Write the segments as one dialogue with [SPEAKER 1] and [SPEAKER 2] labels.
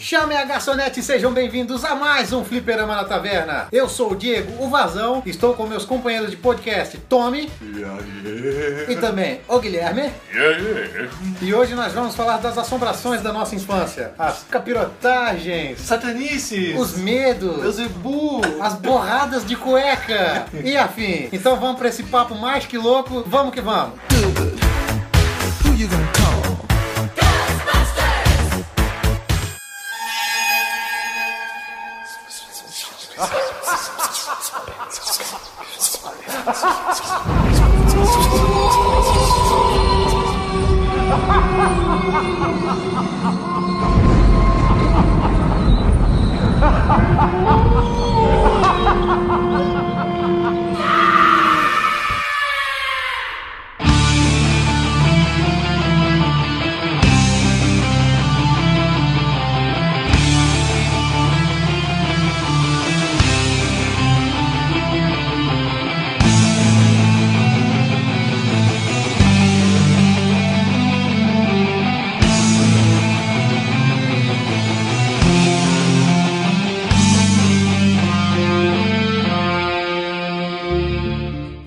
[SPEAKER 1] Chame a garçonete e sejam bem-vindos a mais um Fliperama na Taverna. Eu sou o Diego, o Vazão, estou com meus companheiros de podcast, Tommy
[SPEAKER 2] E aí?
[SPEAKER 1] e também o Guilherme.
[SPEAKER 2] E aí?
[SPEAKER 1] E hoje nós vamos falar das assombrações da nossa infância, as capirotagens,
[SPEAKER 2] Satanices!
[SPEAKER 1] os medos,
[SPEAKER 2] Deus é burro!
[SPEAKER 1] as borradas de cueca e afim. Então vamos pra esse papo mais que louco, vamos que vamos.
[SPEAKER 3] Who you gonna call?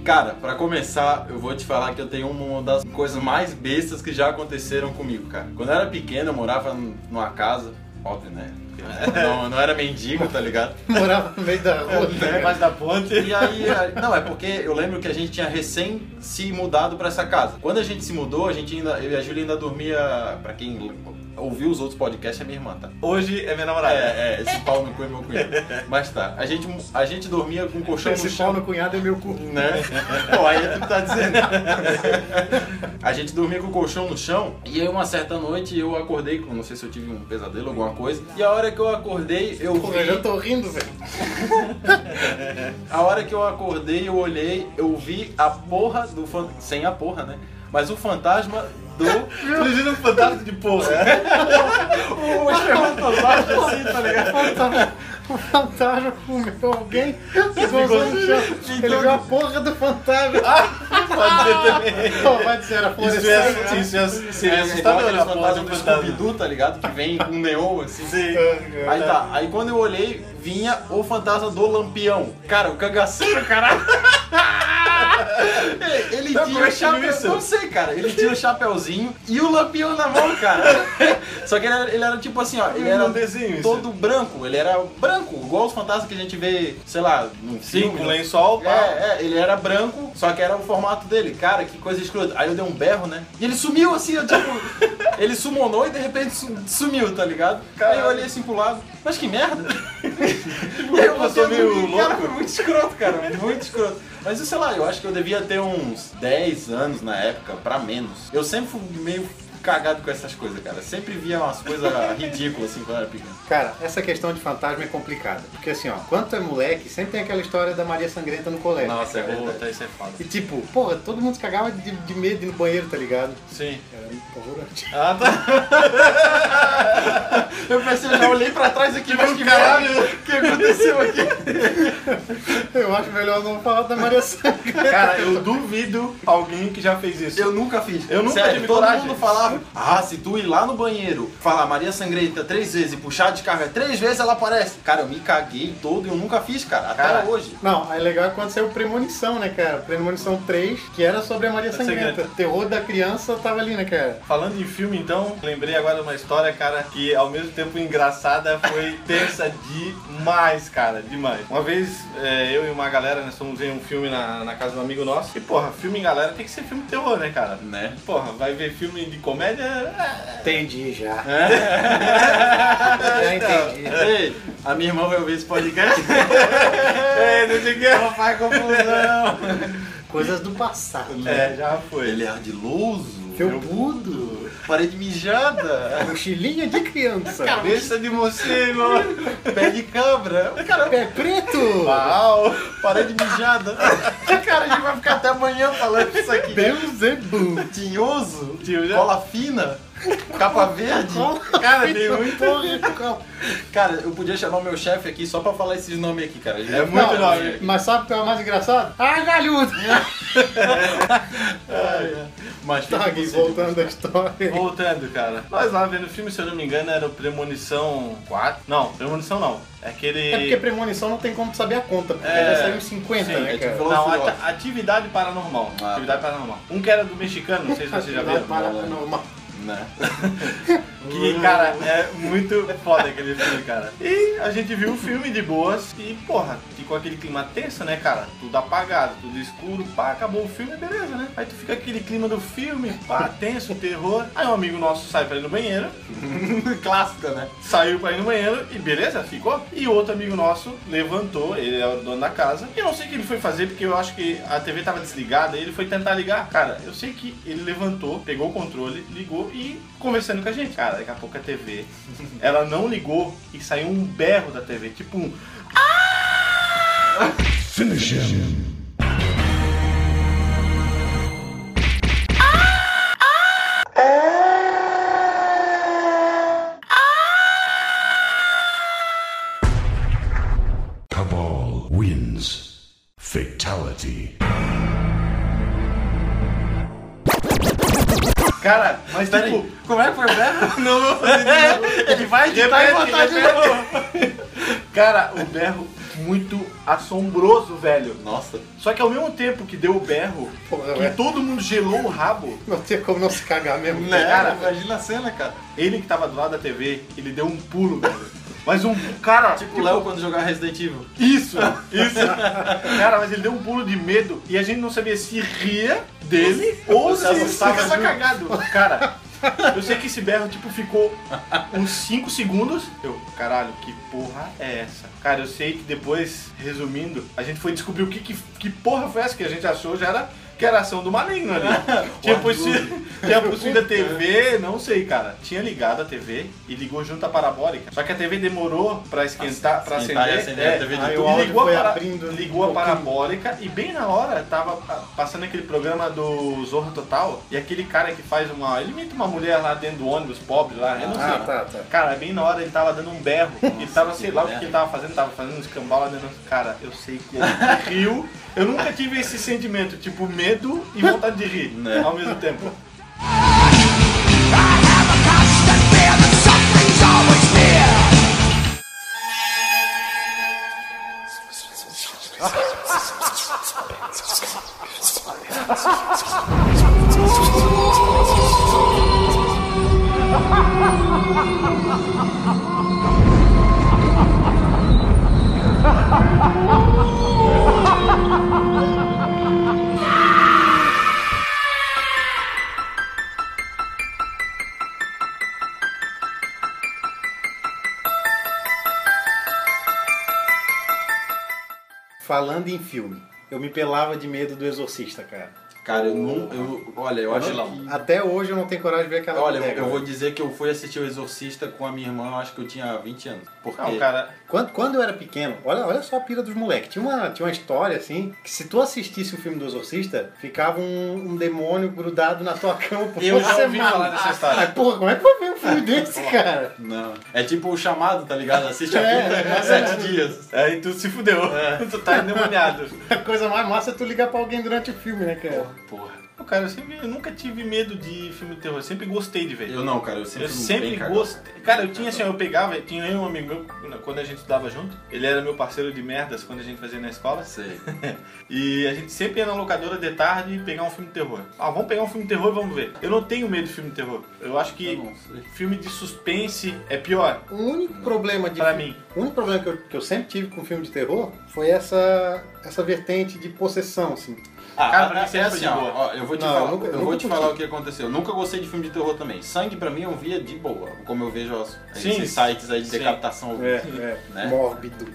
[SPEAKER 4] Cara, pra começar, eu vou te falar que eu tenho uma das coisas mais bestas que já aconteceram comigo, cara. Quando eu era pequeno, eu morava numa casa, pobre, né? Porque, né? Não, não era mendigo, tá ligado?
[SPEAKER 1] Morava no meio da rua.
[SPEAKER 2] Debaixo É da ponte.
[SPEAKER 4] E aí, aí- não, é porque eu lembro que a gente tinha recém se mudado pra essa casa. Quando a gente se mudou, a gente ainda, eu e a Júlia ainda dormia, pra quem ouviu os outros podcasts, é minha irmã, tá?
[SPEAKER 2] Hoje é minha namorada.
[SPEAKER 4] É, é, esse pau no cu é meu cunhado. Mas tá, a gente, a gente dormia com o colchão no
[SPEAKER 1] Esse
[SPEAKER 4] chão.
[SPEAKER 1] pau no cunhado é meu cu.
[SPEAKER 4] né? Pô, aí tu tá dizendo. a gente dormia com o colchão no chão e aí uma certa noite eu acordei, com- não sei se eu tive um pesadelo alguma coisa. E a hora que eu acordei, eu
[SPEAKER 1] Pô, eu já
[SPEAKER 4] vi,
[SPEAKER 1] tô rindo, velho.
[SPEAKER 4] a hora que eu acordei, eu olhei, eu vi a porra do fan... sem a porra, né? Mas o fantasma do
[SPEAKER 2] Imagina um fantasma de porra. É.
[SPEAKER 4] o espermatozoide assim, tá ligado?
[SPEAKER 1] fantasma, o fantasma comeu alguém e gozou no chão. Ele viu a porra do fantasma.
[SPEAKER 2] Pode ser também.
[SPEAKER 1] Pô, vai dizer, era
[SPEAKER 2] Ah! Isso
[SPEAKER 1] florescente.
[SPEAKER 2] é, isso é, seria
[SPEAKER 4] É,
[SPEAKER 2] assustador,
[SPEAKER 4] igual
[SPEAKER 2] um
[SPEAKER 4] aqueles
[SPEAKER 2] a porra
[SPEAKER 4] fantasmas
[SPEAKER 2] do
[SPEAKER 4] do
[SPEAKER 2] fantasma.
[SPEAKER 4] Scooby-Doo, tá ligado? Que vem com neon assim.
[SPEAKER 2] Sim.
[SPEAKER 4] Aí tá, aí quando eu olhei, vinha o fantasma do Lampião. Cara, o cagaceiro, caralho. Ele- Ele
[SPEAKER 2] Mas como
[SPEAKER 4] tinha
[SPEAKER 2] é
[SPEAKER 4] o
[SPEAKER 2] que
[SPEAKER 4] chapéu,
[SPEAKER 2] isso?
[SPEAKER 4] não sei, cara. Ele tinha o chapéuzinho e o lampião na mão, cara. Só que ele era, ele era tipo assim, ó. Ele
[SPEAKER 2] Um
[SPEAKER 4] era
[SPEAKER 2] desenho, isso.
[SPEAKER 4] todo branco. Ele era branco, igual os fantasmas que a gente vê, sei lá, num
[SPEAKER 2] Sim,
[SPEAKER 4] filme.
[SPEAKER 2] com
[SPEAKER 4] né?
[SPEAKER 2] lençol, pá.
[SPEAKER 4] É, é, ele era branco, só que era o formato dele. Cara, que coisa escrota. Aí eu dei um berro, né? E ele sumiu assim, eu tipo. ele sumonou e de repente su- sumiu, tá ligado? Aí eu olhei assim pro lado, mas que merda! e aí eu
[SPEAKER 2] passou
[SPEAKER 4] passei
[SPEAKER 2] meio
[SPEAKER 4] Cara,
[SPEAKER 2] louco.
[SPEAKER 4] foi muito escroto, cara, muito escroto. Mas eu sei lá, eu acho que eu devia ter uns 10 anos na época, pra menos. Eu sempre fui meio cagado com essas coisas, cara. Sempre via umas coisas ridículas assim quando era pequeno.
[SPEAKER 1] Cara, essa questão de fantasma é complicada. Porque assim, ó, quanto é moleque, sempre tem aquela história da Maria Sangrenta no colégio.
[SPEAKER 4] Nossa, é verdade.
[SPEAKER 2] Puta, isso é foda.
[SPEAKER 1] E tipo, porra, todo mundo se cagava de, de medo de ir no banheiro, tá ligado?
[SPEAKER 2] Sim.
[SPEAKER 1] Era um apavorante.
[SPEAKER 2] Ah, tá.
[SPEAKER 4] Eu pensei, eu já olhei pra trás aqui, mas que
[SPEAKER 2] Caralho.
[SPEAKER 4] merda! O Tipo, um que aconteceu aqui?
[SPEAKER 1] Eu acho melhor não falar da Maria Sangrenta.
[SPEAKER 2] Cara, eu duvido alguém que já fez isso.
[SPEAKER 4] Eu nunca fiz.
[SPEAKER 2] Eu nunca
[SPEAKER 4] Sério,
[SPEAKER 2] tive
[SPEAKER 4] todo
[SPEAKER 2] coragem.
[SPEAKER 4] mundo falava, ah, se tu ir lá no banheiro, falar Maria Sangrenta três vezes e puxar de carga três vezes, ela aparece. Cara, eu me caguei todo e eu nunca fiz, cara. Até
[SPEAKER 2] Cara.
[SPEAKER 4] hoje.
[SPEAKER 1] Não, aí legal é quando saiu Premonição, né, cara? Premonição 3, que era sobre a Maria Sangrenta.
[SPEAKER 2] Sangrenta.
[SPEAKER 1] Terror da criança tava ali, né, cara?
[SPEAKER 2] Falando em filme, então, lembrei agora de uma história, cara, que ao mesmo tempo engraçada foi tensa demais, cara, demais. Uma vez, é, eu e uma galera, nós fomos ver um filme na, na casa de um amigo nosso. E, porra, filme em galera tem que ser filme de terror, né, cara?
[SPEAKER 4] Né?
[SPEAKER 2] Porra, vai ver filme de comédia? é,
[SPEAKER 1] Entendi já. já entendi.
[SPEAKER 4] Ei, a minha irmã vai ouvir esse podcast?
[SPEAKER 2] É, não sei o que.
[SPEAKER 4] Ela faz confusão.
[SPEAKER 1] Coisas do passado. né?
[SPEAKER 2] É, já foi.
[SPEAKER 4] Ele é ardiloso.
[SPEAKER 1] Felpudo.
[SPEAKER 4] Parede mijada.
[SPEAKER 1] Mochilinha de criança.
[SPEAKER 2] Cabeça de morcego.
[SPEAKER 4] Pé de cabra. Cara,
[SPEAKER 1] Pé preto.
[SPEAKER 2] Pau.
[SPEAKER 4] parede mijada. Cara, a gente vai ficar até amanhã falando isso aqui.
[SPEAKER 1] Beuzebu.
[SPEAKER 4] Tinhoso,
[SPEAKER 2] Tio, já-
[SPEAKER 4] cola fina, capa verde.
[SPEAKER 2] Cara, tem muito...
[SPEAKER 1] Porra,
[SPEAKER 4] Cara, eu podia chamar o meu chefe aqui só pra falar esses nomes aqui, cara.
[SPEAKER 2] É muito
[SPEAKER 1] Não,
[SPEAKER 4] né?
[SPEAKER 2] nome.
[SPEAKER 1] Mas sabe o que é o mais engraçado? Ah, galhudo.
[SPEAKER 2] Mas
[SPEAKER 1] Tá,
[SPEAKER 2] feito
[SPEAKER 1] Gui,
[SPEAKER 2] possível.
[SPEAKER 1] voltando à história.
[SPEAKER 2] Voltando, cara. Nós lá vendo o filme, se eu não me engano, era o Premonição 4. Não, Premonição não. É aquele.
[SPEAKER 1] É porque premonição não tem como saber a conta, porque
[SPEAKER 2] É.
[SPEAKER 1] já saiu em 50,
[SPEAKER 2] Sim,
[SPEAKER 1] né,
[SPEAKER 2] é
[SPEAKER 1] cara?
[SPEAKER 4] tipo-
[SPEAKER 2] Não,
[SPEAKER 4] Velociraptor.
[SPEAKER 2] ati- atividade paranormal.
[SPEAKER 4] Ah,
[SPEAKER 2] atividade paranormal. Um que era do mexicano, não sei se vocês já viram.
[SPEAKER 1] Paranormal.
[SPEAKER 4] Né?
[SPEAKER 2] Que, cara, é muito foda aquele filme, cara. E a gente viu o filme de boas e, porra, ficou aquele clima tenso, né, cara? Tudo apagado, tudo escuro, pá, acabou o filme, beleza, né? Aí tu fica aquele clima do filme, pá, tenso, terror. Aí um amigo nosso sai pra ir no banheiro,
[SPEAKER 4] Clássica, né?
[SPEAKER 2] saiu pra ir no banheiro e beleza, ficou. E outro amigo nosso levantou, ele é o dono da casa. Eu não sei o que ele foi fazer, porque eu acho que a TV tava desligada e ele foi tentar ligar. Cara, eu sei que ele levantou, pegou o controle, ligou e conversando com a gente. Cara, daqui a pouco a TV, ela não ligou e saiu um berro da TV, tipo um.
[SPEAKER 3] Finish him. Cabal wins. Fatality.
[SPEAKER 2] Cara, mas
[SPEAKER 4] Peraí,
[SPEAKER 2] tipo.
[SPEAKER 4] como é que foi o berro?
[SPEAKER 2] Não vou fazer de novo.
[SPEAKER 4] Ele vai editar e botar de novo.
[SPEAKER 2] Cara, o berro muito assombroso, velho.
[SPEAKER 4] Nossa.
[SPEAKER 2] Só que ao mesmo tempo que deu o berro,
[SPEAKER 1] Porra,
[SPEAKER 2] que
[SPEAKER 1] velho.
[SPEAKER 2] todo mundo gelou o rabo,
[SPEAKER 1] Não tinha como não se cagar mesmo.
[SPEAKER 4] Né?
[SPEAKER 2] Cara,
[SPEAKER 4] imagina a cena, cara.
[SPEAKER 2] ele que tava do lado da TV, ele deu um pulo, velho. Mas um. Cara,
[SPEAKER 4] Tipo o Léo quando jogava Resident Evil.
[SPEAKER 2] Isso, isso. cara, mas ele deu um pulo de medo e a gente não sabia se ria dele ou se
[SPEAKER 4] Você assustava
[SPEAKER 2] estava
[SPEAKER 4] junto.
[SPEAKER 2] cagado. Cara. Eu sei que esse berro, tipo, ficou uns 5 segundos. Eu, caralho, que porra é essa? Cara, eu sei que depois, resumindo, a gente foi descobrir o que, que, que porra foi essa que a gente achou já era que era ação do maligno ali. Tipo, tinha possuído, tinha possuído a TV, não sei, cara. Tinha ligado a TV e ligou junto à parabólica. Só que a TV demorou pra esquentar, pra
[SPEAKER 4] Esquentar
[SPEAKER 2] acender.
[SPEAKER 4] e acender a TV de
[SPEAKER 2] aí
[SPEAKER 1] tudo.
[SPEAKER 2] o áudio
[SPEAKER 1] E ligou a
[SPEAKER 2] foi
[SPEAKER 1] para-
[SPEAKER 2] abrindo
[SPEAKER 1] um
[SPEAKER 2] ligou a
[SPEAKER 1] pouquinho.
[SPEAKER 2] parabólica e bem na hora tava pa- passando aquele programa do Zorra Total e aquele cara que faz uma. Ele imita uma mulher lá dentro do ônibus, pobre lá, eu não sei.
[SPEAKER 1] Ah, tá, tá.
[SPEAKER 2] Cara, bem na hora ele tava dando um berro. ele tava, sei
[SPEAKER 4] que
[SPEAKER 2] lá o que,
[SPEAKER 4] merda.
[SPEAKER 2] ele tava fazendo, tava fazendo um escambau lá dentro. Cara, eu sei que ele riu. Eu nunca tive esse sentimento, tipo, medo e vontade de rir
[SPEAKER 4] Né?
[SPEAKER 2] ao mesmo tempo.
[SPEAKER 1] Falando em filme, eu me pelava de medo do Exorcista, cara.
[SPEAKER 4] Cara, eu não. Eu, olha, eu acho que.
[SPEAKER 1] Até hoje eu não tenho coragem de ver aquela
[SPEAKER 4] Olha, eu,
[SPEAKER 1] bodega,
[SPEAKER 4] eu vou
[SPEAKER 1] velho.
[SPEAKER 4] dizer que eu fui assistir o Exorcista com a minha irmã, eu acho que eu tinha 20 anos. Porque.
[SPEAKER 2] Não, cara,
[SPEAKER 1] Quando, quando eu era pequeno, olha, olha só a pira dos moleques. Tinha uma, tinha uma história assim, que se tu assistisse o filme do Exorcista, ficava um, um demônio grudado na tua cama por
[SPEAKER 4] Eu
[SPEAKER 1] uma
[SPEAKER 2] já ouvi
[SPEAKER 1] semana.
[SPEAKER 2] falar dessa história.
[SPEAKER 1] Mas, porra, como é que vai ver um filme desse, cara?
[SPEAKER 4] Não. É tipo o chamado, tá ligado? Assiste a
[SPEAKER 1] É,
[SPEAKER 4] fita
[SPEAKER 1] é.
[SPEAKER 4] com 7 dias.
[SPEAKER 2] aí tu se fudeu. Tu tá endemoniado.
[SPEAKER 1] A coisa mais massa é tu ligar pra alguém durante o filme, né, cara?
[SPEAKER 4] Porra.
[SPEAKER 2] Pô, Cara, eu, sempre, eu nunca tive medo de filme de terror, eu sempre gostei de ver.
[SPEAKER 4] Eu não, cara, eu sempre
[SPEAKER 2] Eu
[SPEAKER 4] fui
[SPEAKER 2] sempre
[SPEAKER 4] bem cagão.
[SPEAKER 2] gostei. Cara, eu tinha assim, eu pegava, tinha eu e um amigo meu, quando a gente estudava junto, ele era meu parceiro de merdas quando a gente fazia na escola.
[SPEAKER 4] Sei.
[SPEAKER 2] E a gente sempre ia na locadora de tarde e pegar um filme de terror. Ah, vamos pegar um filme de terror e vamos ver. Eu não tenho medo de filme de terror. Eu acho que
[SPEAKER 4] Eu não sei.
[SPEAKER 2] filme de suspense é pior.
[SPEAKER 1] O único problema de.
[SPEAKER 2] Pra mim.
[SPEAKER 1] O único problema que eu, que eu sempre tive com filme de terror foi essa, essa vertente de possessão, assim.
[SPEAKER 2] Cara, pra
[SPEAKER 4] Ah,
[SPEAKER 2] mim sempre
[SPEAKER 4] é
[SPEAKER 2] foi
[SPEAKER 4] assim,
[SPEAKER 2] de boa.
[SPEAKER 4] ó, ó, eu vou te
[SPEAKER 1] Não, eu
[SPEAKER 4] falar,
[SPEAKER 1] nunca- eu
[SPEAKER 4] eu
[SPEAKER 1] nunca
[SPEAKER 4] vou te
[SPEAKER 1] curti.
[SPEAKER 4] falar o que aconteceu. Eu nunca gostei de filme de terror também. Sangue pra mim eu via de boa, como eu vejo as,
[SPEAKER 2] Sim.
[SPEAKER 4] esses sites aí de
[SPEAKER 2] Sim.
[SPEAKER 4] decapitação.
[SPEAKER 1] É, é.
[SPEAKER 4] Né?
[SPEAKER 1] Mórbido.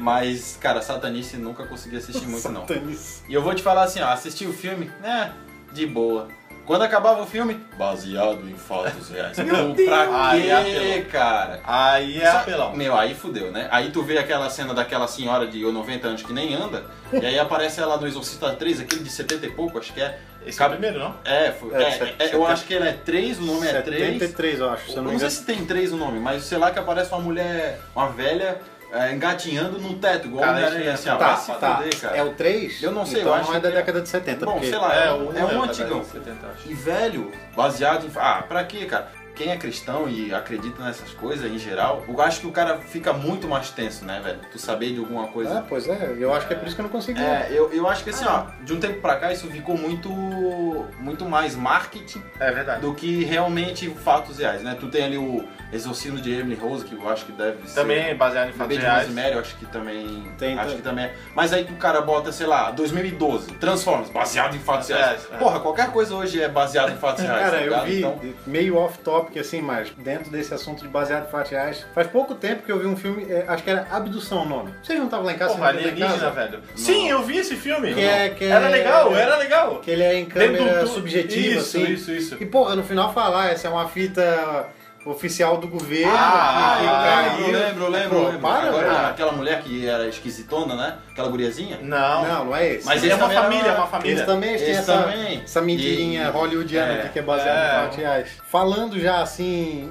[SPEAKER 4] Mas, cara, satanice nunca consegui assistir muito não.
[SPEAKER 1] Satanice.
[SPEAKER 4] E eu vou te falar assim, ó, assisti o filme, né? De boa. Quando acabava o filme, baseado em fatos reais. Meu pra
[SPEAKER 2] Aí
[SPEAKER 4] quê,
[SPEAKER 1] é
[SPEAKER 2] apelou.
[SPEAKER 4] cara?
[SPEAKER 2] Aí é
[SPEAKER 4] Só-
[SPEAKER 2] apelão.
[SPEAKER 4] Meu, aí fudeu, né? Aí tu vê aquela cena daquela senhora de 90 anos que nem anda, e aí aparece ela no Exorcista 3, aquele de 70 e pouco, acho que é.
[SPEAKER 2] Esse é o
[SPEAKER 4] Cabe-
[SPEAKER 2] primeiro, não?
[SPEAKER 4] É, foi,
[SPEAKER 1] É,
[SPEAKER 4] é,
[SPEAKER 1] set-
[SPEAKER 4] é, eu acho que ele é 3, o nome é 3.
[SPEAKER 1] 73, eu acho, se eu
[SPEAKER 4] Não,
[SPEAKER 1] não me
[SPEAKER 4] sei
[SPEAKER 1] engano.
[SPEAKER 4] se tem 3 o nome, mas sei lá que aparece uma mulher, uma velha, é, engatinhando no teto, igual
[SPEAKER 2] Cara,
[SPEAKER 4] o Homem-Aranha,
[SPEAKER 2] isso
[SPEAKER 4] assim,
[SPEAKER 2] é-
[SPEAKER 4] ó.
[SPEAKER 1] Tá,
[SPEAKER 4] vai se
[SPEAKER 1] tá.
[SPEAKER 4] fuder, cara.
[SPEAKER 1] É o 3?
[SPEAKER 4] Eu não sei,
[SPEAKER 1] então
[SPEAKER 4] eu acho
[SPEAKER 1] é da
[SPEAKER 4] que é-
[SPEAKER 1] década de 70.
[SPEAKER 4] Bom,
[SPEAKER 1] porque...
[SPEAKER 4] sei lá, é, um- é um
[SPEAKER 2] da década
[SPEAKER 4] antigão.
[SPEAKER 2] de 70, eu acho.
[SPEAKER 4] E velho, baseado em. Ah, pra quê, cara? Quem é cristão e acredita nessas coisas em geral, eu acho que o cara fica muito mais tenso, né, velho? Tu saber de alguma
[SPEAKER 1] Ah,
[SPEAKER 4] coisa.
[SPEAKER 1] pois é. Eu acho que é por isso que eu não consegui.
[SPEAKER 4] É, eu, eu acho que assim, ó, de um tempo pra cá isso ficou muito, muito mais marketing
[SPEAKER 2] É verdade.
[SPEAKER 4] do que realmente fatos reais, né? Tu tem ali o Exorcismo de Emily Rose, que eu acho que deve ser.
[SPEAKER 2] Também é baseado em
[SPEAKER 4] O
[SPEAKER 2] fatos
[SPEAKER 4] Bebê de
[SPEAKER 2] reais.
[SPEAKER 4] Rosemary, eu acho que também.
[SPEAKER 1] Tem,
[SPEAKER 4] acho
[SPEAKER 1] tem.
[SPEAKER 4] que também é. Mas aí que o cara bota, sei lá, 2012, Transformers, baseado em
[SPEAKER 2] Fatos
[SPEAKER 4] fatos reais.
[SPEAKER 2] reais, é.
[SPEAKER 4] Porra, qualquer coisa hoje é baseado em fatos reais. tá
[SPEAKER 1] Cara, eu
[SPEAKER 4] ligado?
[SPEAKER 1] vi
[SPEAKER 4] Então,
[SPEAKER 1] meio off-topic assim, mas dentro desse assunto de baseado em fatos reais, faz pouco tempo que eu vi um filme, é, acho que era Abdução o nome. Vocês não estavam lá em casa?
[SPEAKER 2] Porra,
[SPEAKER 1] vocês não estavam
[SPEAKER 2] alienígena,
[SPEAKER 1] lá em casa?
[SPEAKER 2] velho. Sim, eu vi esse filme.
[SPEAKER 1] Que é- que é-
[SPEAKER 2] Era legal, era legal.
[SPEAKER 1] Que ele é em
[SPEAKER 2] Dentro
[SPEAKER 1] câmera
[SPEAKER 2] do-
[SPEAKER 1] subjetiva,
[SPEAKER 2] isso,
[SPEAKER 1] assim.
[SPEAKER 2] Isso, isso,
[SPEAKER 1] E porra, no final falar, essa é uma fita oficial do governo.
[SPEAKER 2] Ah,
[SPEAKER 1] que
[SPEAKER 2] ah,
[SPEAKER 1] caiu.
[SPEAKER 4] eu lembro, eu lembro.
[SPEAKER 1] Pô,
[SPEAKER 4] eu lembro.
[SPEAKER 1] Para,
[SPEAKER 4] Agora, é.
[SPEAKER 1] velho.
[SPEAKER 4] aquela mulher que era esquisitona, né? Aquela guriazinha.
[SPEAKER 2] Não.
[SPEAKER 1] Não, não é esse.
[SPEAKER 4] Mas
[SPEAKER 2] é
[SPEAKER 4] esse
[SPEAKER 2] uma
[SPEAKER 4] também era
[SPEAKER 2] família, é
[SPEAKER 4] uma-
[SPEAKER 2] uma família.
[SPEAKER 1] Eles também têm
[SPEAKER 4] Eles
[SPEAKER 1] essa,
[SPEAKER 4] também.
[SPEAKER 1] essa mentirinha
[SPEAKER 4] E-
[SPEAKER 1] hollywoodiana
[SPEAKER 4] é.
[SPEAKER 1] aqui que é baseada
[SPEAKER 2] É.
[SPEAKER 1] em fatos reais. Falando já assim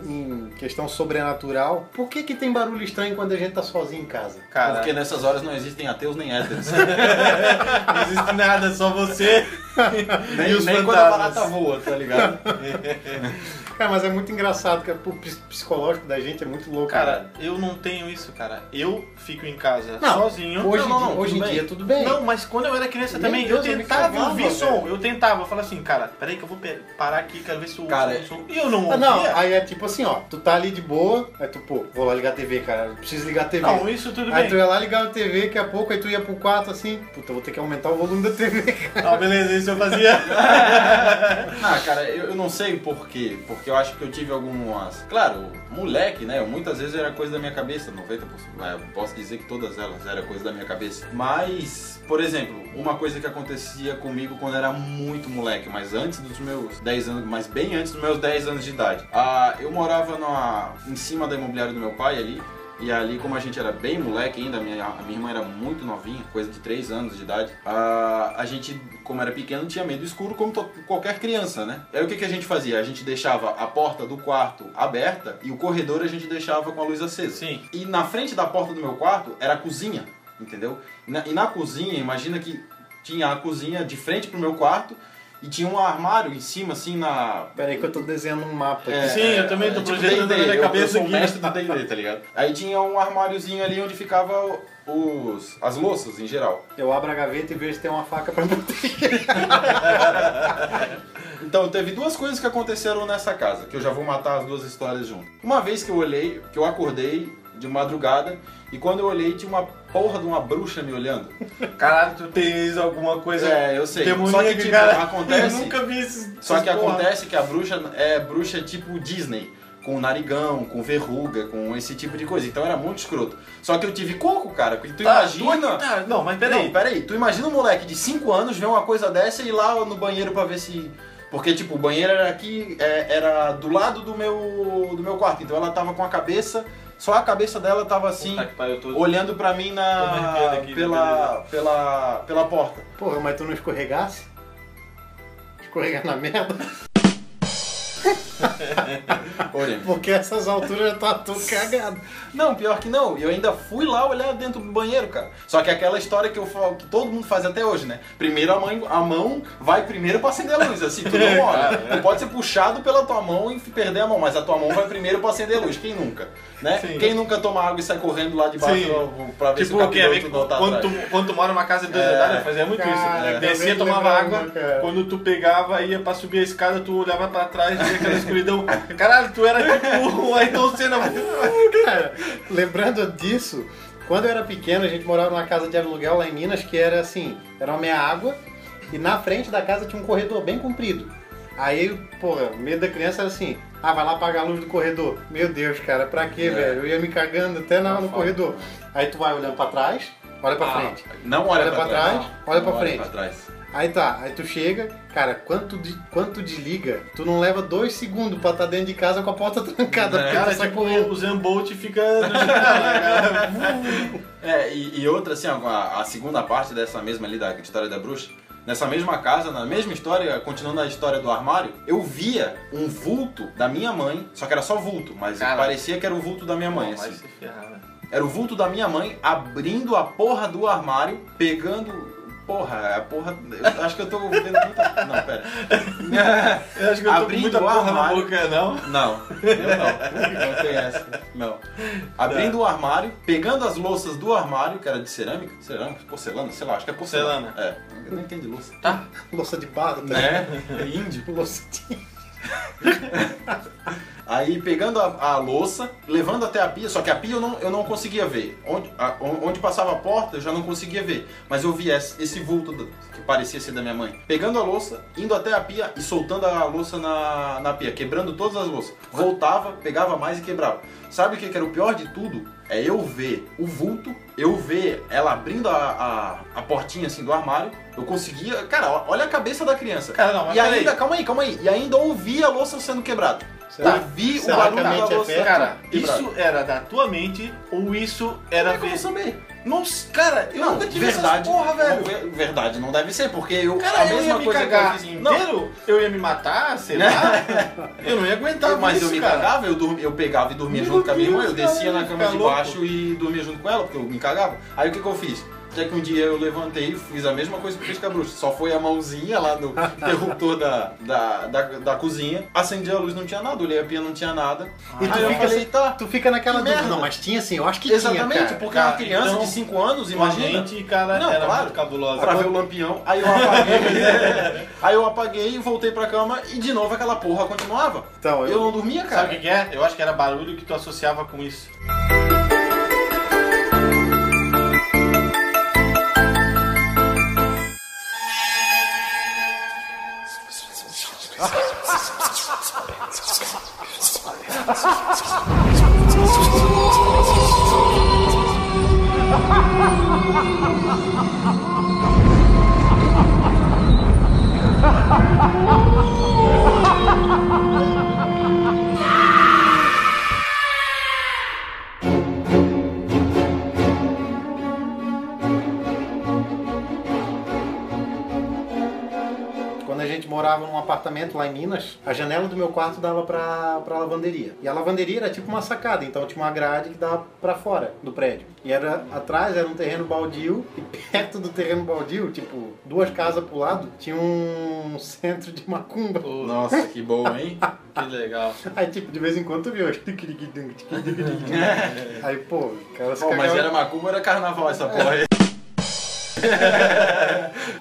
[SPEAKER 1] em questão sobrenatural, por que que tem barulho estranho quando a gente tá sozinho em casa?
[SPEAKER 2] Cara,
[SPEAKER 4] Porque nessas horas não existem ateus nem héteros.
[SPEAKER 2] não existe nada, só você
[SPEAKER 4] nem
[SPEAKER 2] e os
[SPEAKER 4] nem quando a
[SPEAKER 2] fantasmas.
[SPEAKER 4] barata voa, tá ligado?
[SPEAKER 1] Cara, mas é muito engraçado, cara. O ps- psicológico da gente é muito louco.
[SPEAKER 2] Cara, eu não tenho isso, cara. Eu fico em casa
[SPEAKER 1] Não,
[SPEAKER 2] sozinho.
[SPEAKER 1] hoje,
[SPEAKER 4] não, não,
[SPEAKER 1] em dia-
[SPEAKER 4] não,
[SPEAKER 1] hoje em
[SPEAKER 4] tudo bem.
[SPEAKER 1] dia tudo bem.
[SPEAKER 2] Não, mas quando eu era criança
[SPEAKER 1] Meu
[SPEAKER 2] também,
[SPEAKER 1] Deus, eu
[SPEAKER 2] eu
[SPEAKER 1] me
[SPEAKER 2] tentava
[SPEAKER 1] cagava,
[SPEAKER 2] ouvir
[SPEAKER 1] velho.
[SPEAKER 2] som. Eu tentava, eu falava assim, cara, peraí que eu vou pe- parar aqui, quero ver se o
[SPEAKER 4] Cara,
[SPEAKER 2] som- som. E eu não
[SPEAKER 1] Ah,
[SPEAKER 2] ouvia.
[SPEAKER 1] não, aí é tipo assim, ó, tu tá ali de boa, aí tu, pô, vou lá ligar a TV, cara, eu preciso ligar a TV.
[SPEAKER 2] Não, Então, isso tudo
[SPEAKER 1] aí
[SPEAKER 2] bem.
[SPEAKER 1] tu ia lá ligar a TV, daqui a pouco, aí tu ia pro quarto assim, puta, eu vou ter que aumentar o volume da TV, cara.
[SPEAKER 2] Ah, beleza, isso eu fazia.
[SPEAKER 4] Ah, cara, eu, eu não sei o porquê, porque eu acho que eu tive algumas. Claro, moleque, né? Muitas vezes era coisa da minha cabeça, 90%. é, eu posso dizer que todas elas era coisa da minha cabeça. Mas, por exemplo, uma coisa que acontecia comigo quando era muito moleque, mas antes dos meus 10 anos, mas bem antes dos meus 10 anos de idade. Ah, eu morava na, em cima da imobiliária do meu pai ali. E ali, como a gente era bem moleque ainda, a minha, a minha irmã era muito novinha, coisa de 3 anos de idade, a, a gente, como era pequeno, tinha medo do escuro, como to- qualquer criança, né? Aí o que, que a gente fazia? A gente deixava a porta do quarto aberta e o corredor a gente deixava com a luz acesa.
[SPEAKER 2] Sim.
[SPEAKER 4] E na frente da porta do meu quarto era a cozinha, entendeu? E na, e na cozinha, imagina que tinha a cozinha de frente pro meu quarto e tinha um armário em cima, assim, na,
[SPEAKER 1] Pera aí que eu tô desenhando um mapa aqui.
[SPEAKER 2] Sim, eu também tô
[SPEAKER 4] tipo
[SPEAKER 2] projetando
[SPEAKER 4] D&D,
[SPEAKER 2] na minha
[SPEAKER 4] eu-
[SPEAKER 2] cabeça
[SPEAKER 4] eu sou um
[SPEAKER 2] aqui.
[SPEAKER 4] mestre do D&D, tá ligado? Aí tinha um armáriozinho ali onde ficava os, as louças em geral.
[SPEAKER 1] Eu abro a gaveta e vejo se tem uma faca pra botar.
[SPEAKER 4] Então, teve duas coisas que aconteceram nessa casa, que eu já vou matar as duas histórias junto. Uma vez que eu olhei, que eu acordei de madrugada, e quando eu olhei, tinha uma porra de uma bruxa me olhando.
[SPEAKER 2] Caralho, tu tens alguma coisa
[SPEAKER 4] É, eu sei.
[SPEAKER 2] demoníaca,
[SPEAKER 4] Só que, tipo,
[SPEAKER 2] cara.
[SPEAKER 4] acontece-
[SPEAKER 2] Eu nunca vi esses
[SPEAKER 4] Só que
[SPEAKER 2] essas porra.
[SPEAKER 4] acontece que a bruxa é bruxa tipo Disney, com narigão, com verruga, com esse tipo de coisa. Então era muito escroto. Só que eu tive coco, cara, porque tu
[SPEAKER 2] Tá,
[SPEAKER 4] imagina...
[SPEAKER 2] tu- tá, não, mas
[SPEAKER 4] Peraí,
[SPEAKER 2] peraí.
[SPEAKER 4] peraí, tu imagina um moleque de 5 anos ver uma coisa dessa e ir lá no banheiro pra ver se. Porque, tipo, o banheiro era aqui, é, era do lado do meu, do meu quarto. Então ela tava com a cabeça, só a cabeça dela tava assim,
[SPEAKER 2] Puta Tá que pariu, eu tô-
[SPEAKER 4] olhando pra mim
[SPEAKER 2] Tô me arrepiando
[SPEAKER 4] na.
[SPEAKER 2] aqui, né,
[SPEAKER 4] pela, pela. pela porta.
[SPEAKER 1] Porra, mas tu não escorregasse? Escorregar na merda?
[SPEAKER 4] Olha.
[SPEAKER 1] Porque essas alturas já tá tudo cagado.
[SPEAKER 4] Não, pior que não. Eu ainda fui lá olhar dentro do banheiro, cara. Só que aquela história que eu falo, que todo mundo faz até hoje, né? Primeiro a mão, a mão vai primeiro pra acender a luz, assim, tu não olha. Tu pode ser puxado pela tua mão e perder a mão, mas a tua mão vai primeiro pra acender a luz. Quem nunca? Né?
[SPEAKER 2] Sim.
[SPEAKER 4] Quem nunca toma água e sai correndo lá de baixo
[SPEAKER 2] Sim.
[SPEAKER 4] pra ver se o
[SPEAKER 2] Tipo, quer ver
[SPEAKER 4] capiroto
[SPEAKER 2] que
[SPEAKER 4] não tá
[SPEAKER 2] quando,
[SPEAKER 4] atrás.
[SPEAKER 2] tu, quando tu mora numa casa de dois
[SPEAKER 4] É.
[SPEAKER 2] andares, eu fazia muito
[SPEAKER 1] Cara,
[SPEAKER 2] isso. É.
[SPEAKER 1] acabei
[SPEAKER 2] Descia,
[SPEAKER 1] de
[SPEAKER 2] tomava
[SPEAKER 1] lembrar
[SPEAKER 2] água.
[SPEAKER 1] uma, cara.
[SPEAKER 2] Quando tu pegava, ia pra subir a escada, tu olhava pra trás, via aquela escuridão. Caralho, tu era tipo o Ayrton Senna.
[SPEAKER 1] Cara, lembrando disso, quando eu era pequeno, a gente morava numa casa de aluguel lá em Minas que era assim, era uma meia água e na frente da casa tinha um corredor bem comprido. Aí, porra, o medo da criança era assim, ah, vai lá apagar a luz do corredor. Meu Deus, cara, pra quê,
[SPEAKER 4] É. Tá
[SPEAKER 1] velho? Eu ia me cagando até na, tá no
[SPEAKER 4] Foda.
[SPEAKER 1] corredor. Aí tu vai olhando pra trás, olha pra
[SPEAKER 4] Ah,
[SPEAKER 1] frente.
[SPEAKER 4] Não olha,
[SPEAKER 1] Olha
[SPEAKER 4] pra,
[SPEAKER 1] pra
[SPEAKER 4] trás.
[SPEAKER 1] trás,
[SPEAKER 4] não.
[SPEAKER 1] olha pra
[SPEAKER 4] Não
[SPEAKER 1] frente.
[SPEAKER 4] Pra trás.
[SPEAKER 1] Aí tá, aí tu chega, cara, quando tu, de- quando tu desliga, tu não leva dois segundos pra estar dentro de casa com a porta trancada,
[SPEAKER 4] É,
[SPEAKER 1] porque
[SPEAKER 2] Cara,
[SPEAKER 1] tu sai
[SPEAKER 2] tipo,
[SPEAKER 1] correndo.
[SPEAKER 2] o Zambolt fica no janela, cara.
[SPEAKER 4] É, e, e outra, assim, ó, a, a segunda parte dessa mesma ali da história da bruxa, nessa mesma casa, na mesma história, continuando a história do armário, eu via um vulto da minha mãe, só que era só vulto, mas
[SPEAKER 2] Cara.
[SPEAKER 4] parecia que era o vulto da minha mãe,
[SPEAKER 2] Vai
[SPEAKER 4] assim.
[SPEAKER 2] se ferrar, né?
[SPEAKER 4] Era o vulto da minha mãe abrindo a porra do armário, pegando. Porra, a porra. eu acho que eu tô vendo muita. Não, pera.
[SPEAKER 2] Eu acho que eu tô com
[SPEAKER 4] Abrindo
[SPEAKER 2] muita
[SPEAKER 4] o
[SPEAKER 2] porra na
[SPEAKER 4] armário.
[SPEAKER 2] boca, não.
[SPEAKER 4] Não, eu não. Não tem essa. Não. Abrindo o armário, pegando as louças do armário, que era de cerâmica, cerâmica, porcelana, sei lá, acho que é porcelana. É. Eu não entendo de louça. Tá.
[SPEAKER 1] Louça de barro, tá?
[SPEAKER 4] Né? É índio.
[SPEAKER 1] Louça de...
[SPEAKER 4] Aí pegando a, a louça, levando até a pia, só que a pia eu não, eu não conseguia ver. Onde, a- on- onde passava a porta eu já não conseguia ver. Mas eu vi esse, esse vulto do- que parecia ser da minha mãe. Pegando a louça, indo até a pia e soltando a louça na, na pia, quebrando todas as louças. Voltava, pegava mais e quebrava. Sabe o que, que era o pior de tudo? É eu ver o vulto, eu ver ela abrindo a, a, a portinha assim do armário. Eu conseguia. Cara, ó- olha a cabeça da criança.
[SPEAKER 2] Cara, não, mas
[SPEAKER 4] e
[SPEAKER 2] peraí.
[SPEAKER 4] ainda, calma aí, calma aí. E ainda ouvi a louça sendo quebrada.
[SPEAKER 1] Será?
[SPEAKER 4] Eu vi o
[SPEAKER 1] Será
[SPEAKER 4] barulho
[SPEAKER 1] que a
[SPEAKER 4] da
[SPEAKER 1] mente é
[SPEAKER 4] louça.
[SPEAKER 1] fé?
[SPEAKER 2] Cara,
[SPEAKER 4] quebrada.
[SPEAKER 2] isso era da tua mente ou isso era...
[SPEAKER 4] Como é que eu vou saber?
[SPEAKER 2] Nossa, cara, eu
[SPEAKER 4] não,
[SPEAKER 2] nunca tive essas
[SPEAKER 4] verdade,
[SPEAKER 2] porra, velho.
[SPEAKER 4] não, ver- verdade, não deve ser, porque eu,
[SPEAKER 2] Cara,
[SPEAKER 4] a
[SPEAKER 2] eu ia
[SPEAKER 4] mesma
[SPEAKER 2] me
[SPEAKER 4] coisa
[SPEAKER 2] cagar
[SPEAKER 4] que eu fiz em... Não,
[SPEAKER 2] inteiro, eu ia me matar, sei lá. eu não ia aguentar
[SPEAKER 4] mas
[SPEAKER 2] isso,
[SPEAKER 4] eu me
[SPEAKER 2] cara.
[SPEAKER 4] cagava, eu, dormi- eu pegava e dormia
[SPEAKER 2] Meu
[SPEAKER 4] junto com a minha irmã, eu
[SPEAKER 2] Deus, cara,
[SPEAKER 4] descia na
[SPEAKER 2] fica
[SPEAKER 4] cama de
[SPEAKER 2] louco.
[SPEAKER 4] baixo e dormia junto com ela, porque eu me cagava. Aí o que, que eu fiz? Até que um dia eu levantei e fiz a mesma coisa que eu fiz com a bruxa. Só foi a mãozinha lá no interruptor da, da, da, da cozinha. Acendi a luz, não tinha nada. Olhei a pia, não tinha nada.
[SPEAKER 1] E tu
[SPEAKER 4] Aí eu
[SPEAKER 1] fica
[SPEAKER 4] falei,
[SPEAKER 1] assim,
[SPEAKER 4] tá.
[SPEAKER 1] Tu fica naquela
[SPEAKER 4] Que
[SPEAKER 1] dúvida.
[SPEAKER 4] merda.
[SPEAKER 1] Não, mas tinha sim, eu acho que
[SPEAKER 4] Exatamente,
[SPEAKER 1] tinha, cara.
[SPEAKER 4] porque é
[SPEAKER 2] Cara,
[SPEAKER 4] uma criança
[SPEAKER 2] então,
[SPEAKER 4] de 5 anos,
[SPEAKER 2] Tua
[SPEAKER 4] imagina.
[SPEAKER 2] mente, cara,
[SPEAKER 4] Não,
[SPEAKER 2] era
[SPEAKER 4] claro.
[SPEAKER 2] muito cabulosa.
[SPEAKER 4] Pra ver o lampião, aí eu apaguei. aí eu apaguei, voltei pra cama e de novo aquela porra continuava.
[SPEAKER 1] Então,
[SPEAKER 4] eu...
[SPEAKER 1] eu-
[SPEAKER 4] não dormia, cara.
[SPEAKER 2] Sabe o que que é? Eu acho que era barulho que tu associava com isso.
[SPEAKER 1] Quando a gente morava num apartamento lá em Minas, a janela do meu quarto dava pra, pra lavanderia. E a lavanderia era tipo uma sacada, então tinha uma grade que dava pra fora do prédio. E era atrás era um terreno baldio, e perto do terreno baldio, tipo duas casas pro lado, tinha um centro de macumba.
[SPEAKER 4] Nossa, que bom, hein?
[SPEAKER 2] Que legal.
[SPEAKER 1] Aí, tipo, de vez em quando tu viu. Aí, pô, o cara se
[SPEAKER 4] Pô, mas
[SPEAKER 1] cagava.
[SPEAKER 4] era macumba, era carnaval essa porra aí.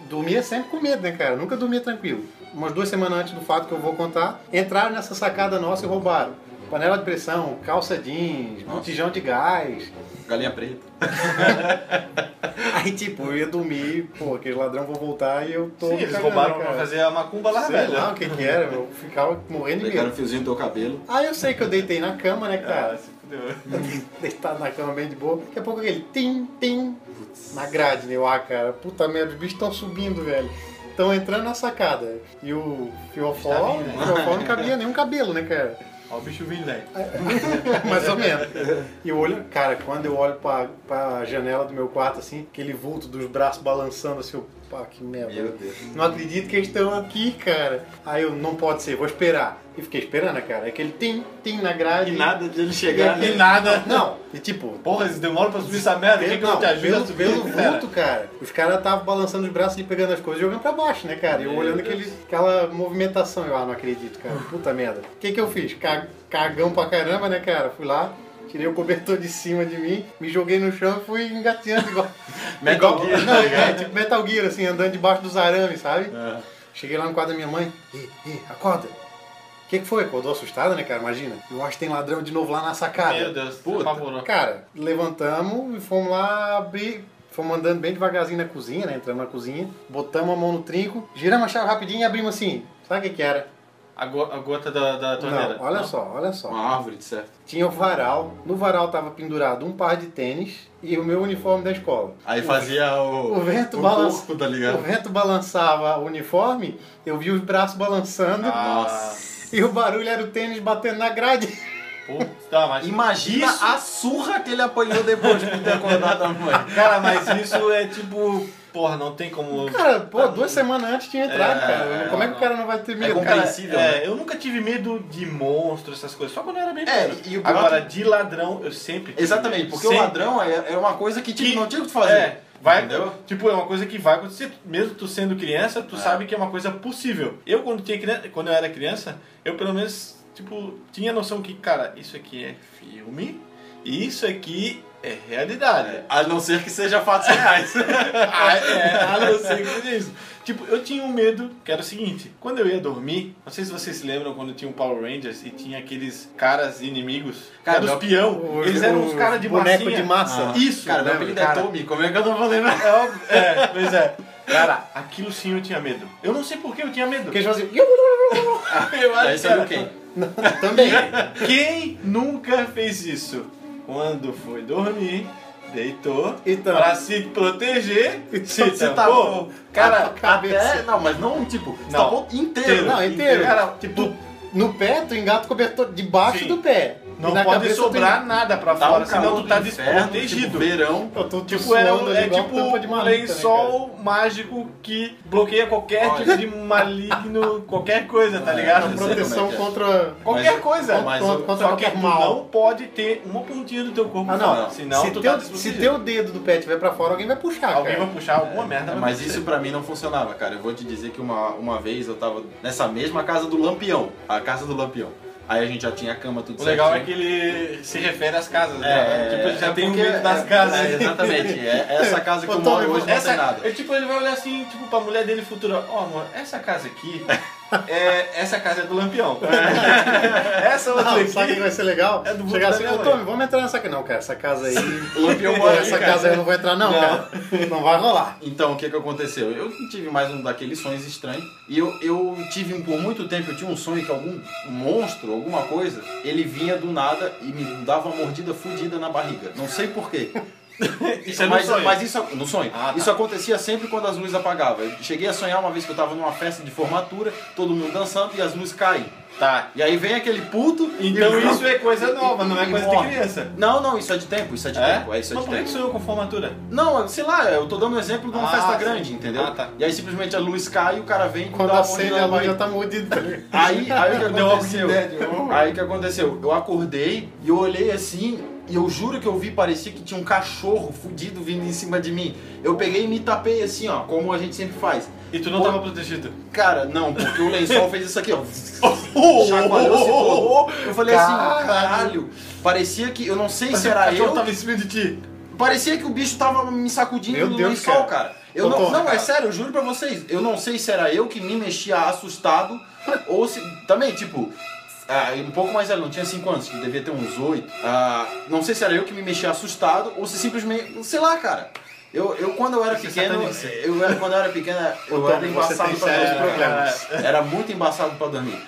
[SPEAKER 1] Dormia sempre com medo, né, cara? Nunca dormia tranquilo. Umas duas semanas antes do fato que eu vou contar, entraram nessa sacada nossa e roubaram. Panela de pressão, calça jeans,
[SPEAKER 4] Nossa.
[SPEAKER 1] botijão de gás.
[SPEAKER 4] Galinha preta.
[SPEAKER 1] Aí, tipo, eu ia dormir, pô, aqueles ladrão vão voltar e eu tô.
[SPEAKER 2] Sim, eles
[SPEAKER 1] cagando,
[SPEAKER 2] roubaram
[SPEAKER 1] cara.
[SPEAKER 2] pra fazer a macumba lá,
[SPEAKER 1] Sei
[SPEAKER 2] velho.
[SPEAKER 1] lá o que que era, eu ficava morrendo de
[SPEAKER 4] Pegaram o
[SPEAKER 1] medo.
[SPEAKER 4] fiozinho do teu cabelo.
[SPEAKER 1] Aí eu sei que eu deitei na cama, né,
[SPEAKER 2] Ah,
[SPEAKER 1] cara?
[SPEAKER 2] se fudeu.
[SPEAKER 1] Deitado tá na cama bem de boa. Daqui a pouco aquele tim, tim. Na grade, né? Ah, cara, puta merda, os bichos estão subindo, velho. Estão entrando na sacada. E o
[SPEAKER 2] Tá
[SPEAKER 1] fiofó,
[SPEAKER 2] vindo, né?
[SPEAKER 1] o fiofó não cabia nenhum cabelo, né, cara?
[SPEAKER 2] Ó o bicho vindo aí.
[SPEAKER 1] Mais ou menos. E eu olho, cara, quando eu olho pra, pra janela do meu quarto, assim, aquele vulto dos braços balançando, assim, eu, pá, que merda.
[SPEAKER 4] Deus.
[SPEAKER 1] Não acredito que eles estão aqui, cara. Aí eu, não pode ser, vou esperar. E fiquei esperando, né, cara. Aquele tim, tim na grade.
[SPEAKER 4] E nada de ele
[SPEAKER 1] E
[SPEAKER 4] chegar. né?
[SPEAKER 1] aquele-
[SPEAKER 2] E nada.
[SPEAKER 1] Não, e tipo,
[SPEAKER 2] Porra, eles demoram pra subir essa merda. O que que eu
[SPEAKER 1] não,
[SPEAKER 2] te ajudo a
[SPEAKER 1] pelo,
[SPEAKER 2] subir?
[SPEAKER 1] pelo
[SPEAKER 2] cara?
[SPEAKER 1] vulto, cara. Os caras estavam balançando os braços e pegando as coisas e jogando pra baixo, né, cara? E eu
[SPEAKER 4] Meu
[SPEAKER 1] olhando
[SPEAKER 4] Deus.
[SPEAKER 1] aquele, aquela movimentação, eu ah, não acredito, cara. Puta merda. O que que eu fiz? Ca- Cagão pra caramba, né, cara? Fui lá, tirei o cobertor de cima de mim, me joguei no chão e fui engateando igual.
[SPEAKER 4] Metal
[SPEAKER 1] igual-
[SPEAKER 4] Gear, tá
[SPEAKER 1] Não, é, tipo Metal Gear, assim, andando debaixo dos arames, sabe?
[SPEAKER 4] É.
[SPEAKER 1] Cheguei lá no quarto da minha mãe, e, e, acorda. O que, que foi? Acordou assustada, né, cara? Imagina. Eu acho que tem ladrão de novo lá na sacada.
[SPEAKER 2] Meu Deus,
[SPEAKER 4] Puta.
[SPEAKER 2] apavorou.
[SPEAKER 1] Cara, levantamos e fomos lá abrir. Fomos andando bem devagarzinho na cozinha, né? Entramos na cozinha, botamos a mão no trinco, giramos a chave rapidinho e abrimos assim. Sabe o que, que era?
[SPEAKER 2] A, go- a gota da, da torneira. Ah.
[SPEAKER 1] Não, olha só, olha só.
[SPEAKER 4] Uma árvore, de certo.
[SPEAKER 1] Tinha o varal, no varal tava pendurado um par de tênis e o meu uniforme da escola.
[SPEAKER 4] Aí fazia o.
[SPEAKER 1] O vento
[SPEAKER 4] o
[SPEAKER 1] balança-
[SPEAKER 4] corpo, tá
[SPEAKER 1] O
[SPEAKER 4] ligado?
[SPEAKER 1] vento balançava o uniforme, eu vi os braços balançando
[SPEAKER 2] Ah.
[SPEAKER 4] Nossa.
[SPEAKER 1] e o barulho era o tênis batendo na grade.
[SPEAKER 2] Puta, mas...
[SPEAKER 4] Imagina
[SPEAKER 2] isso,
[SPEAKER 4] a surra que ele apanhou depois de ter acordado a mãe.
[SPEAKER 2] Cara, mas isso é tipo... Porra, não tem como...
[SPEAKER 1] Cara, pô, duas semanas antes tinha entrado,
[SPEAKER 2] Ah. É,
[SPEAKER 1] cara.
[SPEAKER 2] é,
[SPEAKER 1] Como é que
[SPEAKER 2] não.
[SPEAKER 1] o cara não vai ter
[SPEAKER 4] É
[SPEAKER 1] medo? cara,
[SPEAKER 4] compreensível, né?
[SPEAKER 2] É, eu nunca tive medo de monstro, essas coisas, só quando eu era bem
[SPEAKER 4] É,
[SPEAKER 2] pequeno.
[SPEAKER 4] e o pior
[SPEAKER 2] Agora,
[SPEAKER 4] que-
[SPEAKER 2] de ladrão, eu sempre tive
[SPEAKER 4] Exatamente,
[SPEAKER 2] medo.
[SPEAKER 4] porque o
[SPEAKER 2] Sempre.
[SPEAKER 4] ladrão é, é uma coisa que tipo,
[SPEAKER 2] Que-
[SPEAKER 4] não tinha o que fazer.
[SPEAKER 2] É, vai,
[SPEAKER 4] Entendeu?
[SPEAKER 2] tipo, é uma coisa que vai acontecer, mesmo tu sendo criança, tu sabe que é uma coisa possível. Eu, quando, tinha, criança- quando eu era criança, eu pelo menos, tipo, tinha noção que, cara, isso aqui é filme e isso aqui é realidade.
[SPEAKER 4] A não ser que seja fatos reais.
[SPEAKER 2] Ah, é, a não ser que seja isso. Tipo, eu tinha um medo, que era o seguinte, quando eu ia dormir, não sei se vocês se lembram quando tinha um Power Rangers e tinha aqueles caras inimigos, cara,
[SPEAKER 4] Cara,
[SPEAKER 2] eram
[SPEAKER 4] meu-
[SPEAKER 2] os peão,
[SPEAKER 1] o-
[SPEAKER 2] eles eram
[SPEAKER 1] o
[SPEAKER 2] uns caras de
[SPEAKER 1] boneco
[SPEAKER 2] massinha. Ah.
[SPEAKER 1] de massa.
[SPEAKER 2] Isso,
[SPEAKER 4] Cara, meu
[SPEAKER 1] né,
[SPEAKER 4] apelido é
[SPEAKER 2] cara?
[SPEAKER 4] Tommy, como é que eu não vou lembrar?
[SPEAKER 2] É óbvio. É, pois é. Cara, aquilo sim eu tinha medo. Eu não sei por que eu tinha medo.
[SPEAKER 1] Porque eles falam assim,
[SPEAKER 2] eu acho
[SPEAKER 4] Aí
[SPEAKER 2] que
[SPEAKER 4] seria
[SPEAKER 2] era-
[SPEAKER 4] o quê?
[SPEAKER 1] também.
[SPEAKER 2] Quem nunca fez isso? Quando foi dormir, deitou
[SPEAKER 1] Então.
[SPEAKER 2] pra se proteger,
[SPEAKER 1] Então,
[SPEAKER 2] se,
[SPEAKER 1] se
[SPEAKER 2] tapou.
[SPEAKER 1] tapou.
[SPEAKER 2] é Cara,
[SPEAKER 4] Tá, Até, é, não, mas não, tipo,
[SPEAKER 2] Não.
[SPEAKER 4] tapou inteiro.
[SPEAKER 1] Não, inteiro.
[SPEAKER 2] Cara, tipo,
[SPEAKER 1] No pé, tu engata o cobertor debaixo
[SPEAKER 2] Sim.
[SPEAKER 1] do pé.
[SPEAKER 2] não
[SPEAKER 1] E na
[SPEAKER 2] pode
[SPEAKER 1] cabeça, tu
[SPEAKER 2] sobrar nada pra
[SPEAKER 4] Tá
[SPEAKER 2] fora,
[SPEAKER 4] um
[SPEAKER 2] senão
[SPEAKER 4] calor
[SPEAKER 2] tu tá
[SPEAKER 4] do inferno, Tipo,
[SPEAKER 2] desprotegido.
[SPEAKER 4] verão.
[SPEAKER 1] Eu tô,
[SPEAKER 2] Tipo,
[SPEAKER 1] suando
[SPEAKER 2] era,
[SPEAKER 1] ali
[SPEAKER 2] é
[SPEAKER 1] igual
[SPEAKER 2] tipo
[SPEAKER 1] tampa
[SPEAKER 2] um
[SPEAKER 1] marmita, né,
[SPEAKER 2] lençol mágico que bloqueia qualquer
[SPEAKER 4] Olha.
[SPEAKER 2] tipo de maligno, qualquer coisa, tá
[SPEAKER 4] É,
[SPEAKER 2] ligado?
[SPEAKER 1] cara?
[SPEAKER 4] não sei
[SPEAKER 1] Proteção
[SPEAKER 4] como é que é.
[SPEAKER 1] contra.
[SPEAKER 2] Qualquer
[SPEAKER 4] Mas-
[SPEAKER 2] coisa.
[SPEAKER 4] mas
[SPEAKER 1] contra,
[SPEAKER 4] eu-
[SPEAKER 1] contra
[SPEAKER 2] Só que
[SPEAKER 1] qualquer
[SPEAKER 2] tu
[SPEAKER 1] mal.
[SPEAKER 2] não pode ter uma pontinha do teu corpo.
[SPEAKER 1] Ah, não.
[SPEAKER 2] fora, Senão
[SPEAKER 1] se,
[SPEAKER 2] tu
[SPEAKER 1] teu,
[SPEAKER 2] tá
[SPEAKER 1] se
[SPEAKER 2] desprotegido.
[SPEAKER 1] teu É. dedo do pé estiver pra fora, alguém vai puxar.
[SPEAKER 2] Alguém
[SPEAKER 1] cara.
[SPEAKER 2] vai puxar alguma merda. vai
[SPEAKER 4] Mas
[SPEAKER 2] acontecer.
[SPEAKER 4] isso pra mim não funcionava, cara. Eu vou te dizer que uma, uma vez eu tava nessa mesma casa do Lampião. A casa do Lampião. Aí a gente já tinha a cama, tudo
[SPEAKER 2] O legal é que
[SPEAKER 4] certinho.
[SPEAKER 2] ele se refere às casas,
[SPEAKER 4] É,
[SPEAKER 2] né? Tipo, ele já
[SPEAKER 4] é
[SPEAKER 2] tem um
[SPEAKER 4] porque-
[SPEAKER 2] medo das
[SPEAKER 4] é,
[SPEAKER 2] casas.
[SPEAKER 4] é, exatamente. É, essa casa que
[SPEAKER 1] Ô,
[SPEAKER 4] eu
[SPEAKER 1] Tom,
[SPEAKER 4] moro
[SPEAKER 1] eu vou-
[SPEAKER 4] hoje não
[SPEAKER 2] Essa,
[SPEAKER 4] tem nada.
[SPEAKER 2] é, tipo, ele vai olhar assim, tipo, pra mulher dele futura, ó amor, essa casa aqui, é, essa casa é do Lampião.
[SPEAKER 4] É.
[SPEAKER 2] essa é outra
[SPEAKER 1] Não,
[SPEAKER 2] aqui...
[SPEAKER 1] sabe o que vai ser legal?
[SPEAKER 2] É do mundo
[SPEAKER 1] Chegar
[SPEAKER 2] da
[SPEAKER 1] assim,
[SPEAKER 2] minha
[SPEAKER 1] ô
[SPEAKER 2] mãe.
[SPEAKER 1] Tommy, vamos entrar nessa casa. Não, cara, essa casa aí.
[SPEAKER 4] O Lampião
[SPEAKER 1] Pô,
[SPEAKER 4] mora
[SPEAKER 1] essa casa aí eu não vou entrar, não,
[SPEAKER 2] Não.
[SPEAKER 1] cara. Não vai rolar.
[SPEAKER 4] Então, o que que aconteceu? Eu tive mais um daqueles sonhos estranhos. E eu, eu tive um, por muito tempo, eu tinha um sonho que algum monstro, alguma coisa, ele vinha do nada e me dava uma mordida fudida na barriga. Não sei porquê.
[SPEAKER 2] Isso é no
[SPEAKER 4] mas,
[SPEAKER 2] sonho.
[SPEAKER 4] mas isso no sonho.
[SPEAKER 2] Ah, tá.
[SPEAKER 4] Isso acontecia sempre quando as luzes apagavam. Eu cheguei a sonhar uma vez que eu tava numa festa de formatura, todo mundo dançando e as luzes caem.
[SPEAKER 2] Tá.
[SPEAKER 4] E aí vem aquele puto. e-
[SPEAKER 2] Então isso é coisa nova, não é
[SPEAKER 4] e
[SPEAKER 2] coisa de
[SPEAKER 4] morre.
[SPEAKER 2] criança.
[SPEAKER 4] Não, não, isso é de tempo, isso é de tempo. É isso é
[SPEAKER 2] Mas por
[SPEAKER 4] de
[SPEAKER 2] que
[SPEAKER 4] tempo.
[SPEAKER 2] que sou eu com formatura?
[SPEAKER 4] Não, eu- sei lá, eu tô dando um exemplo de uma
[SPEAKER 2] Ah,
[SPEAKER 4] festa
[SPEAKER 2] sim.
[SPEAKER 4] grande, entendeu?
[SPEAKER 2] Ah, tá.
[SPEAKER 4] E aí simplesmente a luz cai e o cara vem e
[SPEAKER 1] Quando
[SPEAKER 4] dá uma
[SPEAKER 1] acende
[SPEAKER 4] mordida
[SPEAKER 1] a
[SPEAKER 2] então,
[SPEAKER 4] na
[SPEAKER 1] luz, já
[SPEAKER 4] barriga.
[SPEAKER 1] tá mordido. tá ligado?
[SPEAKER 4] Aí, aí o que
[SPEAKER 2] Deu uma
[SPEAKER 4] aconteceu?
[SPEAKER 2] ideia de novo.
[SPEAKER 4] Aí o que aconteceu? Eu acordei e eu olhei assim e eu juro que eu vi, parecia que tinha um cachorro fudido vindo em cima de mim. Eu peguei e me tapei assim, ó, como a gente sempre faz.
[SPEAKER 2] E tu não
[SPEAKER 4] Pô.
[SPEAKER 2] tava protegido.
[SPEAKER 4] Cara, não, porque o lençol fez isso aqui, ó. Chacoalhou-se todo. Eu falei assim,
[SPEAKER 2] Caralho.
[SPEAKER 4] caralho. Parecia que, eu não sei se
[SPEAKER 2] O
[SPEAKER 4] era
[SPEAKER 2] cachorro
[SPEAKER 4] eu
[SPEAKER 2] tava em cima de ti.
[SPEAKER 4] Parecia que o bicho tava me sacudindo
[SPEAKER 1] Meu
[SPEAKER 4] no
[SPEAKER 1] Deus,
[SPEAKER 4] lençol, cara.
[SPEAKER 1] cara.
[SPEAKER 4] Eu não,
[SPEAKER 1] Doutor,
[SPEAKER 4] não, é
[SPEAKER 1] cara.
[SPEAKER 4] sério, eu juro pra vocês. Eu não sei se era eu que me mexia assustado ou se. Também, tipo. ah, um pouco mais velho, não tinha 5 anos, que devia ter uns 8. não sei se era eu que me mexia assustado ou se simplesmente. Sei lá, cara. Eu, eu quando eu era
[SPEAKER 2] Você é
[SPEAKER 4] pequeno.
[SPEAKER 2] satanista.
[SPEAKER 4] Eu era, quando eu era pequeno, eu
[SPEAKER 1] Doutor,
[SPEAKER 4] era
[SPEAKER 1] você
[SPEAKER 4] embaçado
[SPEAKER 1] tem
[SPEAKER 4] pra
[SPEAKER 1] sérios
[SPEAKER 4] dormir. cara.
[SPEAKER 1] problemas.
[SPEAKER 4] Era muito embaçado pra dormir.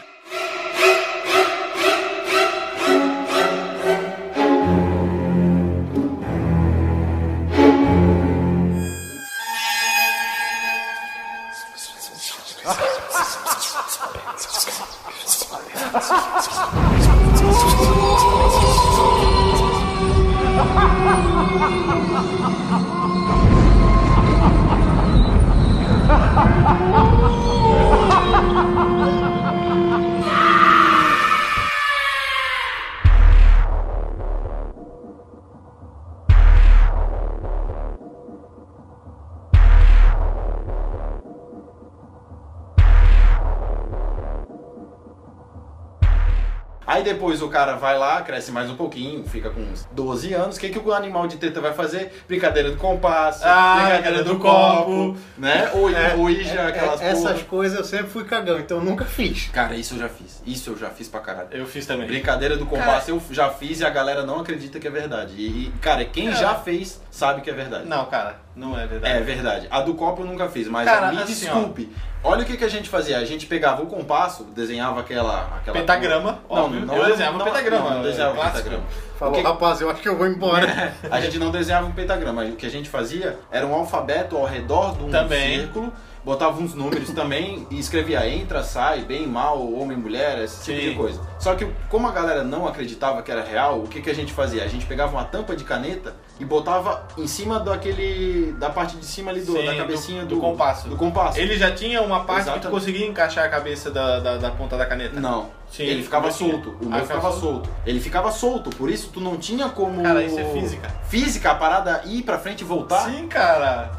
[SPEAKER 4] Aí depois o cara vai lá, cresce mais um pouquinho, fica com uns 12 anos. O que, que o animal de teta vai fazer? Brincadeira do compasso,
[SPEAKER 2] Ah,
[SPEAKER 4] brincadeira do,
[SPEAKER 2] do
[SPEAKER 4] copo,
[SPEAKER 2] copo.
[SPEAKER 4] né? Ou,
[SPEAKER 1] É,
[SPEAKER 4] ou ija, aquelas
[SPEAKER 1] É, essas
[SPEAKER 4] porra.
[SPEAKER 1] coisas eu sempre fui cagão, então eu nunca fiz.
[SPEAKER 4] Cara, isso eu já fiz. Isso eu já fiz pra caralho.
[SPEAKER 2] Eu fiz também.
[SPEAKER 4] Brincadeira do compasso eu já fiz e a galera não acredita que é verdade. E, e, cara, quem já fez sabe que é verdade.
[SPEAKER 2] Não, cara, não é verdade.
[SPEAKER 4] É verdade. A do copo eu nunca fiz, mas
[SPEAKER 2] Cara,
[SPEAKER 4] me
[SPEAKER 2] assim, ó.
[SPEAKER 4] desculpe. Olha o que, que a gente fazia. A gente pegava o compasso, desenhava aquela. aquela
[SPEAKER 2] Pentagrama,
[SPEAKER 4] Não,
[SPEAKER 2] óbvio.
[SPEAKER 4] É, não,
[SPEAKER 2] eu
[SPEAKER 4] não,
[SPEAKER 2] desenhava um
[SPEAKER 4] não, é-
[SPEAKER 2] pentagrama. é
[SPEAKER 4] não, não desenhava um
[SPEAKER 2] clássico.
[SPEAKER 4] pentagrama.
[SPEAKER 1] Falou,
[SPEAKER 4] O que-
[SPEAKER 1] rapaz, eu acho que eu vou embora.
[SPEAKER 4] A gente não desenhava um pentagrama, o que a gente fazia era um alfabeto ao redor de um
[SPEAKER 2] Também.
[SPEAKER 4] círculo, botava uns números também e escrevia entra, sai, bem, mal, homem, mulher, esse tipo
[SPEAKER 2] Sim.
[SPEAKER 4] de coisa. Só que como a galera não acreditava que era real, o que, que a gente fazia? A gente pegava uma tampa de caneta e botava em cima daquele. da parte de cima ali do,
[SPEAKER 2] Sim,
[SPEAKER 4] da
[SPEAKER 2] do-
[SPEAKER 4] cabecinha
[SPEAKER 2] do compasso.
[SPEAKER 4] Do compasso.
[SPEAKER 2] Ele já tinha uma parte que tu
[SPEAKER 4] Exatamente.
[SPEAKER 2] conseguia encaixar a cabeça da, da, da ponta da caneta.
[SPEAKER 4] Não.
[SPEAKER 2] Sim,
[SPEAKER 4] ele ficava
[SPEAKER 2] não tinha.
[SPEAKER 4] solto. O
[SPEAKER 2] Ah,
[SPEAKER 4] meu
[SPEAKER 2] ficava
[SPEAKER 4] ficava solto. Ele ficava solto, por isso tu não tinha como.
[SPEAKER 2] Cara, isso é física.
[SPEAKER 4] Física, a parada ir pra frente e voltar.
[SPEAKER 2] Sim, cara.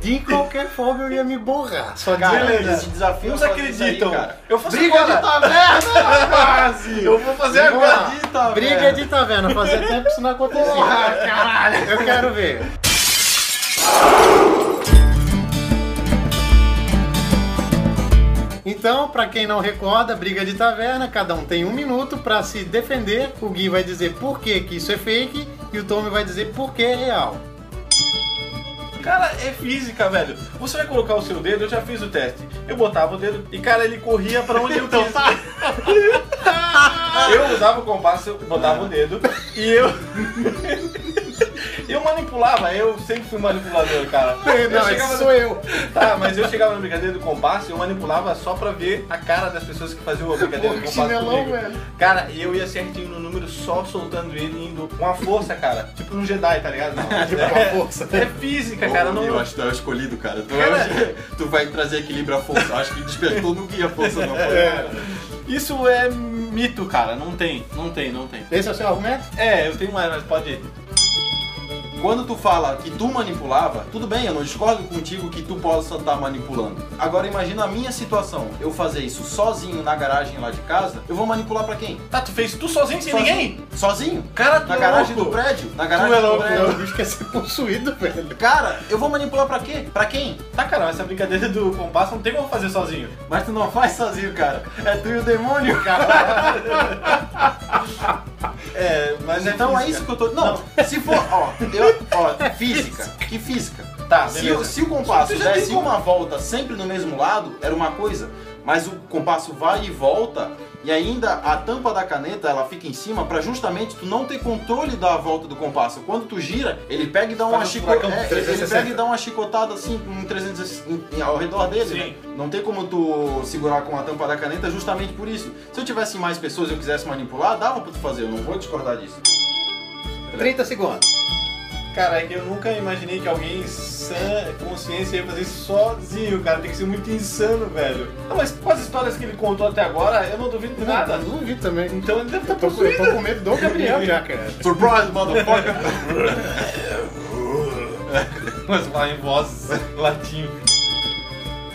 [SPEAKER 1] De qualquer forma eu ia me borrar. Só
[SPEAKER 4] Cara,
[SPEAKER 1] dizer-
[SPEAKER 2] Beleza.
[SPEAKER 4] esse desafio
[SPEAKER 2] Uns
[SPEAKER 4] eu faço isso aí,
[SPEAKER 2] acreditam.
[SPEAKER 4] cara. tá
[SPEAKER 2] Eu faço
[SPEAKER 4] Briga
[SPEAKER 2] agora.
[SPEAKER 4] de taverna! Quase!
[SPEAKER 2] Eu vou fazer
[SPEAKER 1] Vamos lá.
[SPEAKER 2] agora.
[SPEAKER 4] Acredita,
[SPEAKER 1] Briga de taverna, fazia tempo que isso não acontecia. caralho! Eu quero ver. Então, pra quem não recorda, briga de taverna, cada um tem um minuto pra se defender. O Gui vai dizer por que que isso é fake e o Tommy vai dizer por que é real.
[SPEAKER 2] Cara, é física, velho. Você vai colocar o seu dedo, eu já fiz o teste. Eu botava o dedo e, cara, ele corria pra onde eu
[SPEAKER 4] Então
[SPEAKER 2] quis.
[SPEAKER 4] tá.
[SPEAKER 2] eu usava o compasso, eu botava o dedo e eu. eu manipulava, eu sempre fui manipulador, cara. eu
[SPEAKER 4] é
[SPEAKER 1] Não,
[SPEAKER 2] chegava
[SPEAKER 1] esse sou eu.
[SPEAKER 2] Tá, mas eu chegava na brincadeira do compasso e eu manipulava só pra ver a cara das pessoas que faziam a brincadeira do
[SPEAKER 1] Porra, que
[SPEAKER 2] compasso
[SPEAKER 1] chinelão,
[SPEAKER 2] comigo.
[SPEAKER 1] velho.
[SPEAKER 2] Cara, eu ia certinho no número só soltando ele e indo com a força, cara. Tipo um Jedi, tá ligado? Não,
[SPEAKER 1] Tipo uma
[SPEAKER 2] é,
[SPEAKER 1] força.
[SPEAKER 2] é física, cara. Não,
[SPEAKER 4] Eu acho que tu é o escolhido, cara. Tu, é o-
[SPEAKER 2] Cara.
[SPEAKER 4] tu vai trazer equilíbrio à força. Eu acho que despertou no guia a força, não foi?
[SPEAKER 2] Isso é mito, cara. Não tem, não tem, não tem.
[SPEAKER 1] Esse é o seu argumento?
[SPEAKER 2] É, eu tenho mais, mas pode ir.
[SPEAKER 4] Quando tu fala que tu manipulava, tudo bem, eu não discordo contigo que tu possa estar manipulando. Agora imagina a minha situação. Eu fazer isso sozinho na garagem lá de casa, eu vou manipular pra quem?
[SPEAKER 2] Tá, tu fez tu sozinho sem
[SPEAKER 4] Sozinho.
[SPEAKER 2] ninguém?
[SPEAKER 4] Sozinho?
[SPEAKER 2] Cara, tu
[SPEAKER 4] Na
[SPEAKER 2] é
[SPEAKER 4] garagem
[SPEAKER 2] louco.
[SPEAKER 4] do prédio? Na garagem
[SPEAKER 2] é
[SPEAKER 4] do
[SPEAKER 2] louco,
[SPEAKER 4] prédio.
[SPEAKER 1] Não, o bicho quer ser possuído, velho.
[SPEAKER 4] Cara, eu vou manipular pra quê? Pra quem?
[SPEAKER 2] Tá, cara, mas essa brincadeira do compasso não tem como fazer sozinho.
[SPEAKER 4] Mas tu não faz sozinho, cara. É tu e o demônio, cara.
[SPEAKER 2] É, mas
[SPEAKER 4] então é isso que eu tô. Não, se for, ó, eu, ó, física. Que física?
[SPEAKER 2] Tá,
[SPEAKER 4] se,
[SPEAKER 2] beleza.
[SPEAKER 4] o- se o compasso
[SPEAKER 2] Você já tem
[SPEAKER 4] desse
[SPEAKER 2] como-
[SPEAKER 4] uma volta sempre no mesmo lado, era uma coisa, mas o compasso vai e volta, e ainda a tampa da caneta ela fica em cima pra justamente tu não ter controle da volta do compasso. Quando tu gira, ele pega e dá uma
[SPEAKER 2] Faz um
[SPEAKER 4] chicotada.
[SPEAKER 2] furacão
[SPEAKER 4] ele
[SPEAKER 1] 360.
[SPEAKER 4] pega e dá uma chicotada assim em 360 em- ao redor dele,
[SPEAKER 2] Sim.
[SPEAKER 4] né? Não tem como tu segurar com a tampa da caneta justamente por isso. Se eu tivesse mais pessoas e eu quisesse manipular, dava pra tu fazer, eu não vou discordar disso.
[SPEAKER 1] 30 segundos.
[SPEAKER 2] Cara, é que eu nunca imaginei que alguém sã, consciência ia fazer isso sozinho, cara. Tem que ser muito insano, velho. Não, mas com as histórias que ele contou até agora, eu não duvido de nada.
[SPEAKER 1] Não, duvido também.
[SPEAKER 2] Então ele deve estar
[SPEAKER 1] Eu tô, eu
[SPEAKER 2] possuído.
[SPEAKER 1] tô com medo do Gabriel já, cara.
[SPEAKER 4] Surprise, motherfucker!
[SPEAKER 2] Mas fala em voz latim.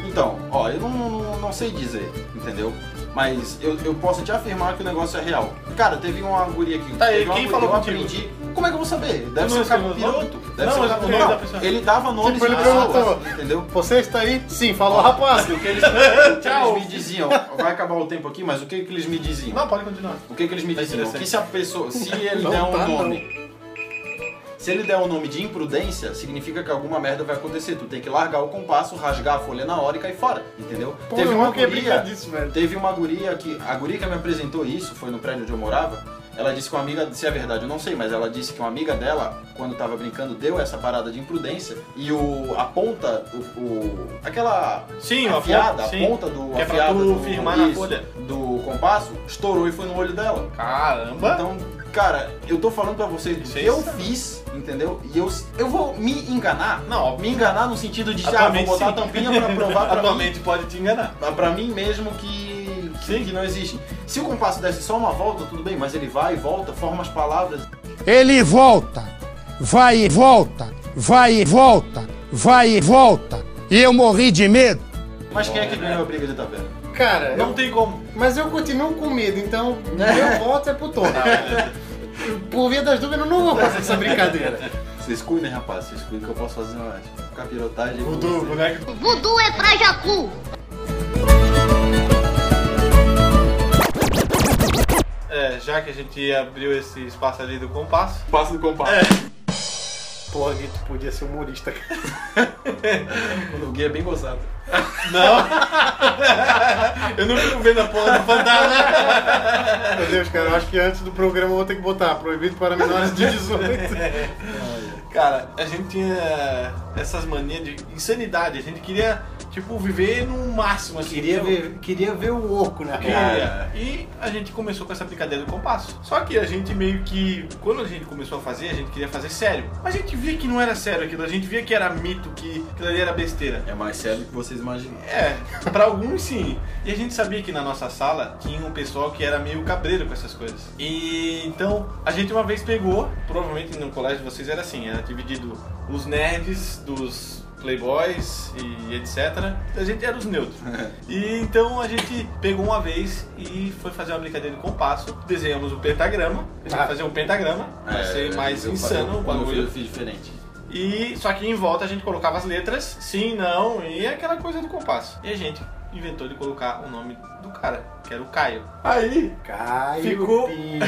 [SPEAKER 4] Então, ó, eu não, não- não sei dizer, entendeu? Mas eu, eu posso te afirmar que o negócio é real. Cara, teve uma guria aqui.
[SPEAKER 2] Tá, e
[SPEAKER 4] teve uma
[SPEAKER 2] quem
[SPEAKER 4] guria,
[SPEAKER 2] falou
[SPEAKER 4] eu
[SPEAKER 2] contigo?
[SPEAKER 4] aprendi. Como é que eu vou saber?
[SPEAKER 2] não
[SPEAKER 4] Deve ser um
[SPEAKER 2] escreveu o
[SPEAKER 4] capiroto.
[SPEAKER 2] nome?
[SPEAKER 4] Deve
[SPEAKER 2] Não,
[SPEAKER 4] ser um
[SPEAKER 2] mas o
[SPEAKER 4] capiroto.
[SPEAKER 2] nome da pessoa.
[SPEAKER 4] Ele dava nomes
[SPEAKER 1] Tipo, ele
[SPEAKER 4] de pessoas,
[SPEAKER 1] perguntou.
[SPEAKER 4] entendeu?
[SPEAKER 1] Você está aí? Sim, falou rapaz.
[SPEAKER 4] O que eles, o que
[SPEAKER 2] Tchau.
[SPEAKER 4] eles me diziam, vai acabar o tempo aqui, mas o que, que eles me diziam?
[SPEAKER 2] Não, pode continuar.
[SPEAKER 4] O que, que eles me
[SPEAKER 2] Tá
[SPEAKER 4] diziam?
[SPEAKER 2] interessante.
[SPEAKER 4] Que se a pessoa. Se ele
[SPEAKER 1] Não
[SPEAKER 4] der um
[SPEAKER 1] tá, não.
[SPEAKER 4] nome. Se ele der um nome de imprudência, significa que alguma merda vai acontecer. Tu tem que largar o compasso, rasgar a folha na hora e cair fora. Entendeu?
[SPEAKER 1] Pô, eu não queria brincar disso, velho.
[SPEAKER 4] Teve uma guria que. A guria que me apresentou isso, foi no prédio onde eu morava. Ela disse que uma amiga. Se é verdade, eu não sei, mas ela disse que uma amiga dela, quando tava brincando, deu essa parada de imprudência. E o. A ponta. O. o- aquela.
[SPEAKER 2] Sim,
[SPEAKER 4] a
[SPEAKER 2] uma
[SPEAKER 4] afiada,
[SPEAKER 2] ponta,
[SPEAKER 4] a
[SPEAKER 2] sim.
[SPEAKER 4] ponta do.
[SPEAKER 2] Que é pra
[SPEAKER 4] afiada
[SPEAKER 2] tu
[SPEAKER 4] do,
[SPEAKER 2] firmar na
[SPEAKER 4] isso,
[SPEAKER 2] folha.
[SPEAKER 4] Do compasso, estourou e foi no olho dela.
[SPEAKER 2] Caramba.
[SPEAKER 4] Então, cara, eu tô falando pra vocês do
[SPEAKER 2] Isso
[SPEAKER 4] que
[SPEAKER 2] é
[SPEAKER 4] eu
[SPEAKER 2] estranho.
[SPEAKER 4] fiz, entendeu? E eu, eu vou me enganar.
[SPEAKER 2] Não,
[SPEAKER 4] Me enganar no sentido de, ah, vou
[SPEAKER 2] Atualmente,
[SPEAKER 4] botar a
[SPEAKER 2] sim.
[SPEAKER 4] tampinha pra provar pra mim,
[SPEAKER 2] Atualmente pode te enganar.
[SPEAKER 4] pra mim mesmo que,
[SPEAKER 2] Sim.
[SPEAKER 4] que, que não existe. Se o compasso desse só uma volta, tudo bem, mas ele vai e volta, forma as palavras.
[SPEAKER 5] Ele volta, vai e volta, vai e volta, vai e volta. E eu morri de medo.
[SPEAKER 4] Mas quem é que
[SPEAKER 2] né?
[SPEAKER 4] ganhou a briga de taverna?
[SPEAKER 1] Cara,
[SPEAKER 2] Não
[SPEAKER 1] eu-
[SPEAKER 2] tem como.
[SPEAKER 1] mas eu continuo com medo, então meu voto é pro Tony. Por via das dúvidas, eu não vou fazer essa brincadeira.
[SPEAKER 4] Vocês cuidem, rapaz, vocês cuidem que eu posso fazer uma tipo, capirotagem. com
[SPEAKER 2] Voodoo,
[SPEAKER 4] vocês.
[SPEAKER 2] boneco.
[SPEAKER 6] Vudu é pra Jacu.
[SPEAKER 2] É, já que a gente abriu esse espaço ali do compasso,
[SPEAKER 4] Passa do compasso.
[SPEAKER 2] É.
[SPEAKER 1] Porra, Gui, tu podia ser humorista. cara.
[SPEAKER 4] O Gui é bem gozado.
[SPEAKER 2] Não. Eu não fico vendo a porra do fantasma.
[SPEAKER 1] Meu Deus, cara, eu acho que antes do programa eu vou ter que botar proibido para menores de 18.
[SPEAKER 2] Cara, a gente tinha essas manias de insanidade. A gente queria, tipo, viver no máximo. Assim,
[SPEAKER 1] Queria
[SPEAKER 2] Tipo,
[SPEAKER 1] ver, queria ver o oco na cara.
[SPEAKER 2] Queria. E a gente começou com essa brincadeira do compasso. Só que a gente meio que. Quando a gente começou a fazer, a gente queria fazer sério. Mas a gente via que não era sério aquilo, a gente via que era mito, que aquilo ali era besteira.
[SPEAKER 4] É mais sério do que vocês imaginam.
[SPEAKER 2] É, pra alguns sim. E a gente sabia que na nossa sala tinha um pessoal que era meio cabreiro com essas coisas. E então a gente uma vez pegou, provavelmente no colégio de vocês era assim, era dividido os nerds dos playboys e etc. A gente era os neutros. E então a gente pegou uma vez e foi fazer uma brincadeira de compasso, desenhamos um pentagrama, a gente
[SPEAKER 1] Ah.
[SPEAKER 2] fazia um pentagrama, pra ser mais
[SPEAKER 4] É, eu-
[SPEAKER 2] insano
[SPEAKER 4] eu-
[SPEAKER 2] o
[SPEAKER 4] quando eu fiz,
[SPEAKER 2] bagulho.
[SPEAKER 4] Eu fiz diferente.
[SPEAKER 2] E só que em volta a gente colocava as letras, sim, não, e aquela coisa do compasso. E a gente inventou de colocar o nome do cara, que era o Caio. Aí
[SPEAKER 1] Caio
[SPEAKER 2] Ficou-
[SPEAKER 1] Pinho.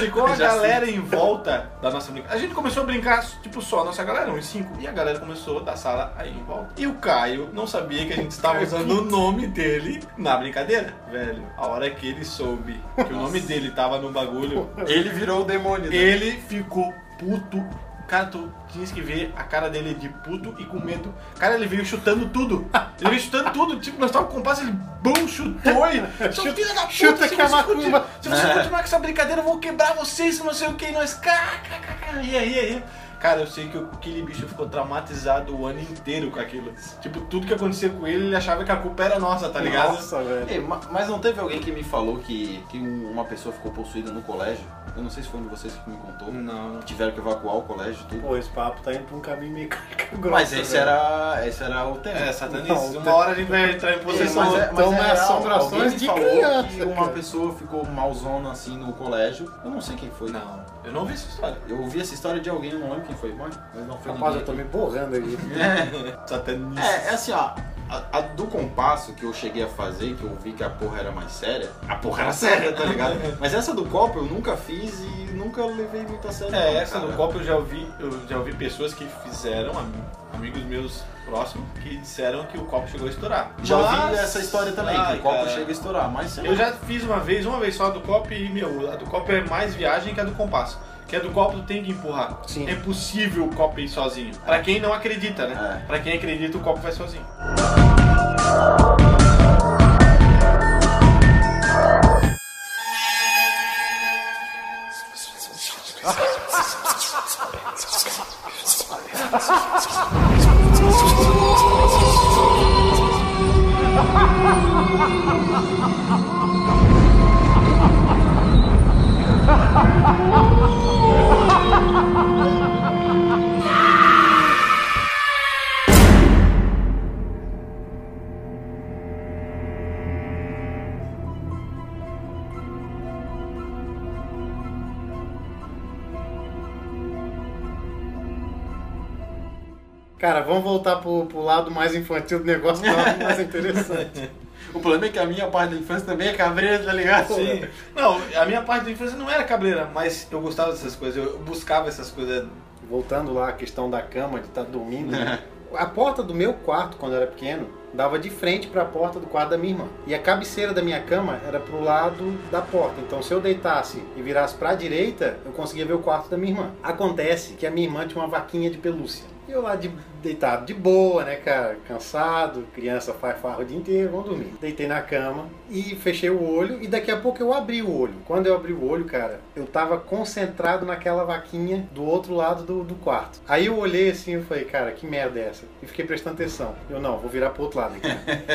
[SPEAKER 2] ficou a
[SPEAKER 4] Já sei.
[SPEAKER 2] galera em volta da nossa brincadeira. A gente começou a brincar, tipo, só a nossa galera, uns cinco. E a galera começou da sala aí em volta. E o Caio não sabia que a gente estava usando o nome dele na brincadeira. Velho, a hora que ele soube que o nome dele tava no bagulho,
[SPEAKER 4] Ele virou o demônio. né?
[SPEAKER 2] Ele ficou puto. Cara, tu tinha que ver a cara dele de puto e com medo. Cara, ele veio chutando tudo. Ele veio chutando tudo. Tipo, nós tava com o passo, ele bum, chutou e. Seu filho da puta,
[SPEAKER 1] chuta
[SPEAKER 2] se
[SPEAKER 1] que é
[SPEAKER 2] você
[SPEAKER 1] macumba. É.
[SPEAKER 2] continuar- Se você continuar com essa brincadeira, eu vou quebrar vocês, não sei o que. E nós. cá, cá, cá, cá. E aí, e aí. Cara, eu sei que o- aquele bicho ficou traumatizado o ano inteiro com aquilo. Tipo, tudo que acontecia com ele, ele achava que a culpa era nossa, tá ligado?
[SPEAKER 1] Nossa, velho.
[SPEAKER 4] Ei, ma- mas não teve alguém que me falou que, que um- uma pessoa ficou possuída no colégio? Eu não sei se foi um de vocês que me contou.
[SPEAKER 2] Não.
[SPEAKER 4] Tiveram que evacuar o colégio e tudo.
[SPEAKER 1] Pô, esse papo tá indo pra um caminho meio caca grossa.
[SPEAKER 4] Mas esse
[SPEAKER 1] velho.
[SPEAKER 4] era, esse era o tema.
[SPEAKER 2] É, satanista.
[SPEAKER 1] Não,
[SPEAKER 2] Uma hora a gente vai entrar em
[SPEAKER 4] Mas
[SPEAKER 2] possessão.
[SPEAKER 4] é- mas
[SPEAKER 1] Então,
[SPEAKER 4] é
[SPEAKER 1] mas
[SPEAKER 4] real.
[SPEAKER 1] assombrações
[SPEAKER 4] Alguém me
[SPEAKER 1] de
[SPEAKER 4] falou
[SPEAKER 1] criança,
[SPEAKER 4] que uma
[SPEAKER 1] cara.
[SPEAKER 4] pessoa ficou malzona assim no colégio. Eu não sei quem foi.
[SPEAKER 2] Não, eu não vi essa história.
[SPEAKER 4] Eu ouvi essa história de alguém, eu não lembro quem foi, mas mas não foi
[SPEAKER 1] Rapaz, eu tô
[SPEAKER 4] ninguém.
[SPEAKER 1] me borrando aqui.
[SPEAKER 2] Satanista.
[SPEAKER 4] É, é assim, ó. A, a do compasso que eu cheguei a fazer, que eu vi que a porra era mais séria, a porra era séria, tá ligado? Mas essa do copo eu nunca fiz e nunca levei muito a sério.
[SPEAKER 2] É,
[SPEAKER 4] não,
[SPEAKER 2] essa
[SPEAKER 4] cara.
[SPEAKER 2] do copo eu já ouvi, eu já ouvi pessoas que fizeram, ami- amigos meus próximos, que disseram que o copo chegou a estourar.
[SPEAKER 4] Já ouvi
[SPEAKER 2] Mas-
[SPEAKER 4] essa história também, que
[SPEAKER 2] Ai,
[SPEAKER 4] o copo
[SPEAKER 2] cara.
[SPEAKER 4] chega a estourar, mas sei lá.
[SPEAKER 2] Eu já fiz uma vez, uma vez só a do copo e, meu, a do copo é mais viagem que a do compasso. Que a do copo tu tem que empurrar.
[SPEAKER 1] Sim.
[SPEAKER 2] É impossível o copo ir sozinho. Pra quem não acredita, né?
[SPEAKER 4] É.
[SPEAKER 2] Pra quem acredita, o copo vai sozinho.
[SPEAKER 1] Cara, vamos voltar pro, pro lado mais infantil do negócio, pro lado mais interessante.
[SPEAKER 4] O problema é que a minha parte da infância também é cabreira, tá ligado?
[SPEAKER 2] Sim. Não, a minha parte da infância não era cabreira, mas eu gostava dessas coisas, eu buscava essas coisas.
[SPEAKER 1] Voltando lá à questão da cama, de estar dormindo. né? A porta do meu quarto, quando eu era pequeno, dava de frente para a porta do quarto da minha irmã. E a cabeceira da minha cama era pro lado da porta. Então, se eu deitasse e virasse para a direita, eu conseguia ver o quarto da minha irmã. Acontece que a minha irmã tinha uma vaquinha de pelúcia. E eu lá de, deitado de boa, né, cara? Cansado, criança faz farra o dia inteiro, vamos dormir. Deitei na cama e fechei o olho. E daqui a pouco eu abri o olho. Quando eu abri o olho, cara, eu tava concentrado naquela vaquinha do outro lado do, do quarto. Aí eu olhei assim e falei, cara, que merda é essa? E fiquei prestando atenção. Eu, não, vou virar pro outro lado aqui.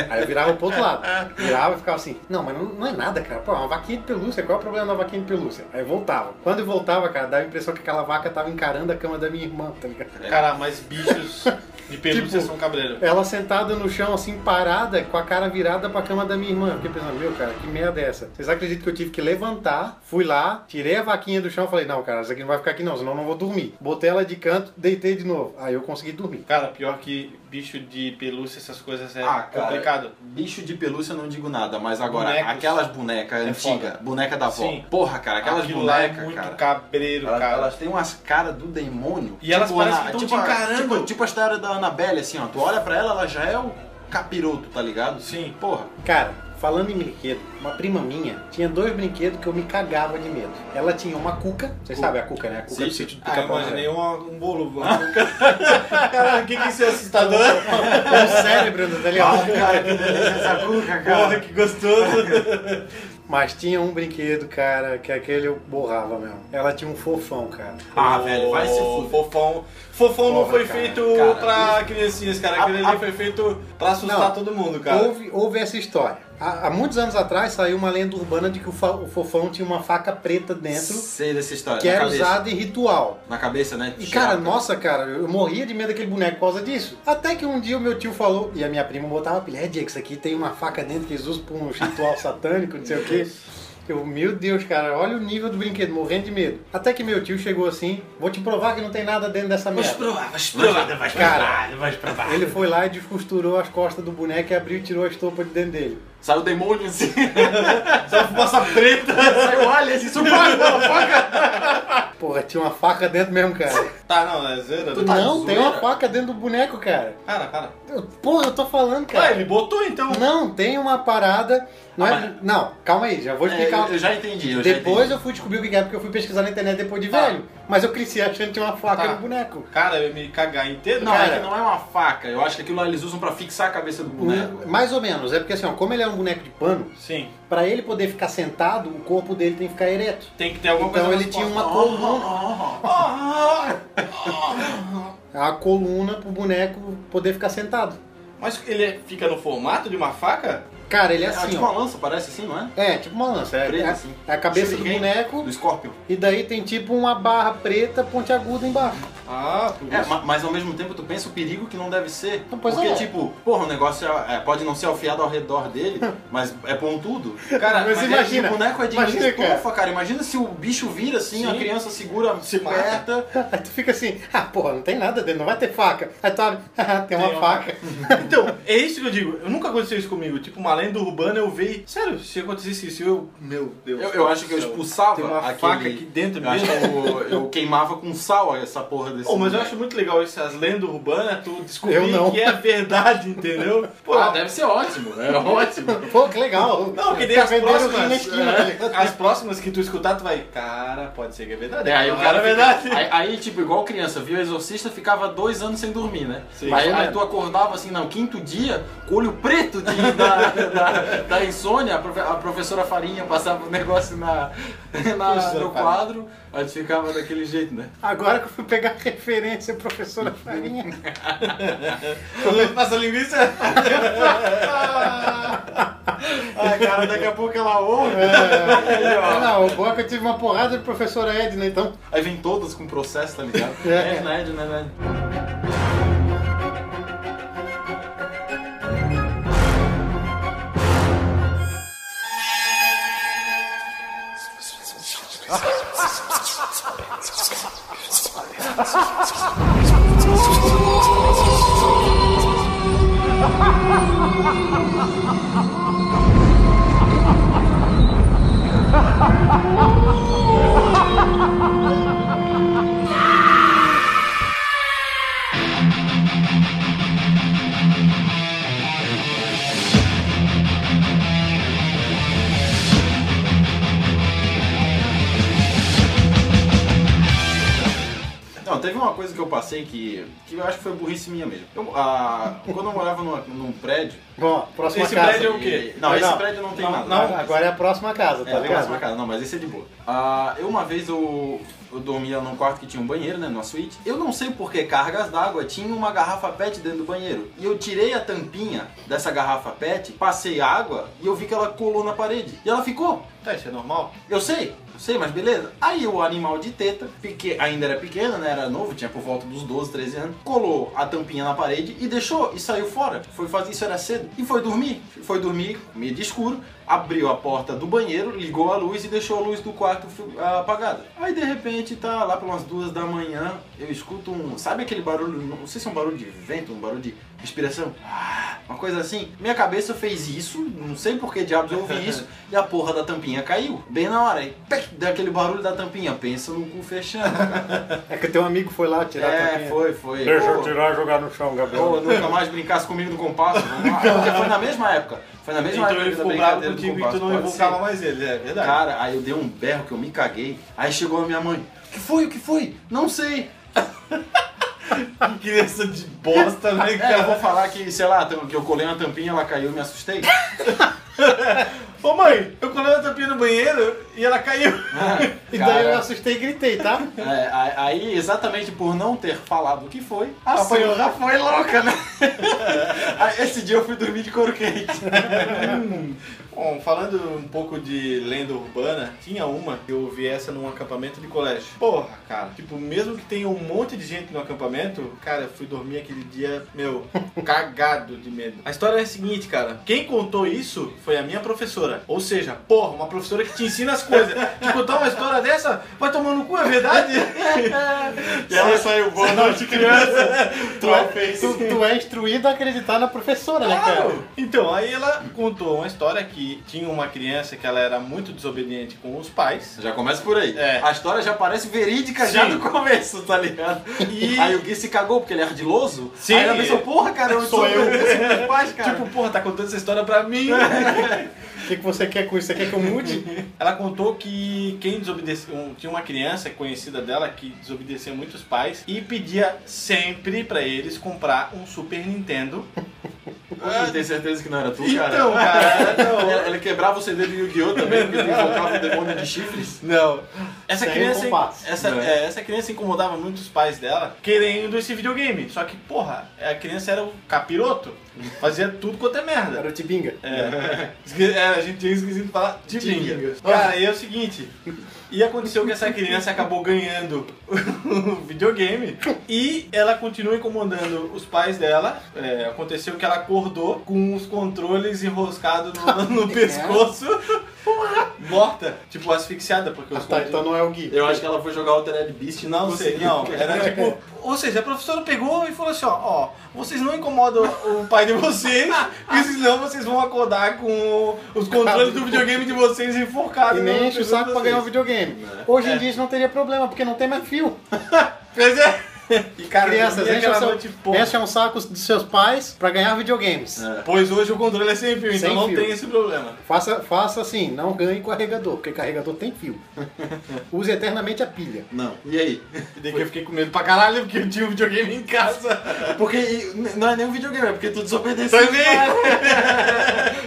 [SPEAKER 1] Aí eu virava pro outro lado. Virava e ficava assim, não, mas não, não é nada, cara. Pô, é uma vaquinha de pelúcia, qual é o problema da vaquinha de pelúcia? Aí eu voltava. Quando eu voltava, cara, dava a impressão que aquela vaca tava encarando a cama da minha irmã, tá ligado?
[SPEAKER 2] Cara, mas bichos de pelúcia
[SPEAKER 1] Tipo,
[SPEAKER 2] são cabreiro.
[SPEAKER 1] Ela sentada no chão, assim, parada, com a cara virada pra cama da minha irmã. Eu Fiquei pensando, meu, cara, que merda é essa? Vocês acreditam que eu tive que levantar, fui lá, tirei a vaquinha do chão e falei, não, cara, isso aqui não vai ficar aqui não, senão eu não vou dormir. Botei ela de canto, deitei de novo. Aí eu consegui dormir.
[SPEAKER 2] Cara, pior que bicho de pelúcia, essas coisas é
[SPEAKER 4] Ah, cara.
[SPEAKER 2] complicado.
[SPEAKER 4] Bicho de pelúcia eu não digo nada, mas agora,
[SPEAKER 2] Bonecos.
[SPEAKER 4] aquelas bonecas
[SPEAKER 2] É
[SPEAKER 4] antigas,
[SPEAKER 2] foda.
[SPEAKER 4] boneca da avó.
[SPEAKER 2] Sim.
[SPEAKER 4] Porra, cara, aquelas
[SPEAKER 2] Aquilo lá é
[SPEAKER 4] bonecas,
[SPEAKER 2] muito
[SPEAKER 4] cara.
[SPEAKER 2] cabreiro,
[SPEAKER 4] Elas,
[SPEAKER 2] cara.
[SPEAKER 4] elas têm umas caras do demônio.
[SPEAKER 2] E elas parecem que tão
[SPEAKER 4] tipo,
[SPEAKER 2] te encarando.
[SPEAKER 4] Tipo, tipo a história da Annabelle, assim, ó. Tu olha pra ela, ela já é o capiroto, tá ligado?
[SPEAKER 2] Sim.
[SPEAKER 4] Porra.
[SPEAKER 1] Cara, falando em brinquedo, uma prima minha tinha dois brinquedos que eu me cagava de medo. Ela tinha uma cuca, vocês sabem a cuca, né? A cuca do sítio do
[SPEAKER 2] Ah, eu
[SPEAKER 1] Pica-Pau,
[SPEAKER 2] imaginei
[SPEAKER 1] né?
[SPEAKER 2] um, um bolo. Caralho, o que que isso é assustador?
[SPEAKER 1] Um cérebro no
[SPEAKER 4] Ah,
[SPEAKER 1] telhado.
[SPEAKER 4] cara, que delícia essa cuca,
[SPEAKER 2] É. Porra,
[SPEAKER 4] cara.
[SPEAKER 2] que gostoso.
[SPEAKER 1] Mas tinha um brinquedo, cara, que aquele eu borrava mesmo. Ela tinha um fofão, cara.
[SPEAKER 4] Ah, velho, vai se
[SPEAKER 2] Ô,
[SPEAKER 4] fuder.
[SPEAKER 2] Fofão. Fofão não
[SPEAKER 1] Porra,
[SPEAKER 2] foi
[SPEAKER 1] cara.
[SPEAKER 2] feito
[SPEAKER 4] Cara,
[SPEAKER 2] pra criancinhas, cara.
[SPEAKER 4] a-
[SPEAKER 2] Aquele ali
[SPEAKER 4] a-
[SPEAKER 2] foi feito pra assustar
[SPEAKER 1] Não.
[SPEAKER 2] todo mundo, cara.
[SPEAKER 1] Houve, houve essa história. Há, há muitos anos atrás saiu uma lenda urbana de que o, fa- o fofão tinha uma faca preta dentro
[SPEAKER 4] Sei dessa história.
[SPEAKER 1] que
[SPEAKER 4] na
[SPEAKER 1] era
[SPEAKER 4] cabeça.
[SPEAKER 1] usada em ritual.
[SPEAKER 4] Na cabeça, né?
[SPEAKER 1] E cara,
[SPEAKER 4] Chato.
[SPEAKER 1] nossa, cara, eu morria de medo daquele boneco por causa disso. Até que um dia o meu tio falou, e a minha prima botava pilha, é Diego, isso aqui tem uma faca dentro que eles usam pra um ritual satânico, não sei o quê. Eu, meu Deus, cara, olha o nível do brinquedo, morrendo de medo. Até que meu tio chegou assim, vou te provar que não tem nada dentro dessa
[SPEAKER 2] É.
[SPEAKER 1] merda. Cara, ele foi lá e descosturou as costas do boneco e abriu e tirou a estopa de dentro dele.
[SPEAKER 4] Saiu o demônio assim.
[SPEAKER 2] Só fumaça preta.
[SPEAKER 4] Saiu alien assim, surpresa, motherfucker.
[SPEAKER 1] Porra, tinha uma faca dentro mesmo, cara.
[SPEAKER 2] Tá, não, é zero.
[SPEAKER 4] Tu tá de
[SPEAKER 1] não, tem
[SPEAKER 4] zoeira?
[SPEAKER 1] uma faca dentro do boneco, cara.
[SPEAKER 2] Cara, cara.
[SPEAKER 1] Eu- Porra, eu tô falando, cara.
[SPEAKER 2] Ah, ele botou então.
[SPEAKER 1] Não, tem uma parada. Não,
[SPEAKER 4] Ah,
[SPEAKER 1] é- não, calma aí, já vou
[SPEAKER 4] É,
[SPEAKER 1] explicar.
[SPEAKER 4] eu, eu já entendi, Ah. eu já
[SPEAKER 1] depois
[SPEAKER 4] entendi.
[SPEAKER 1] eu fui descobrir o que é, porque eu fui pesquisar na internet depois de
[SPEAKER 2] Tá.
[SPEAKER 1] velho. Mas eu cresci achando que tinha uma faca
[SPEAKER 2] Tá.
[SPEAKER 1] no boneco.
[SPEAKER 2] Cara, eu ia me cagar inteiro.
[SPEAKER 4] Não,
[SPEAKER 2] cara.
[SPEAKER 4] é que não é uma faca. Eu acho que aquilo lá eles usam pra fixar a cabeça do boneco.
[SPEAKER 1] Mais ou menos, é porque assim, ó, como ele é um boneco de pano,
[SPEAKER 2] Sim.
[SPEAKER 1] pra ele poder ficar sentado, o corpo dele tem que ficar ereto.
[SPEAKER 2] Tem que ter
[SPEAKER 4] É
[SPEAKER 2] alguma
[SPEAKER 1] Então
[SPEAKER 2] coisa.
[SPEAKER 1] ele tinha uma
[SPEAKER 4] Oh,
[SPEAKER 1] coluna,
[SPEAKER 4] oh, oh.
[SPEAKER 1] a coluna pro boneco poder ficar sentado.
[SPEAKER 2] Mas ele fica no formato de uma faca?
[SPEAKER 1] Cara, ele é
[SPEAKER 4] É
[SPEAKER 1] assim,
[SPEAKER 4] tipo uma
[SPEAKER 1] ó.
[SPEAKER 4] lança, parece assim, não é?
[SPEAKER 1] É, tipo uma lança. É,
[SPEAKER 4] Preto,
[SPEAKER 1] é-
[SPEAKER 4] assim.
[SPEAKER 1] é a cabeça do
[SPEAKER 4] Shuriken.
[SPEAKER 1] boneco
[SPEAKER 4] Do Scorpion.
[SPEAKER 1] e daí tem tipo uma barra preta pontiaguda embaixo.
[SPEAKER 2] Ah, por
[SPEAKER 4] É,
[SPEAKER 2] isso.
[SPEAKER 4] ma- mas ao mesmo tempo tu pensa o perigo que não deve ser.
[SPEAKER 1] Não, pois
[SPEAKER 4] porque,
[SPEAKER 1] é.
[SPEAKER 4] tipo, porra, o negócio é- é, pode não ser alfiado ao redor dele, mas é pontudo.
[SPEAKER 2] Cara,
[SPEAKER 1] Mas
[SPEAKER 2] mas
[SPEAKER 1] imagina-
[SPEAKER 4] E o boneco é de
[SPEAKER 1] imagina,
[SPEAKER 4] estofa, cara. Imagina se o bicho vira assim,
[SPEAKER 2] Sim.
[SPEAKER 4] a criança segura, se
[SPEAKER 2] mata.
[SPEAKER 4] aperta.
[SPEAKER 1] Aí tu fica assim, ah, porra, não tem nada dentro, não vai ter faca. Aí tu abre, ah, tem uma
[SPEAKER 2] Tem uma
[SPEAKER 1] faca.
[SPEAKER 2] Então, é isso que eu digo. Eu nunca aconteceu isso comigo. Tipo, uma lenda urbana eu vi. Sério, se acontecesse isso, eu. Meu Deus.
[SPEAKER 4] Eu, eu acho que eu
[SPEAKER 2] do céu.
[SPEAKER 4] expulsava
[SPEAKER 2] Tem uma
[SPEAKER 4] aquele...
[SPEAKER 2] faca aqui dentro
[SPEAKER 4] eu acho
[SPEAKER 2] mesmo.
[SPEAKER 4] que eu, eu queimava com sal essa porra desse...
[SPEAKER 2] Pô, mas eu
[SPEAKER 4] boneco.
[SPEAKER 2] acho muito legal essas lendas urbanas, tu descobrir
[SPEAKER 1] Eu não.
[SPEAKER 2] que é verdade, entendeu? Pô,
[SPEAKER 4] Ah, deve ser ótimo,
[SPEAKER 2] né?
[SPEAKER 4] é ótimo.
[SPEAKER 1] Pô, que legal.
[SPEAKER 2] Não, que daí
[SPEAKER 1] Tá
[SPEAKER 2] as
[SPEAKER 1] vendendo rim
[SPEAKER 2] próximas.
[SPEAKER 1] na esquina, tá ligado?
[SPEAKER 2] é, as próximas que tu escutar, tu vai. Cara, pode ser que é verdade.
[SPEAKER 4] É, aí o
[SPEAKER 2] Não
[SPEAKER 4] cara
[SPEAKER 2] era verdade.
[SPEAKER 4] fica- aí, aí, tipo, igual criança, viu o Exorcista, ficava dois anos sem dormir, né?
[SPEAKER 2] Sim.
[SPEAKER 4] aí,
[SPEAKER 1] Mas-
[SPEAKER 4] aí tu acordava assim, não, quinto dia, com o olho preto de- da, da, da insônia, a, profe- a professora Farinha passava o negócio na, na-
[SPEAKER 2] Professora
[SPEAKER 4] no quadro, aí tu ficava daquele jeito, né?
[SPEAKER 1] Agora que eu fui pegar referência, professora Farinha.
[SPEAKER 2] Tu passa a linguiça.
[SPEAKER 4] Ai, cara, daqui a pouco ela ouve.
[SPEAKER 1] não, o bom é que eu tive uma porrada de professora Edna, então.
[SPEAKER 4] Aí vem todas com processo, tá ligado?
[SPEAKER 1] É.
[SPEAKER 4] Edna, Edna, Edna. Não, teve uma coisa que eu passei que, que eu acho que foi burrice minha mesmo. Eu, a- quando eu morava numa- num prédio.
[SPEAKER 1] Bom, próxima
[SPEAKER 2] Esse
[SPEAKER 1] casa.
[SPEAKER 2] prédeo é o
[SPEAKER 4] e-
[SPEAKER 2] quê?
[SPEAKER 4] um Não,
[SPEAKER 1] Ah,
[SPEAKER 4] esse
[SPEAKER 1] não.
[SPEAKER 4] prédio não tem
[SPEAKER 2] Não,
[SPEAKER 4] nada.
[SPEAKER 2] não,
[SPEAKER 1] Agora é a próxima casa,
[SPEAKER 4] É,
[SPEAKER 1] tá
[SPEAKER 4] a
[SPEAKER 1] ligado?
[SPEAKER 4] próxima casa. Não, mas esse é de boa. Ah, eu uma vez eu, eu dormia num quarto que tinha um banheiro, né? Numa suíte. Eu não sei por que cargas d'água tinha uma garrafa PET dentro do banheiro. E eu tirei a tampinha dessa garrafa PET, passei água e eu vi que ela colou na parede. E ela ficou.
[SPEAKER 2] Tá, isso é normal?
[SPEAKER 4] Eu sei, eu sei, mas beleza. Aí o animal de teta, peque, ainda era pequeno, né? Era novo, tinha por volta dos 12, 13 anos, colou a tampinha na parede e deixou e saiu fora. Foi fazer isso, era cedo. E foi dormir. Foi dormir, meio de escuro. abriu a porta do banheiro, ligou a luz e deixou a luz do quarto fi- apagada. Aí de repente tá lá pelas duas da manhã, eu escuto um. Sabe aquele barulho? Não sei se é um barulho de vento, um barulho de respiração? Ah, Uma coisa assim. Minha cabeça fez isso, não sei por que diabos eu ouvi isso, e a porra da tampinha caiu. Bem na hora, aí pec, dá aquele barulho da tampinha, pensa no cu fechando.
[SPEAKER 1] É que o teu amigo foi lá tirar a
[SPEAKER 4] é,
[SPEAKER 1] tampinha.
[SPEAKER 4] foi, foi. Pô,
[SPEAKER 1] tirar e jogar no chão,
[SPEAKER 4] ou nunca mais brincasse comigo no compasso. Vamos lá. É Porque foi na mesma época. Foi na mesma
[SPEAKER 2] Então
[SPEAKER 4] época
[SPEAKER 2] ele
[SPEAKER 4] da
[SPEAKER 2] ficou
[SPEAKER 4] brincada
[SPEAKER 2] bravo
[SPEAKER 4] dele do
[SPEAKER 2] contigo e tu não
[SPEAKER 4] compasso, pode
[SPEAKER 2] invocava
[SPEAKER 4] ser.
[SPEAKER 2] mais ele, é verdade.
[SPEAKER 4] Cara, aí eu dei um berro que eu me caguei. Aí chegou a minha mãe. O que foi? O que foi? Não sei.
[SPEAKER 2] que criança de bosta, né,
[SPEAKER 4] É, eu vou
[SPEAKER 2] cara?
[SPEAKER 4] falar que, sei lá, tam- que eu colei uma tampinha, ela caiu, eu me assustei.
[SPEAKER 2] Ô mãe, eu colei a tampinha no banheiro e ela caiu.
[SPEAKER 4] Né?
[SPEAKER 1] E daí eu
[SPEAKER 4] Cara,
[SPEAKER 1] assustei e gritei, tá?
[SPEAKER 4] é, a- aí, exatamente por não ter falado o que foi, a
[SPEAKER 1] Apanhou.
[SPEAKER 4] surra foi louca, né? Aí, Esse dia eu fui dormir de couro quente.
[SPEAKER 2] Bom, falando um pouco de lenda urbana, tinha uma que eu ouvi essa num acampamento de colégio. Porra, cara. Tipo, mesmo que tenha um monte de gente no acampamento, cara, eu fui dormir aquele dia, meu, cagado de medo. A história é a seguinte, cara. Quem contou isso foi a minha professora. Ou seja, porra, uma professora que te ensina as coisas. Te contar uma história dessa, vai tomar no cu, é verdade? Ah,
[SPEAKER 4] E ela saiu boa noite, criança.
[SPEAKER 2] Tá
[SPEAKER 1] Tu
[SPEAKER 2] né?
[SPEAKER 1] é, tu, tu é instruído a acreditar na professora, né, cara?
[SPEAKER 2] Claro! Então, aí ela contou uma história que tinha uma criança que ela era muito desobediente com os pais.
[SPEAKER 4] Já começa por aí.
[SPEAKER 2] É.
[SPEAKER 4] A história já parece verídica já
[SPEAKER 2] Sim.
[SPEAKER 4] do começo, tá ligado?
[SPEAKER 2] E-
[SPEAKER 4] Aí o Gui se cagou porque ele é ardiloso.
[SPEAKER 2] Sim.
[SPEAKER 4] Aí ela pensou, porra, cara, eu
[SPEAKER 2] Sou eu.
[SPEAKER 4] meus pais, cara.
[SPEAKER 2] Tipo, porra, tá contando essa história pra mim?
[SPEAKER 1] O que, que você quer com isso? Você quer que eu mude?
[SPEAKER 2] Ela contou que quem desobedeceu. um- Tinha uma criança conhecida dela que desobedecia muitos pais e pedia sempre pra eles comprar um Super Nintendo.
[SPEAKER 4] Eu tenho certeza que não era tu, cara.
[SPEAKER 2] Então, cara, não.
[SPEAKER 4] Ela, ela quebrava o CD do Yu-Gi-Oh! também, porque tu invocava o demônio de chifres.
[SPEAKER 2] Não. Essa
[SPEAKER 1] Sem
[SPEAKER 2] criança,
[SPEAKER 1] compasso.
[SPEAKER 2] essa,
[SPEAKER 4] Não.
[SPEAKER 2] é, essa criança incomodava muito os pais dela querendo esse videogame. Só que, porra, a criança era o capiroto. Fazia tudo quanto é merda.
[SPEAKER 1] Era o Tibinga.
[SPEAKER 2] Esque- É, a gente tinha esquecido de falar Tibinga.
[SPEAKER 1] Tibinga.
[SPEAKER 2] Cara, e é o seguinte. E aconteceu que essa criança acabou ganhando o videogame e ela continua incomodando os pais dela. É, aconteceu que ela acordou com os controles enroscados no,
[SPEAKER 1] É.
[SPEAKER 2] no pescoço. Morta, tipo asfixiada, porque os
[SPEAKER 1] Tá, então não é o Gui.
[SPEAKER 4] Eu acho que ela foi jogar o Altered Beast e
[SPEAKER 2] não sei,
[SPEAKER 4] conseguiu.
[SPEAKER 2] não. Era tipo. Ou seja, a professora pegou e falou assim: ó, ó, vocês não incomodam o pai de vocês, porque senão vocês vão acordar com os controles do videogame de vocês
[SPEAKER 1] E
[SPEAKER 2] enforcados. no-
[SPEAKER 1] nem enche o
[SPEAKER 2] no-
[SPEAKER 1] saco pra
[SPEAKER 2] vocês.
[SPEAKER 1] ganhar um videogame.
[SPEAKER 2] é.
[SPEAKER 1] Hoje em dia isso não teria problema, porque não tem mais fio.
[SPEAKER 2] Pois é. E cara,
[SPEAKER 1] Crianças,
[SPEAKER 2] eu vi
[SPEAKER 1] enchem
[SPEAKER 2] aquela
[SPEAKER 1] o
[SPEAKER 2] noite,
[SPEAKER 1] seu-
[SPEAKER 2] pô,
[SPEAKER 1] enchem o saco dos seus pais pra ganhar videogames.
[SPEAKER 2] Pois hoje o controle é sem fio, então
[SPEAKER 1] Sem
[SPEAKER 2] não
[SPEAKER 1] fio.
[SPEAKER 2] tem esse problema.
[SPEAKER 1] Faça, faça assim, não ganhe carregador, porque carregador tem fio. Use eternamente a pilha.
[SPEAKER 4] Não. E aí?
[SPEAKER 2] E daí que eu fiquei com medo pra caralho, porque eu tinha um videogame em casa. Tá
[SPEAKER 4] Porque e, n- não é nem um videogame, é porque tu desobedeceu.
[SPEAKER 2] Também.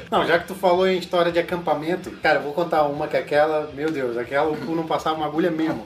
[SPEAKER 1] Não, já que tu falou em história de acampamento, cara, eu vou contar uma que aquela, meu Deus, aquela o cu não passava uma agulha mesmo.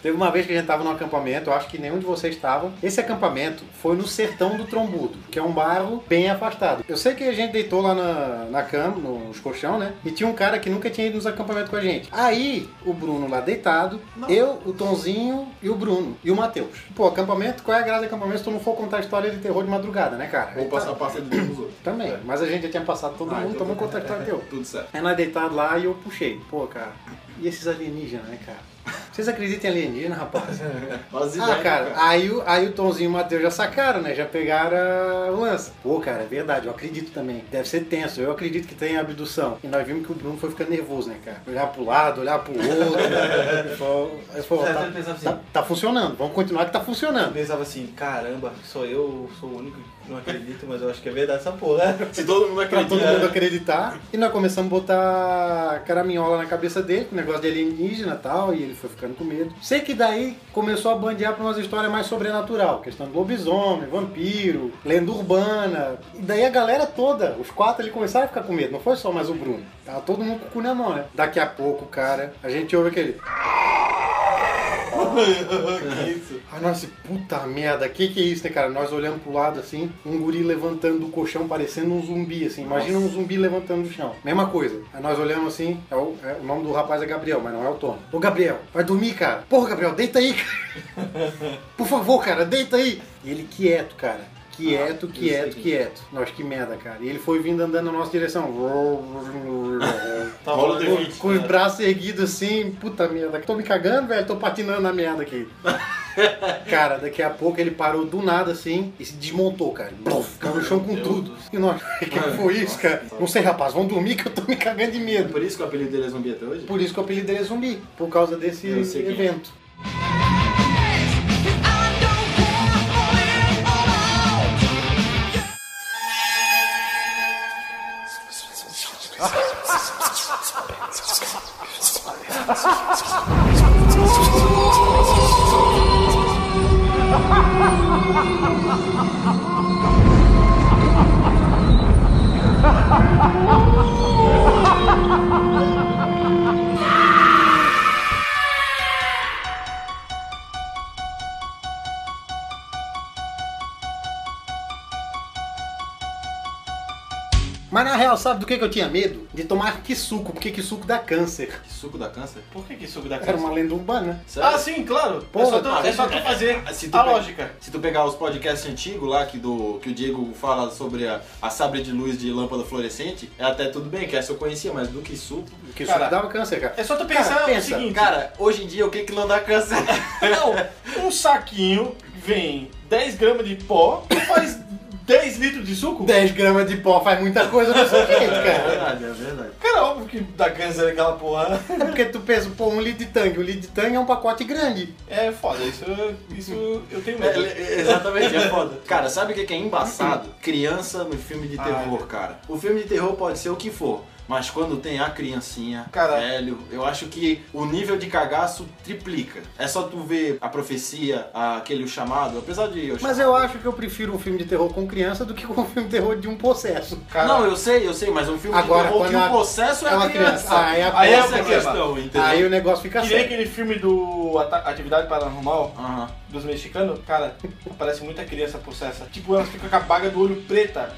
[SPEAKER 1] Teve uma vez que a gente tava num acampamento, eu acho que nenhum de vocês estava. Esse acampamento foi no Sertão do Trombudo, que é um bairro bem afastado. Eu sei que a gente deitou lá na, na cama, nos colchão, né? E tinha um cara que nunca tinha ido nos acampamentos com a gente. Aí, o Bruno lá deitado, eu, o Tonzinho e o Bruno, e o Matheus. Pô, acampamento, qual é a graça do acampamento se tu não for contar história de terror de madrugada, né, cara?
[SPEAKER 4] Vou passar a pasta de dos outros.
[SPEAKER 1] Também, mas a gente já tinha passado todo
[SPEAKER 4] É. Ah,
[SPEAKER 1] mundo,
[SPEAKER 4] então
[SPEAKER 1] tomou
[SPEAKER 4] tá.
[SPEAKER 1] conta que tava teu.
[SPEAKER 4] Tudo certo.
[SPEAKER 1] Aí nós deitado lá e eu puxei. Pô, cara, e esses alienígenas, né, cara? Vocês acreditam em alienígena, rapaz?
[SPEAKER 4] Mas
[SPEAKER 1] Ah, cara, aí, o- aí o Tomzinho e o Matheus já sacaram, né? Já pegaram ah, o lance. Pô, cara, é verdade, eu acredito também. Deve ser tenso, eu acredito que tem abdução. E nós vimos que o Bruno foi ficando nervoso, né, cara? Olhar pro lado, olhar pro outro. né? Ele falou- ele falou,
[SPEAKER 2] É,
[SPEAKER 1] tá,
[SPEAKER 2] ele pensava assim.
[SPEAKER 1] tá- tá funcionando, vamos continuar que tá funcionando.
[SPEAKER 2] pensava assim, caramba, só eu sou o único que não acredito, mas eu acho que é verdade essa porra.
[SPEAKER 4] Se ah, todo mundo
[SPEAKER 1] Pra todo mundo
[SPEAKER 4] acredita.
[SPEAKER 1] acreditar. E nós começamos a botar caraminhola na cabeça dele, com negócio de alienígena e tal, e ele foi ficando com medo. Sei que daí começou a bandear pra umas histórias mais sobrenatural, questão de lobisomem, vampiro, lenda urbana. E daí a galera toda, os quatro, eles começaram a ficar com medo, não foi só mais o Bruno. Tava todo mundo com o cu na mão, né? Daqui a pouco, cara, a gente ouve aquele.
[SPEAKER 2] que isso?
[SPEAKER 1] Ai, nossa, puta merda, que que é isso, né, cara? Nós olhando pro lado, assim, um guri levantando do colchão, parecendo um zumbi, assim. Imagina um zumbi levantando do chão. Mesma coisa. Aí nós olhamos assim, é o, é- o nome do rapaz é Gabriel, mas não é o Tom. Ô, Gabriel, vai dormir, cara. Porra, Gabriel, deita aí, cara. Por favor, cara, deita aí. E ele quieto, cara. Quieto, quieto,
[SPEAKER 4] Ah, isso aí.
[SPEAKER 1] quieto. Nós, que merda, cara. E ele foi vindo andando na nossa direção.
[SPEAKER 2] Tá rolando
[SPEAKER 1] Com-
[SPEAKER 2] elite,
[SPEAKER 1] com os
[SPEAKER 2] né?
[SPEAKER 1] braços erguidos assim, puta merda, tô me cagando, velho, tô patinando na merda aqui. cara, daqui a pouco ele parou do nada assim e se desmontou, cara. Bluf, caiu no chão com
[SPEAKER 2] Meu
[SPEAKER 1] tudo. E nós, que
[SPEAKER 4] Mano,
[SPEAKER 1] foi isso, cara? Não sei, rapaz, vamos dormir que eu tô me cagando de medo.
[SPEAKER 4] Por isso que o apelido dele é zumbi até hoje?
[SPEAKER 1] Por isso que o apelido dele é zumbi, por causa desse
[SPEAKER 4] Eu sei quem é.
[SPEAKER 1] evento. Mas na real, sabe do que, que eu tinha medo? De tomar que suco, porque que suco dá câncer.
[SPEAKER 4] Que suco da câncer?
[SPEAKER 2] Por que que suco da
[SPEAKER 1] Era
[SPEAKER 2] câncer?
[SPEAKER 1] uma lenda urbana.
[SPEAKER 2] Ah, sim, claro.
[SPEAKER 1] Porra,
[SPEAKER 2] é só tu,
[SPEAKER 1] cara,
[SPEAKER 2] é só tu fazer
[SPEAKER 4] Se tu
[SPEAKER 2] a
[SPEAKER 4] pe-
[SPEAKER 2] lógica.
[SPEAKER 4] Se tu pegar os podcasts antigos lá que, do, que o Diego fala sobre a, a sabre de luz de lâmpada fluorescente, é até tudo bem, que essa eu conhecia, mas do que suco.
[SPEAKER 1] Porque
[SPEAKER 2] Cara,
[SPEAKER 1] suco dava câncer, cara.
[SPEAKER 2] É só tu pensar
[SPEAKER 1] Cara,
[SPEAKER 2] o
[SPEAKER 1] pensa,
[SPEAKER 2] seguinte.
[SPEAKER 4] Cara, hoje em dia o que que não dá câncer?
[SPEAKER 2] Não, um saquinho vem 10 gramas de pó e faz 10 litros de suco.
[SPEAKER 1] 10 gramas de pó faz muita coisa no sujeito,
[SPEAKER 4] É
[SPEAKER 1] cara.
[SPEAKER 4] verdade, é verdade.
[SPEAKER 2] Cara, óbvio que dá câncer aquela porra. né?
[SPEAKER 1] É porque tu pensa, pô, um litro de tangue. O litro de tangue é um pacote grande.
[SPEAKER 2] É foda, isso, isso eu tenho
[SPEAKER 4] É,
[SPEAKER 2] medo.
[SPEAKER 4] é, exatamente, é foda. Cara, sabe o que que é embaçado? Criança no filme de
[SPEAKER 2] Ah,
[SPEAKER 4] terror, cara. O filme de terror pode ser o que for, mas quando tem a criancinha,
[SPEAKER 2] Cara.
[SPEAKER 4] velho, eu acho que o nível de cagaço triplica. É só tu ver a profecia, a- aquele o chamado, apesar de... eu-
[SPEAKER 1] Mas eu acho que eu prefiro um filme de terror com criança do que com um filme de terror de um processo.
[SPEAKER 2] Cara,
[SPEAKER 4] Não, eu sei, eu sei, mas um filme
[SPEAKER 1] Agora,
[SPEAKER 4] de terror que
[SPEAKER 1] quando
[SPEAKER 4] o
[SPEAKER 1] a-
[SPEAKER 4] processo é,
[SPEAKER 1] é uma
[SPEAKER 4] a criança.
[SPEAKER 1] criança. Aí é a-
[SPEAKER 4] Aí
[SPEAKER 2] aí é o
[SPEAKER 4] essa é a
[SPEAKER 2] problema.
[SPEAKER 4] questão, entendeu?
[SPEAKER 1] Aí o negócio fica
[SPEAKER 2] que nem
[SPEAKER 1] sério.
[SPEAKER 2] aquele filme do Ata- Atividade Paranormal
[SPEAKER 4] Aham.
[SPEAKER 2] dos mexicanos, cara, aparece muita criança possessa. Tipo, elas ficam com a baga do olho preta.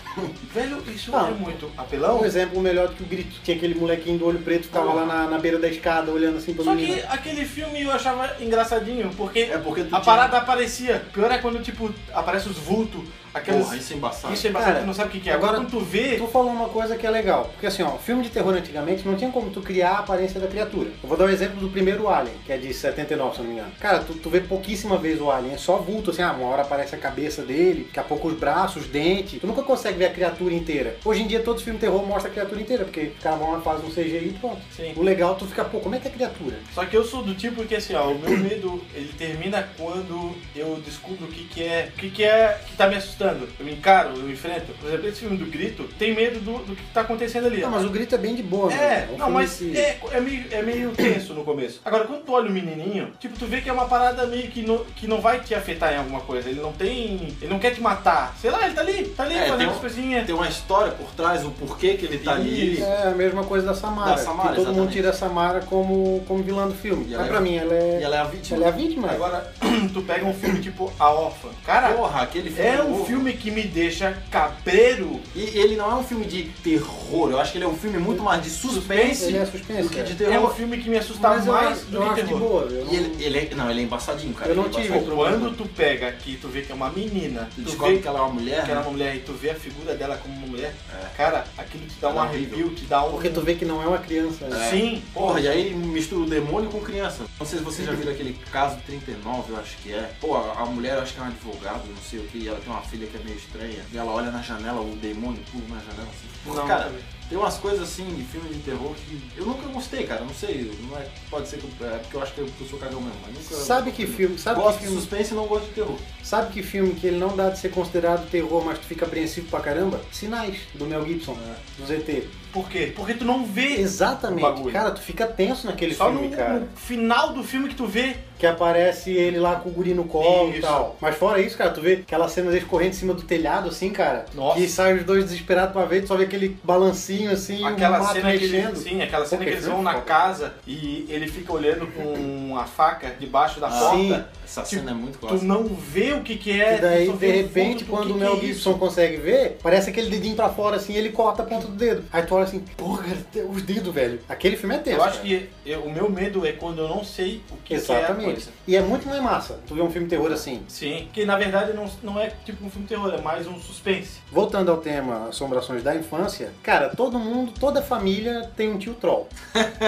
[SPEAKER 2] Velho, isso
[SPEAKER 1] Não.
[SPEAKER 2] é muito
[SPEAKER 1] Um
[SPEAKER 2] apelão.
[SPEAKER 1] exemplo melhor do que o grito. Tinha aquele molequinho do olho preto que tava lá na, na beira da escada olhando assim pra
[SPEAKER 2] Só
[SPEAKER 1] menina.
[SPEAKER 2] que aquele filme eu achava engraçadinho, porque,
[SPEAKER 4] É porque tu
[SPEAKER 2] a
[SPEAKER 4] tinha-
[SPEAKER 2] parada aparecia. Pior é quando, tipo, aparece os vultos, aqueles...
[SPEAKER 4] Porra, isso é embaçado.
[SPEAKER 2] Isso é bastante,
[SPEAKER 1] Cara,
[SPEAKER 2] tu não sabe o que, que é. Agora,
[SPEAKER 1] agora-
[SPEAKER 2] quando tu vê,
[SPEAKER 1] Tu falou uma coisa que é legal, porque assim, ó, filme de terror antigamente não tinha como tu criar a aparência da criatura. Eu vou dar o exemplo do primeiro Alien, que é de 79, se eu não me engano. Cara, tu, tu vê pouquíssima vez o Alien, é só vulto, assim, ah, uma hora aparece a cabeça dele, daqui a pouco os braços, os dentes, tu nunca consegue ver a criatura inteira. Hoje em dia todos os filmes de terror mostram a criatura inteira, porque os caras vão lá, fazem um CGI e pronto.
[SPEAKER 2] Sim.
[SPEAKER 1] O legal, tu fica, pô, como é que é a criatura?
[SPEAKER 2] Só que eu sou do tipo que assim, ó, o meu medo ele termina quando eu descubro o que, que é, o que, que é que tá me assustando. Eu encaro, eu enfrento. Por exemplo, esse filme do grito tem medo do, do que tá acontecendo ali.
[SPEAKER 1] Não, mas o grito é bem de boa,
[SPEAKER 2] É,
[SPEAKER 1] né?
[SPEAKER 4] um
[SPEAKER 2] não, mas é, é meio, é meio tenso no começo. Agora, quando tu olha o menininho, tipo, tu vê que é uma parada meio que não, que não vai te afetar em alguma coisa. Ele não tem. Ele não quer te matar. Sei lá, ele tá ali, tá ali
[SPEAKER 4] É, tem
[SPEAKER 2] fazendo as
[SPEAKER 4] um-
[SPEAKER 2] coisinhas.
[SPEAKER 4] Tem uma história por trás, o porquê que ele tá ali.
[SPEAKER 1] É a mesma coisa da Samara.
[SPEAKER 4] Da Samara,
[SPEAKER 1] que todo mundo
[SPEAKER 4] exatamente.
[SPEAKER 1] tira a Samara como, como vilã do filme.
[SPEAKER 4] E
[SPEAKER 1] Mas
[SPEAKER 4] ela é-
[SPEAKER 1] pra mim, ela
[SPEAKER 4] E
[SPEAKER 1] é.
[SPEAKER 4] ela é a vítima.
[SPEAKER 1] Ela é a vítima.
[SPEAKER 2] Agora, tu pega um filme tipo A Órfã. Cara,
[SPEAKER 4] Porra, aquele filme.
[SPEAKER 2] é um
[SPEAKER 4] novo.
[SPEAKER 2] filme que me deixa cabreiro.
[SPEAKER 4] E ele não é um filme de terror, eu acho que ele é um filme muito mais de suspense
[SPEAKER 1] Ele é
[SPEAKER 4] do
[SPEAKER 1] suspense.
[SPEAKER 4] que
[SPEAKER 1] é.
[SPEAKER 4] de
[SPEAKER 2] É um
[SPEAKER 4] terror.
[SPEAKER 2] filme que me assustava
[SPEAKER 1] Mas eu,
[SPEAKER 2] mais
[SPEAKER 1] acho-
[SPEAKER 2] do
[SPEAKER 1] eu
[SPEAKER 2] que é tipo,
[SPEAKER 1] acho de
[SPEAKER 2] terror.
[SPEAKER 1] boa. Eu não-
[SPEAKER 4] E ele, ele é, não, ele é embaçadinho, cara.
[SPEAKER 1] Eu não
[SPEAKER 4] ele é
[SPEAKER 1] tive
[SPEAKER 4] embaçadinho.
[SPEAKER 2] Quando tu pega que tu vê que é uma menina, tu
[SPEAKER 4] Tu descobre
[SPEAKER 2] vê
[SPEAKER 4] que ela é uma mulher,
[SPEAKER 2] que ela é
[SPEAKER 4] né?
[SPEAKER 2] uma mulher e tu vê a figura dela como uma mulher,
[SPEAKER 4] É.
[SPEAKER 2] cara, aquilo te dá um
[SPEAKER 4] Ela é
[SPEAKER 2] arrepio,
[SPEAKER 4] horrível. é.
[SPEAKER 2] te dá um.
[SPEAKER 1] Porque tu vê que não é uma criança. né?
[SPEAKER 2] Sim,
[SPEAKER 4] Porra, e aí mistura o demônio com criança. Não sei se vocês já viram aquele caso 39, eu acho que é. Pô, a, a mulher, eu acho que é uma advogada, não sei o que, e ela tem uma filha que é meio estranha. E ela olha na janela, o demônio pula na janela assim. Pô,
[SPEAKER 2] Não,
[SPEAKER 4] cara,
[SPEAKER 2] também.
[SPEAKER 4] tem umas coisas assim de filme de terror que eu nunca gostei, cara. Não sei, não é, pode ser que eu, é porque eu acho que eu, que eu sou cagão mesmo, mas nunca.
[SPEAKER 1] Sabe que filme, sabe
[SPEAKER 4] gosto
[SPEAKER 1] que
[SPEAKER 4] de
[SPEAKER 1] filme,
[SPEAKER 4] suspense e não gosto de terror.
[SPEAKER 1] sabe que filme que ele não dá de ser considerado terror, mas tu fica apreensivo pra caramba? Sinais, do Mel Gibson, do ZT.
[SPEAKER 2] Por quê? Porque tu não vê.
[SPEAKER 1] Exatamente.
[SPEAKER 2] Bagulho.
[SPEAKER 1] Cara, tu fica tenso naquele
[SPEAKER 2] Só
[SPEAKER 1] filme,
[SPEAKER 2] no,
[SPEAKER 1] cara.
[SPEAKER 2] no final do filme que tu vê.
[SPEAKER 1] Que aparece ele lá com o guri no colo e
[SPEAKER 2] Isso.
[SPEAKER 1] tal. Mas fora isso, cara, tu vê aquela cena deles correndo em cima do telhado, assim, cara.
[SPEAKER 2] Nossa.
[SPEAKER 1] Que sai os dois desesperados pra ver, tu só vê aquele balancinho bracinho assim,
[SPEAKER 2] Aquela
[SPEAKER 1] um mato
[SPEAKER 2] cena que
[SPEAKER 1] mexendo.
[SPEAKER 2] eles, sim, aquela cena
[SPEAKER 1] Pô,
[SPEAKER 2] que
[SPEAKER 1] que
[SPEAKER 2] eles
[SPEAKER 1] filme
[SPEAKER 2] vão na
[SPEAKER 1] foda.
[SPEAKER 2] casa e ele fica olhando com a faca debaixo da porta.
[SPEAKER 1] Ah, Sim.
[SPEAKER 4] Essa
[SPEAKER 2] Tipo,
[SPEAKER 4] cena é muito
[SPEAKER 2] Tu
[SPEAKER 4] clássica.
[SPEAKER 2] não vê o que que é.
[SPEAKER 1] E daí,
[SPEAKER 2] tu só
[SPEAKER 1] de
[SPEAKER 2] vê o
[SPEAKER 1] repente,
[SPEAKER 2] vulto,
[SPEAKER 1] quando
[SPEAKER 2] que
[SPEAKER 1] o Mel
[SPEAKER 2] que é
[SPEAKER 1] Gibson
[SPEAKER 2] isso?
[SPEAKER 1] consegue ver, parece aquele dedinho pra fora, assim, ele corta a ponta do dedo. Aí tu olha assim, porra, os dedos, velho. Aquele filme é tenso.
[SPEAKER 2] Eu acho
[SPEAKER 1] cara.
[SPEAKER 2] que eu- o meu medo é quando eu não sei o que, que é a
[SPEAKER 1] Exatamente.
[SPEAKER 2] coisa.
[SPEAKER 1] e é muito mais massa tu vê um filme de terror assim.
[SPEAKER 2] Sim, que na verdade não, não é tipo um filme de terror, é mais um suspense.
[SPEAKER 1] Voltando ao tema assombrações da infância, cara, todo mundo, toda família tem um tio troll.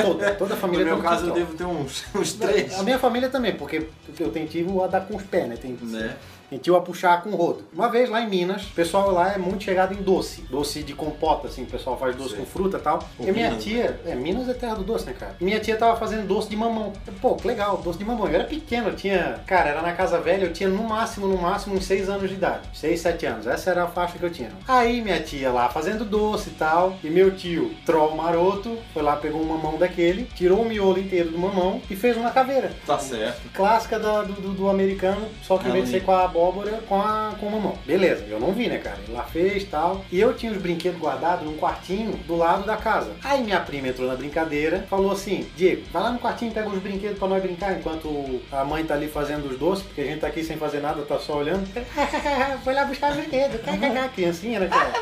[SPEAKER 1] Toda, toda
[SPEAKER 4] No
[SPEAKER 1] família tem um
[SPEAKER 4] meu caso, eu
[SPEAKER 1] tio troll.
[SPEAKER 4] devo ter uns, uns três.
[SPEAKER 1] A minha família também, porque eu tenho tio a dar com os pés, né? Tem,
[SPEAKER 4] Né?
[SPEAKER 1] tem tio a puxar com o rodo. Uma vez lá em Minas, o pessoal lá é muito chegado em doce. Doce de compota, assim, o pessoal faz doce
[SPEAKER 4] Sei.
[SPEAKER 1] com fruta e tal.
[SPEAKER 4] Com
[SPEAKER 1] e minha
[SPEAKER 4] Minas.
[SPEAKER 1] tia, é, Minas é terra do doce, né, cara? Minha tia tava fazendo doce de mamão. Eu, Pô, que legal, doce de mamão. Eu era pequeno, eu tinha, cara, era na casa velha, eu tinha no máximo, no máximo, uns 6 anos de idade. 6, 7 anos. Essa era a faixa que eu tinha. Aí minha tia lá fazendo doce e tal. E meu tio, troll maroto, foi lá, pegou um mamão daquele, tirou o miolo inteiro do mamão e fez uma caveira
[SPEAKER 4] Tá certo.
[SPEAKER 1] clássica da- do, do- do americano, só que em vez de ser com a abóbora, com, a, com o mamão. Beleza, eu não vi, né, cara? Ele lá fez tal. E eu tinha os brinquedos guardados num quartinho do lado da casa. Aí minha prima entrou na brincadeira, falou assim: Diego, vai lá no quartinho e pega os brinquedos pra nós brincar enquanto a mãe tá ali fazendo os doces, porque a gente tá aqui sem fazer nada, tá só olhando. Foi lá buscar os brinquedos. Criancinha, né, cara?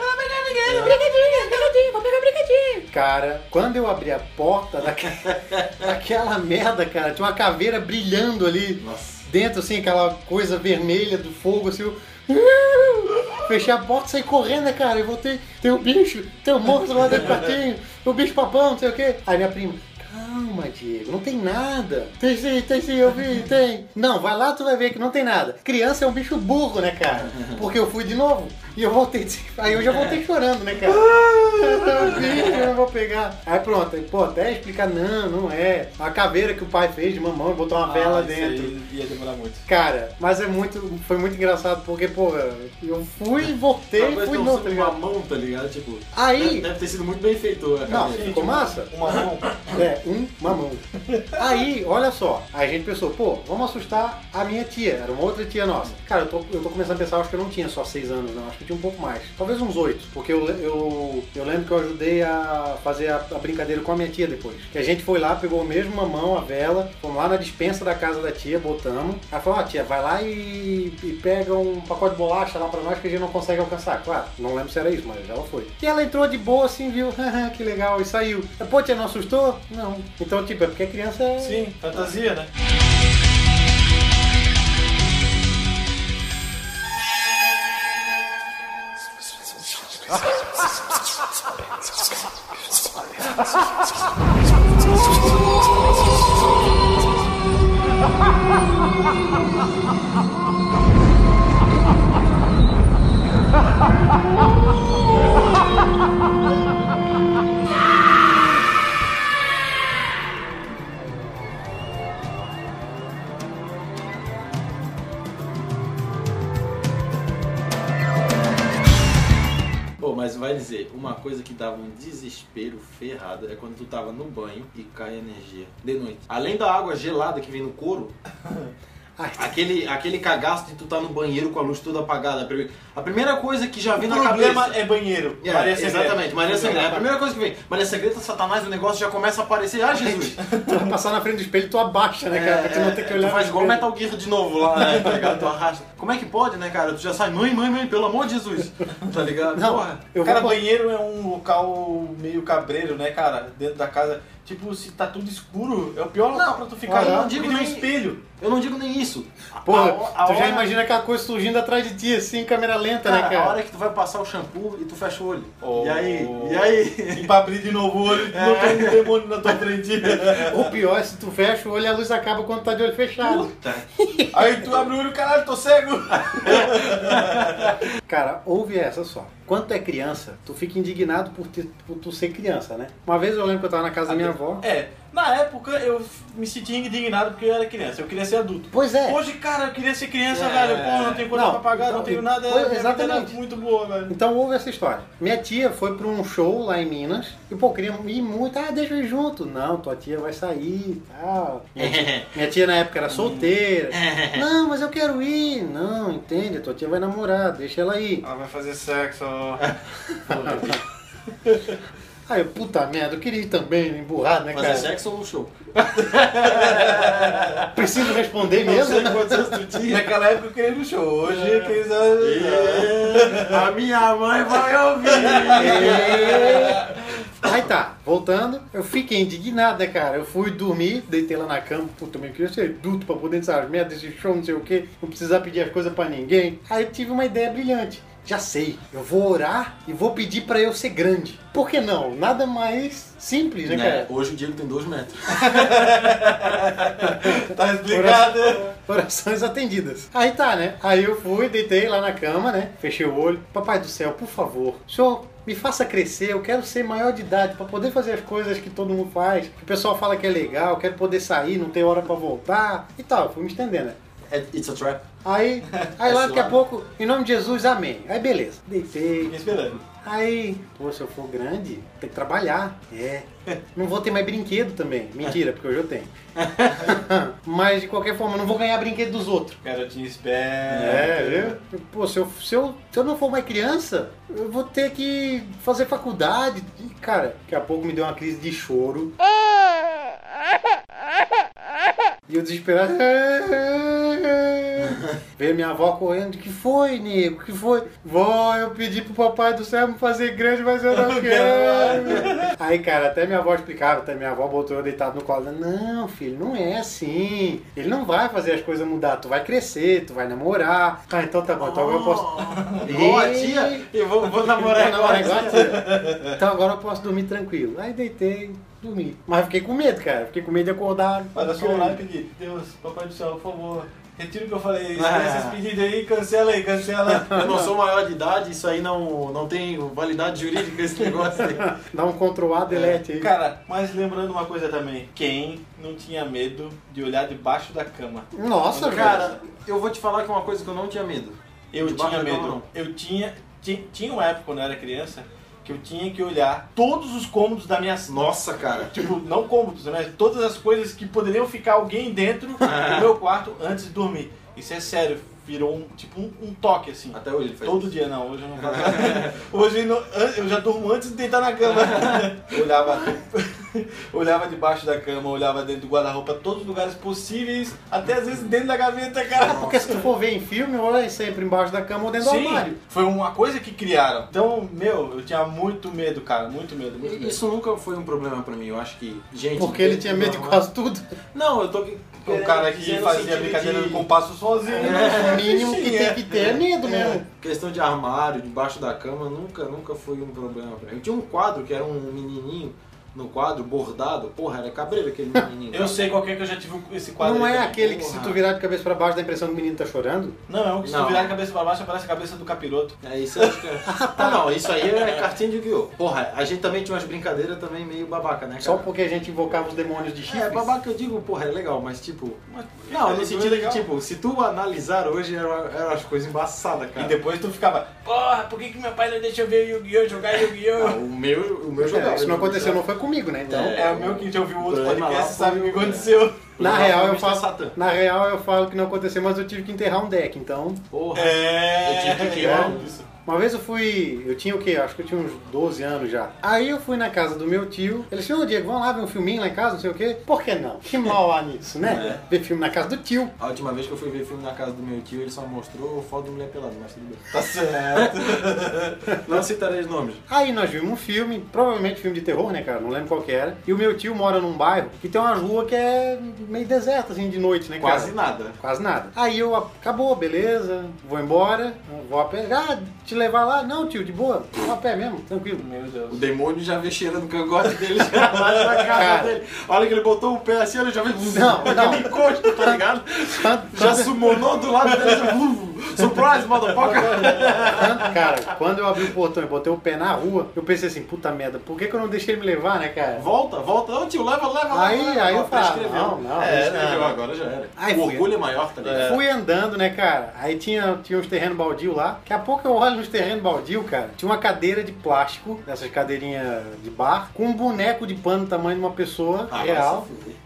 [SPEAKER 1] Cara, quando eu abri a porta daquela, daquela merda, cara, tinha uma caveira brilhando ali
[SPEAKER 4] Nossa.
[SPEAKER 1] dentro, assim, aquela coisa vermelha do fogo, assim. Eu... "Uh!" Fechei a porta e saí correndo, né, cara? Eu voltei, tem um bicho, tem um monstro lá dentro do quartinho, o bicho papão, não sei o quê. Aí minha prima, calma, Diego, não tem nada. Tem sim, tem sim, eu vi, tem. Não, vai lá, tu vai ver que não tem nada. Criança é um bicho burro, né, cara? Porque eu fui de novo e eu voltei, de- aí eu já voltei chorando, né, cara? Eu vi, eu não vou pegar. Aí pronto, aí, pô, até explicar, não, não é. A caveira que o pai fez de mamão e botou uma vela
[SPEAKER 2] Ah, isso
[SPEAKER 1] dentro.
[SPEAKER 2] aí Ia demorar muito.
[SPEAKER 1] Cara, mas é muito. Foi muito engraçado porque, pô, eu fui, voltei
[SPEAKER 4] Talvez
[SPEAKER 1] fui
[SPEAKER 4] não
[SPEAKER 1] não,
[SPEAKER 4] seja
[SPEAKER 1] tá
[SPEAKER 4] uma
[SPEAKER 1] ligado?
[SPEAKER 4] mão, tá ligado? Tipo,
[SPEAKER 1] Aí-
[SPEAKER 4] deve- deve ter sido muito bem feito. a
[SPEAKER 1] Não,
[SPEAKER 4] cabeça.
[SPEAKER 1] ficou massa?
[SPEAKER 2] Uma mão.
[SPEAKER 1] É, um mamão. Aí, olha só, aí a gente pensou, pô, vamos assustar a minha tia, era uma outra tia nossa. Cara, eu tô, eu tô começando a pensar, acho que eu não tinha só seis anos, não, acho que eu tinha um pouco mais. Talvez uns oito, porque eu, le- eu, eu lembro que eu ajudei a fazer a, a brincadeira com a minha tia depois. Que a gente foi lá, pegou o mesmo mamão, a vela, fomos lá na dispensa da casa da tia, botamos. Aí falou, ó tia, vai lá e, e pega um pacote de bolacha lá pra nós que a gente não consegue alcançar. Claro, não lembro se era isso, mas ela foi. E ela entrou de boa assim, viu, "Haha, que legal, e saiu. "É, Pô, tia, não assustou? Não. Então, tipo, é porque a criança é...
[SPEAKER 2] Sim, fantasia, né?
[SPEAKER 4] Pô, mas vai dizer, uma coisa que dava um desespero ferrado é quando tu tava no banho e cai energia de noite. Além da água gelada que vem no couro,
[SPEAKER 1] Ai,
[SPEAKER 4] aquele, aquele cagaço de tu tá no banheiro com a luz toda apagada. A prime- A primeira coisa que já vem na
[SPEAKER 2] o problema
[SPEAKER 4] cabeça.
[SPEAKER 2] é banheiro.
[SPEAKER 4] É,
[SPEAKER 2] Maria Segreda.
[SPEAKER 4] exatamente, Maria Sangrenta. A primeira coisa que vem, Maria Sangrenta, Satanás, o negócio já começa a aparecer. Ah, Jesus!
[SPEAKER 1] tu vai passar na frente do espelho, tu abaixa, né, cara? pra tu não ter que olhar
[SPEAKER 4] É, tu faz
[SPEAKER 1] no
[SPEAKER 4] igual
[SPEAKER 1] espelho.
[SPEAKER 4] Metal Gear de novo lá, né? Tá ligado? Tu arrasta. Como é que pode, né, cara? Tu já sai, mãe, mãe, mãe, pelo amor de Jesus. Tá ligado?
[SPEAKER 1] Não,
[SPEAKER 4] Porra.
[SPEAKER 1] eu
[SPEAKER 2] cara,
[SPEAKER 1] vou...
[SPEAKER 2] banheiro é um local meio cabreiro, né, cara? Dentro da casa. Tipo, se tá tudo escuro, é o pior local
[SPEAKER 4] Não,
[SPEAKER 2] pra tu ficar.
[SPEAKER 4] eu não
[SPEAKER 2] Tu
[SPEAKER 4] digo
[SPEAKER 2] tem um
[SPEAKER 4] nem-
[SPEAKER 2] espelho.
[SPEAKER 4] Eu não digo nem isso.
[SPEAKER 1] Porra,
[SPEAKER 4] A- a
[SPEAKER 1] tu já
[SPEAKER 4] hora-
[SPEAKER 1] imagina aquela coisa surgindo atrás de ti, assim, em câmera lenta, né,
[SPEAKER 4] Cara,
[SPEAKER 1] cara?
[SPEAKER 4] a hora que tu vai passar o shampoo e tu fecha o olho.
[SPEAKER 2] Oh.
[SPEAKER 4] E aí? E aí? É.
[SPEAKER 2] E pra abrir de novo o olho, não tem um demônio na tua frente.
[SPEAKER 1] O pior é se tu fecha o olho e a luz acaba quando tá de olho fechado.
[SPEAKER 2] Aí tu abre o olho, caralho, tô cego.
[SPEAKER 1] Cara, ouve essa só. Quando tu é criança, tu fica indignado por, ter- por tu ser criança, né? Uma vez eu lembro que eu tava na casa da minha avó.
[SPEAKER 2] É, na época eu me sentia indignado porque eu era criança, eu queria ser adulto.
[SPEAKER 1] Pois é.
[SPEAKER 2] Hoje, cara, eu queria ser criança,
[SPEAKER 4] É.
[SPEAKER 2] velho. Pô, não tenho conta
[SPEAKER 1] Não,
[SPEAKER 2] pra pagar, não
[SPEAKER 1] então,
[SPEAKER 2] tenho
[SPEAKER 1] e-
[SPEAKER 2] nada.
[SPEAKER 1] pois,
[SPEAKER 2] minha vida era
[SPEAKER 1] exatamente.
[SPEAKER 2] muito boa, velho.
[SPEAKER 1] Então ouve essa história. Minha tia foi pra um show lá em Minas e, pô, queria ir muito. Ah, deixa eu ir junto. Não, tua tia vai sair e tal. Minha tia, minha tia, na época era solteira. Não, mas eu quero ir. Não, entende? Tua tia vai namorar, deixa ela ir.
[SPEAKER 2] Ela vai fazer sexo.
[SPEAKER 1] Aí eu, puta merda, eu queria ir também, emburrado, né,
[SPEAKER 4] Mas é
[SPEAKER 1] cara?
[SPEAKER 4] sexo ou show?
[SPEAKER 1] Preciso responder mesmo? né?
[SPEAKER 4] quantos anos tu tinha.
[SPEAKER 2] Naquela época eu queria ir no show, hoje
[SPEAKER 4] É.
[SPEAKER 2] eu queria
[SPEAKER 1] é
[SPEAKER 2] ir
[SPEAKER 4] A minha mãe vai
[SPEAKER 1] Né,
[SPEAKER 4] ouvir.
[SPEAKER 1] Aí tá, voltando, eu fiquei indignado, né, cara? Eu fui dormir, deitei lá na cama, puta, meu, eu queria ser adulto pra poder dessas merdas, esse show, não sei o quê, não precisar pedir as coisas pra ninguém. Aí eu tive uma ideia brilhante. Já sei, eu vou orar e vou pedir pra eu ser grande. Por que não? Nada mais simples, né,
[SPEAKER 4] Né,
[SPEAKER 1] cara?
[SPEAKER 4] Hoje o Diego tem dois metros.
[SPEAKER 2] Tá explicado?
[SPEAKER 1] Orações atendidas. Aí tá, né? Aí eu fui, deitei lá na cama, né? Fechei o olho. Papai do céu, por favor, o senhor me faça crescer, eu quero ser maior de idade pra poder fazer as coisas que todo mundo faz, que o pessoal fala que é legal, quero poder sair, não tem hora pra voltar e tal. Fui me estendendo, né?
[SPEAKER 4] É- It's a trap.
[SPEAKER 1] Aí, aí lá
[SPEAKER 4] Esse
[SPEAKER 1] daqui a
[SPEAKER 4] lado.
[SPEAKER 1] pouco, em nome de Jesus, amém. Aí beleza, deitei,
[SPEAKER 2] Fiquei esperando.
[SPEAKER 1] Aí, pô, se eu for grande, tem que trabalhar. É. Não vou ter mais brinquedo também. Mentira, porque hoje eu tenho. Mas de qualquer forma, eu não vou ganhar brinquedo dos outros.
[SPEAKER 2] Garotinho esperto.
[SPEAKER 1] É, viu? Pô, se eu, se, eu, se eu não for mais criança, eu vou ter que fazer faculdade. E, cara, daqui a pouco me deu uma crise de choro. E eu desesperado. Veio minha avó correndo. Que foi, nego? Que foi? Vó, eu pedi pro papai do céu me fazer grande, mas eu não quero. Aí, cara, até minha avó explicava, até minha avó botou eu deitado no colo. Não, filho, não é assim. Ele não vai fazer as coisas mudar. Tu vai crescer, tu vai namorar. Ah, então tá bom, então agora eu posso. é
[SPEAKER 4] Igual a tia. Eu vou, vou namorar
[SPEAKER 1] Vou namorar
[SPEAKER 4] agora.
[SPEAKER 1] igual a tia. Então agora eu posso dormir tranquilo. Aí deitei, dormi. Mas eu fiquei com medo, cara. Fiquei com medo de acordar.
[SPEAKER 2] Mas eu só
[SPEAKER 4] um
[SPEAKER 2] vou lá e pedir. Deus, papai do céu, por favor. Retira o que eu falei.
[SPEAKER 4] Ah.
[SPEAKER 2] Esquece esse pedido aí, cancela aí, cancela.
[SPEAKER 4] Eu não sou maior de idade, isso aí não, não tem validade jurídica esse negócio aí.
[SPEAKER 1] Dá um Ctrl
[SPEAKER 4] É.
[SPEAKER 1] A, delete aí.
[SPEAKER 2] Cara, mas lembrando uma coisa também. Quem não tinha medo de olhar debaixo da cama?
[SPEAKER 1] Nossa,
[SPEAKER 4] Cara, eu vou te falar que é uma coisa que eu não tinha medo.
[SPEAKER 2] Eu
[SPEAKER 4] Debaixo
[SPEAKER 2] tinha
[SPEAKER 4] da
[SPEAKER 2] medo.
[SPEAKER 4] cama, não.
[SPEAKER 2] Eu tinha, ti- tinha uma época quando eu era criança que eu tinha que olhar todos os cômodos da minha sala.
[SPEAKER 4] Nossa, cara.
[SPEAKER 2] Tipo, não cômodos, né? Todas as coisas que poderiam ficar alguém dentro
[SPEAKER 1] É.
[SPEAKER 2] do meu quarto antes de dormir. Isso é sério, virou um, tipo um, um toque assim.
[SPEAKER 1] É.
[SPEAKER 4] Até hoje ele faz
[SPEAKER 2] Todo dia não, hoje eu não faço. hoje eu não- an- eu já durmo antes de deitar na cama. Eu olhava, olhava debaixo da cama, olhava dentro do guarda-roupa, todos os lugares possíveis, até às vezes dentro da gaveta, cara.
[SPEAKER 1] Porque se tu for ver em filme, ou é sempre embaixo da cama ou dentro do
[SPEAKER 2] Sim,
[SPEAKER 1] armário.
[SPEAKER 2] foi uma coisa que criaram. Então, meu, eu tinha muito medo, cara, muito medo, muito medo.
[SPEAKER 4] Isso nunca foi um problema pra mim, eu acho que. Gente.
[SPEAKER 1] Porque ele tinha medo de
[SPEAKER 4] não,
[SPEAKER 1] quase tudo.
[SPEAKER 4] Não, eu tô.
[SPEAKER 2] Um cara que fazia brincadeira no compasso sozinho.
[SPEAKER 1] O mínimo que
[SPEAKER 2] Sim, é.
[SPEAKER 1] tem que ter é medo mesmo.
[SPEAKER 4] Questão de armário, debaixo da cama, nunca, nunca foi um problema pra mim. Eu tinha um quadro que era um menininho no quadro, bordado. Porra, era cabreiro aquele menininho.
[SPEAKER 2] Eu sei qual que é que eu já tive esse quadro.
[SPEAKER 1] Não
[SPEAKER 2] aí
[SPEAKER 1] é
[SPEAKER 2] também.
[SPEAKER 1] aquele que se tu
[SPEAKER 4] Porra.
[SPEAKER 1] virar de cabeça pra baixo dá a impressão que o menino tá chorando?
[SPEAKER 2] Não, é um que se tu
[SPEAKER 4] Não.
[SPEAKER 2] virar a cabeça pra baixo parece a cabeça do capiroto.
[SPEAKER 4] É isso aí. Ah, não, isso aí é cartinha de guiô. Porra, a gente também tinha umas brincadeiras também meio babaca, né? Cara?
[SPEAKER 1] Só um porque a gente invocava os demônios de chifres?
[SPEAKER 4] É, babaca eu digo, porra, é legal, mas tipo.
[SPEAKER 2] é
[SPEAKER 4] Não, no
[SPEAKER 2] legal.
[SPEAKER 4] sentido de, tipo, se tu analisar hoje, eram eram as coisas embaçadas, cara.
[SPEAKER 2] E depois tu ficava, porra, por que, que meu pai não deixa eu ver Yu-Gi-Oh! jogar Yu-Gi-Oh!
[SPEAKER 4] Ah, o meu, o meu
[SPEAKER 1] É,
[SPEAKER 4] jogava. né?
[SPEAKER 1] isso não aconteceu, não foi comigo, né? Então,
[SPEAKER 2] É o meu que já ouviu outro
[SPEAKER 4] Problema
[SPEAKER 2] podcast
[SPEAKER 4] lá
[SPEAKER 2] sabe o
[SPEAKER 4] foi
[SPEAKER 1] né?
[SPEAKER 2] que
[SPEAKER 4] o-
[SPEAKER 2] aconteceu.
[SPEAKER 1] na, real, eu
[SPEAKER 4] Mr.
[SPEAKER 1] falo,
[SPEAKER 4] Satan.
[SPEAKER 1] na real eu falo que não aconteceu, mas eu tive que enterrar um deck, então...
[SPEAKER 4] Porra.
[SPEAKER 2] É,
[SPEAKER 4] Eu tive que queimar
[SPEAKER 2] é
[SPEAKER 4] um.
[SPEAKER 2] isso.
[SPEAKER 1] Uma vez eu fui, eu tinha o quê? Acho que eu tinha uns 12 anos já. Aí eu fui na casa do meu tio. Ele disse: Ô Diego, vamos lá ver um filminho lá em casa, não sei o quê. Por que não? Que mal há nisso, né? Ver filme na casa do tio.
[SPEAKER 4] A última vez que eu fui ver filme na casa do meu tio, ele só mostrou foto de mulher pelada, mas tudo bem.
[SPEAKER 2] Tá certo.
[SPEAKER 4] Não citarei os nomes.
[SPEAKER 1] Aí nós vimos um filme, provavelmente filme de terror, né, cara? Não lembro qual que era. E o meu tio mora num bairro que tem uma rua que é meio deserta, assim, de noite, né, cara?
[SPEAKER 4] Quase nada.
[SPEAKER 1] Quase nada. Aí eu, acabou, beleza, vou embora, vou a pé. Ah, te levar lá? Não, tio, de boa, vou a pé mesmo, tranquilo.
[SPEAKER 2] Meu
[SPEAKER 4] O
[SPEAKER 2] Deus.
[SPEAKER 4] demônio já vê cheirando o cangote dele, já vai na casa
[SPEAKER 1] Cara.
[SPEAKER 4] dele. A hora que ele botou o pé assim, ele já veio.
[SPEAKER 1] Não, não.
[SPEAKER 4] Aquele encosto, tá ligado?
[SPEAKER 1] Tanto-
[SPEAKER 4] Já
[SPEAKER 1] tanto-
[SPEAKER 4] sumonou do lado dele, já. uh, Surprise, motherfucker!
[SPEAKER 1] Tanto, cara, quando eu abri o portão e botei o pé na rua, eu pensei assim, puta merda, por que, que eu não deixei ele me levar, né, cara?
[SPEAKER 4] Volta, volta. Não, tio, leva, leva, leva.
[SPEAKER 1] Aí-
[SPEAKER 4] leva.
[SPEAKER 1] aí eu
[SPEAKER 4] Ó,
[SPEAKER 1] falo,
[SPEAKER 4] prescreveu. É,
[SPEAKER 1] não, não,
[SPEAKER 4] Prescreveu,
[SPEAKER 2] não.
[SPEAKER 4] agora já era.
[SPEAKER 1] Aí
[SPEAKER 4] o
[SPEAKER 1] fui.
[SPEAKER 4] orgulho é maior, tá ligado?
[SPEAKER 1] Fui andando, né, cara? Aí tinha, tinha uns terrenos baldio lá. Daqui a pouco eu olho nos terrenos baldio, cara. Tinha uma cadeira de plástico, dessas cadeirinhas de bar, com um boneco de pano tamanho de uma pessoa
[SPEAKER 4] Ah, vai
[SPEAKER 1] real.
[SPEAKER 4] se fuder.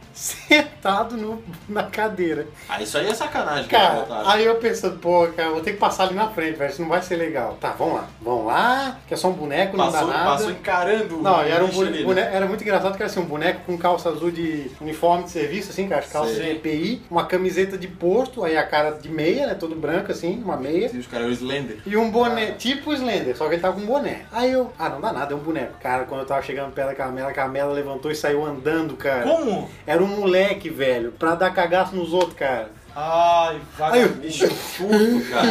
[SPEAKER 1] sentado no- na cadeira.
[SPEAKER 4] Ah, isso aí é sacanagem, tá?
[SPEAKER 1] Cara,
[SPEAKER 4] Otávio.
[SPEAKER 1] aí eu pensando, pô, cara, vou ter que passar ali na frente, velho, isso não vai ser legal. Tá, vamos lá, vamos lá, que é só um boneco, não
[SPEAKER 4] passou,
[SPEAKER 1] dá nada.
[SPEAKER 4] passou encarando
[SPEAKER 1] Não,
[SPEAKER 4] o
[SPEAKER 1] e era, um
[SPEAKER 4] bicho
[SPEAKER 1] bone-
[SPEAKER 4] ali, né?
[SPEAKER 1] boneco- era muito engraçado que era assim, um boneco com calça azul de uniforme de serviço, assim, cara, as calças
[SPEAKER 4] Sei.
[SPEAKER 1] de EPI, uma camiseta de posto, aí a cara de meia, né, todo branco, assim, uma meia.
[SPEAKER 4] E né? os caras, é o Slender.
[SPEAKER 1] E um boné, tipo Slender, só que ele tava com um boné. Aí eu, ah, não dá nada, é um boneco. Cara, quando eu tava chegando perto da Carmela, a Carmela levantou e saiu andando, cara.
[SPEAKER 2] Como?
[SPEAKER 1] Era um moleque, velho, pra dar cagaço nos outros, cara.
[SPEAKER 2] Ai, vagabundo.
[SPEAKER 4] Bicho furto, cara.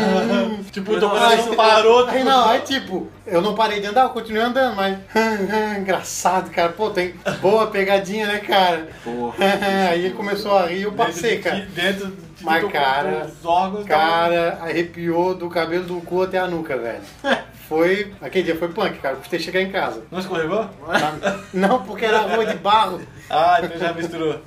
[SPEAKER 2] Tipo, o
[SPEAKER 4] Não,
[SPEAKER 2] teu coração
[SPEAKER 1] mas-
[SPEAKER 2] parou.
[SPEAKER 1] Aí não, aí tipo, eu não parei de andar, eu continuei andando, mas. Engraçado, cara. Pô, tem boa pegadinha, né, cara?
[SPEAKER 4] Porra.
[SPEAKER 1] aí ele começou a rir e eu passei,
[SPEAKER 2] Dentro de
[SPEAKER 1] cara.
[SPEAKER 2] ti- Dentro de ti,
[SPEAKER 1] Mas,
[SPEAKER 2] tu-
[SPEAKER 1] cara,
[SPEAKER 2] os órgãos tá
[SPEAKER 4] tá
[SPEAKER 2] da-
[SPEAKER 1] Cara, arrepiou do cabelo do cu até a nuca, velho. Foi. Aquele dia foi punk, cara. Custei chegar em casa.
[SPEAKER 2] Não escorregou?
[SPEAKER 1] Tá? Não, porque era rua de barro.
[SPEAKER 2] Ah, então já misturou.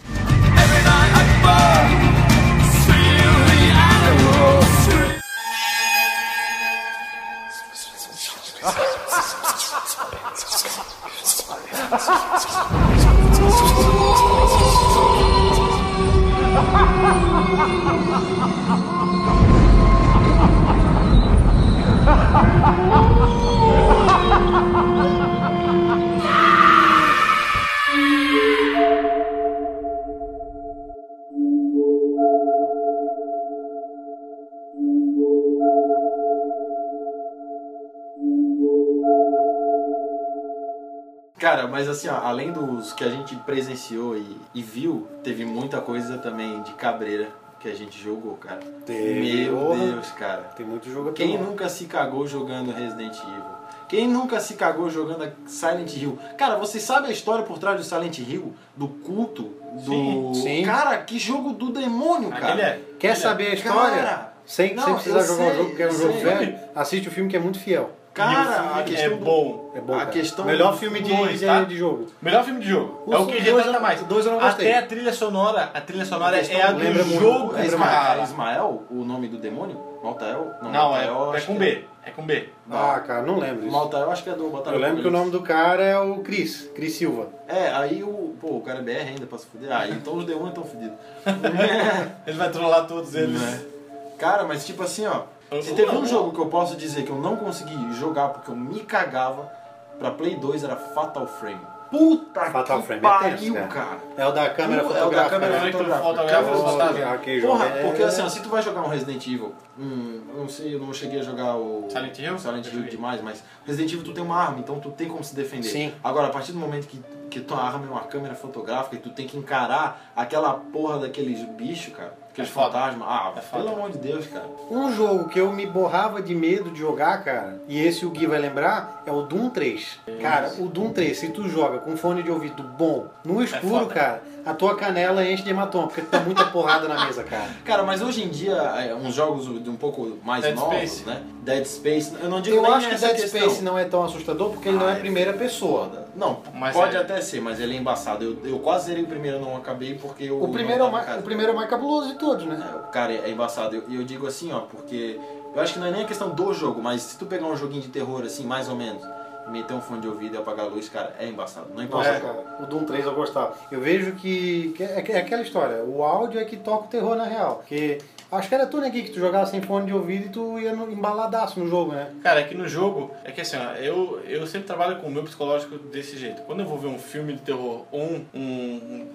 [SPEAKER 4] Cara, mas assim, ó, além dos que a gente presenciou e, e viu, teve muita coisa também de cabreira que a gente jogou, cara.
[SPEAKER 1] Teve,
[SPEAKER 4] Meu
[SPEAKER 1] porra.
[SPEAKER 4] Deus, cara.
[SPEAKER 1] Tem muito jogo aqui.
[SPEAKER 4] Quem nunca se cagou jogando Resident Evil? Quem nunca se cagou jogando Silent Hill? Cara, vocês sabem a história por trás do Silent Hill? Do culto? Do.
[SPEAKER 1] Sim, sim.
[SPEAKER 4] Cara, que jogo do demônio,
[SPEAKER 2] Aquele
[SPEAKER 4] cara.
[SPEAKER 2] é.
[SPEAKER 1] Quer saber a história?
[SPEAKER 4] Cara,
[SPEAKER 1] sem,
[SPEAKER 4] não,
[SPEAKER 1] sem
[SPEAKER 4] eu
[SPEAKER 1] precisar jogar
[SPEAKER 4] sei,
[SPEAKER 1] um jogo que é um
[SPEAKER 4] eu
[SPEAKER 1] jogo
[SPEAKER 4] sei.
[SPEAKER 1] velho, assiste o filme que é muito fiel.
[SPEAKER 4] Cara, a
[SPEAKER 2] E o filme
[SPEAKER 4] questão
[SPEAKER 2] é
[SPEAKER 4] do-
[SPEAKER 2] bom.
[SPEAKER 1] É bom.
[SPEAKER 4] A
[SPEAKER 1] cara.
[SPEAKER 4] questão
[SPEAKER 1] Melhor
[SPEAKER 4] do-
[SPEAKER 1] filme de,
[SPEAKER 2] dois,
[SPEAKER 1] de-
[SPEAKER 2] tá?
[SPEAKER 1] de jogo.
[SPEAKER 2] Melhor filme de jogo.
[SPEAKER 1] O
[SPEAKER 2] é o que
[SPEAKER 1] dois
[SPEAKER 2] retrata
[SPEAKER 1] eu-
[SPEAKER 2] mais.
[SPEAKER 1] dois eu não gostei.
[SPEAKER 2] Até a trilha sonora. A trilha sonora
[SPEAKER 1] A questão
[SPEAKER 2] é a
[SPEAKER 1] lembra
[SPEAKER 2] do
[SPEAKER 1] muito.
[SPEAKER 2] jogo.
[SPEAKER 4] É Ismael,
[SPEAKER 2] cara.
[SPEAKER 4] é Ismael o nome do demônio? Maltael?
[SPEAKER 2] Não,
[SPEAKER 4] Maltael,
[SPEAKER 2] é, é
[SPEAKER 4] acho
[SPEAKER 2] com
[SPEAKER 4] que
[SPEAKER 2] B. É com B.
[SPEAKER 1] Ah, cara, não lembro disso.
[SPEAKER 4] Maltael acho que é do Batalha
[SPEAKER 1] Eu lembro que o nome do cara é o Cris, Cris Silva.
[SPEAKER 4] É, aí o. Pô, o cara é BR ainda pra se fuder. Ah, então os demônios estão fudidos.
[SPEAKER 2] Ele vai trollar todos eles.
[SPEAKER 4] é. Cara, mas tipo assim, ó.
[SPEAKER 2] Eu-
[SPEAKER 4] Se teve
[SPEAKER 2] não,
[SPEAKER 4] um
[SPEAKER 2] eu-
[SPEAKER 4] jogo que eu posso dizer que eu não consegui jogar porque eu me cagava, pra Play 2 era Fatal Frame. Puta
[SPEAKER 1] Fatal
[SPEAKER 4] Ah, que
[SPEAKER 1] Frame é
[SPEAKER 4] pariu,
[SPEAKER 1] tenso, cara.
[SPEAKER 4] cara.
[SPEAKER 1] É o da câmera
[SPEAKER 4] Uh, é o da
[SPEAKER 1] fotográfica.
[SPEAKER 4] câmera
[SPEAKER 1] né?
[SPEAKER 4] fotográfica.
[SPEAKER 2] Fotográfica
[SPEAKER 1] Porra,
[SPEAKER 2] fotográfica.
[SPEAKER 1] aquele jogo
[SPEAKER 4] Porra,
[SPEAKER 1] é-
[SPEAKER 4] porque assim, ó, se tu vai jogar um Resident Evil, hum, eu não sei, eu não cheguei a jogar o
[SPEAKER 2] Silent Hill?
[SPEAKER 4] Silent
[SPEAKER 2] Eu
[SPEAKER 4] Hill
[SPEAKER 2] joguei.
[SPEAKER 4] demais, mas Resident Evil tu tem uma arma, então tu tem como se defender.
[SPEAKER 1] Sim.
[SPEAKER 4] Agora, a partir do momento que, que tua arma é uma câmera fotográfica e tu tem que encarar aquela porra daqueles bichos, cara, aqueles
[SPEAKER 2] É foda.
[SPEAKER 4] fantasmas, ah,
[SPEAKER 2] É
[SPEAKER 4] pelo
[SPEAKER 2] foda.
[SPEAKER 4] amor de Deus, cara.
[SPEAKER 1] Um jogo que eu me borrava de medo de jogar, cara, e esse o Gui vai lembrar, é o Doom 3. Cara, o Doom 3, se tu joga com fone de ouvido bom,
[SPEAKER 4] É
[SPEAKER 1] no escuro,
[SPEAKER 2] foda.
[SPEAKER 1] cara, a tua canela enche de hematoma, porque tu tá muita porrada na mesa, cara.
[SPEAKER 4] Cara, mas hoje em dia, é, uns jogos de um pouco mais
[SPEAKER 2] Dead
[SPEAKER 4] novos,
[SPEAKER 2] Space.
[SPEAKER 4] né? Dead Space, eu não digo
[SPEAKER 1] Eu
[SPEAKER 4] nem
[SPEAKER 1] acho que
[SPEAKER 4] essa
[SPEAKER 1] Dead
[SPEAKER 4] questão.
[SPEAKER 1] Space não é tão assustador porque ele não é
[SPEAKER 4] Ai,
[SPEAKER 1] primeira pessoa.
[SPEAKER 4] Foda. Não,
[SPEAKER 2] Mas
[SPEAKER 4] pode
[SPEAKER 2] é-
[SPEAKER 4] até ser, mas ele é embaçado. Eu, eu quase zerei o primeiro, não acabei porque eu.
[SPEAKER 1] O
[SPEAKER 4] não
[SPEAKER 1] primeiro, é o
[SPEAKER 4] tava em
[SPEAKER 1] mais,
[SPEAKER 4] casa.
[SPEAKER 1] o primeiro é o mais cabuloso de todos, né?
[SPEAKER 4] É, o Cara, é embaçado. E eu, eu digo assim, ó, porque. Eu acho que não é nem a questão do jogo, mas se tu pegar um joguinho de terror, assim, mais ou menos, e meter um fone de ouvido e apagar a luz, cara, é embaçado. Não importa.
[SPEAKER 1] Nossa, cara, o Doom 3 eu gostava. Eu vejo que, que é, é aquela história, o áudio é que toca o terror na real. Porque acho que era tu, né, Gui, que tu jogava sem fone de ouvido e tu ia no, embaladaço no jogo, né?
[SPEAKER 2] Cara, aqui no jogo, é que assim, ó, eu, eu sempre trabalho com o meu psicológico desse jeito. Quando eu vou ver um filme de terror ou um, um-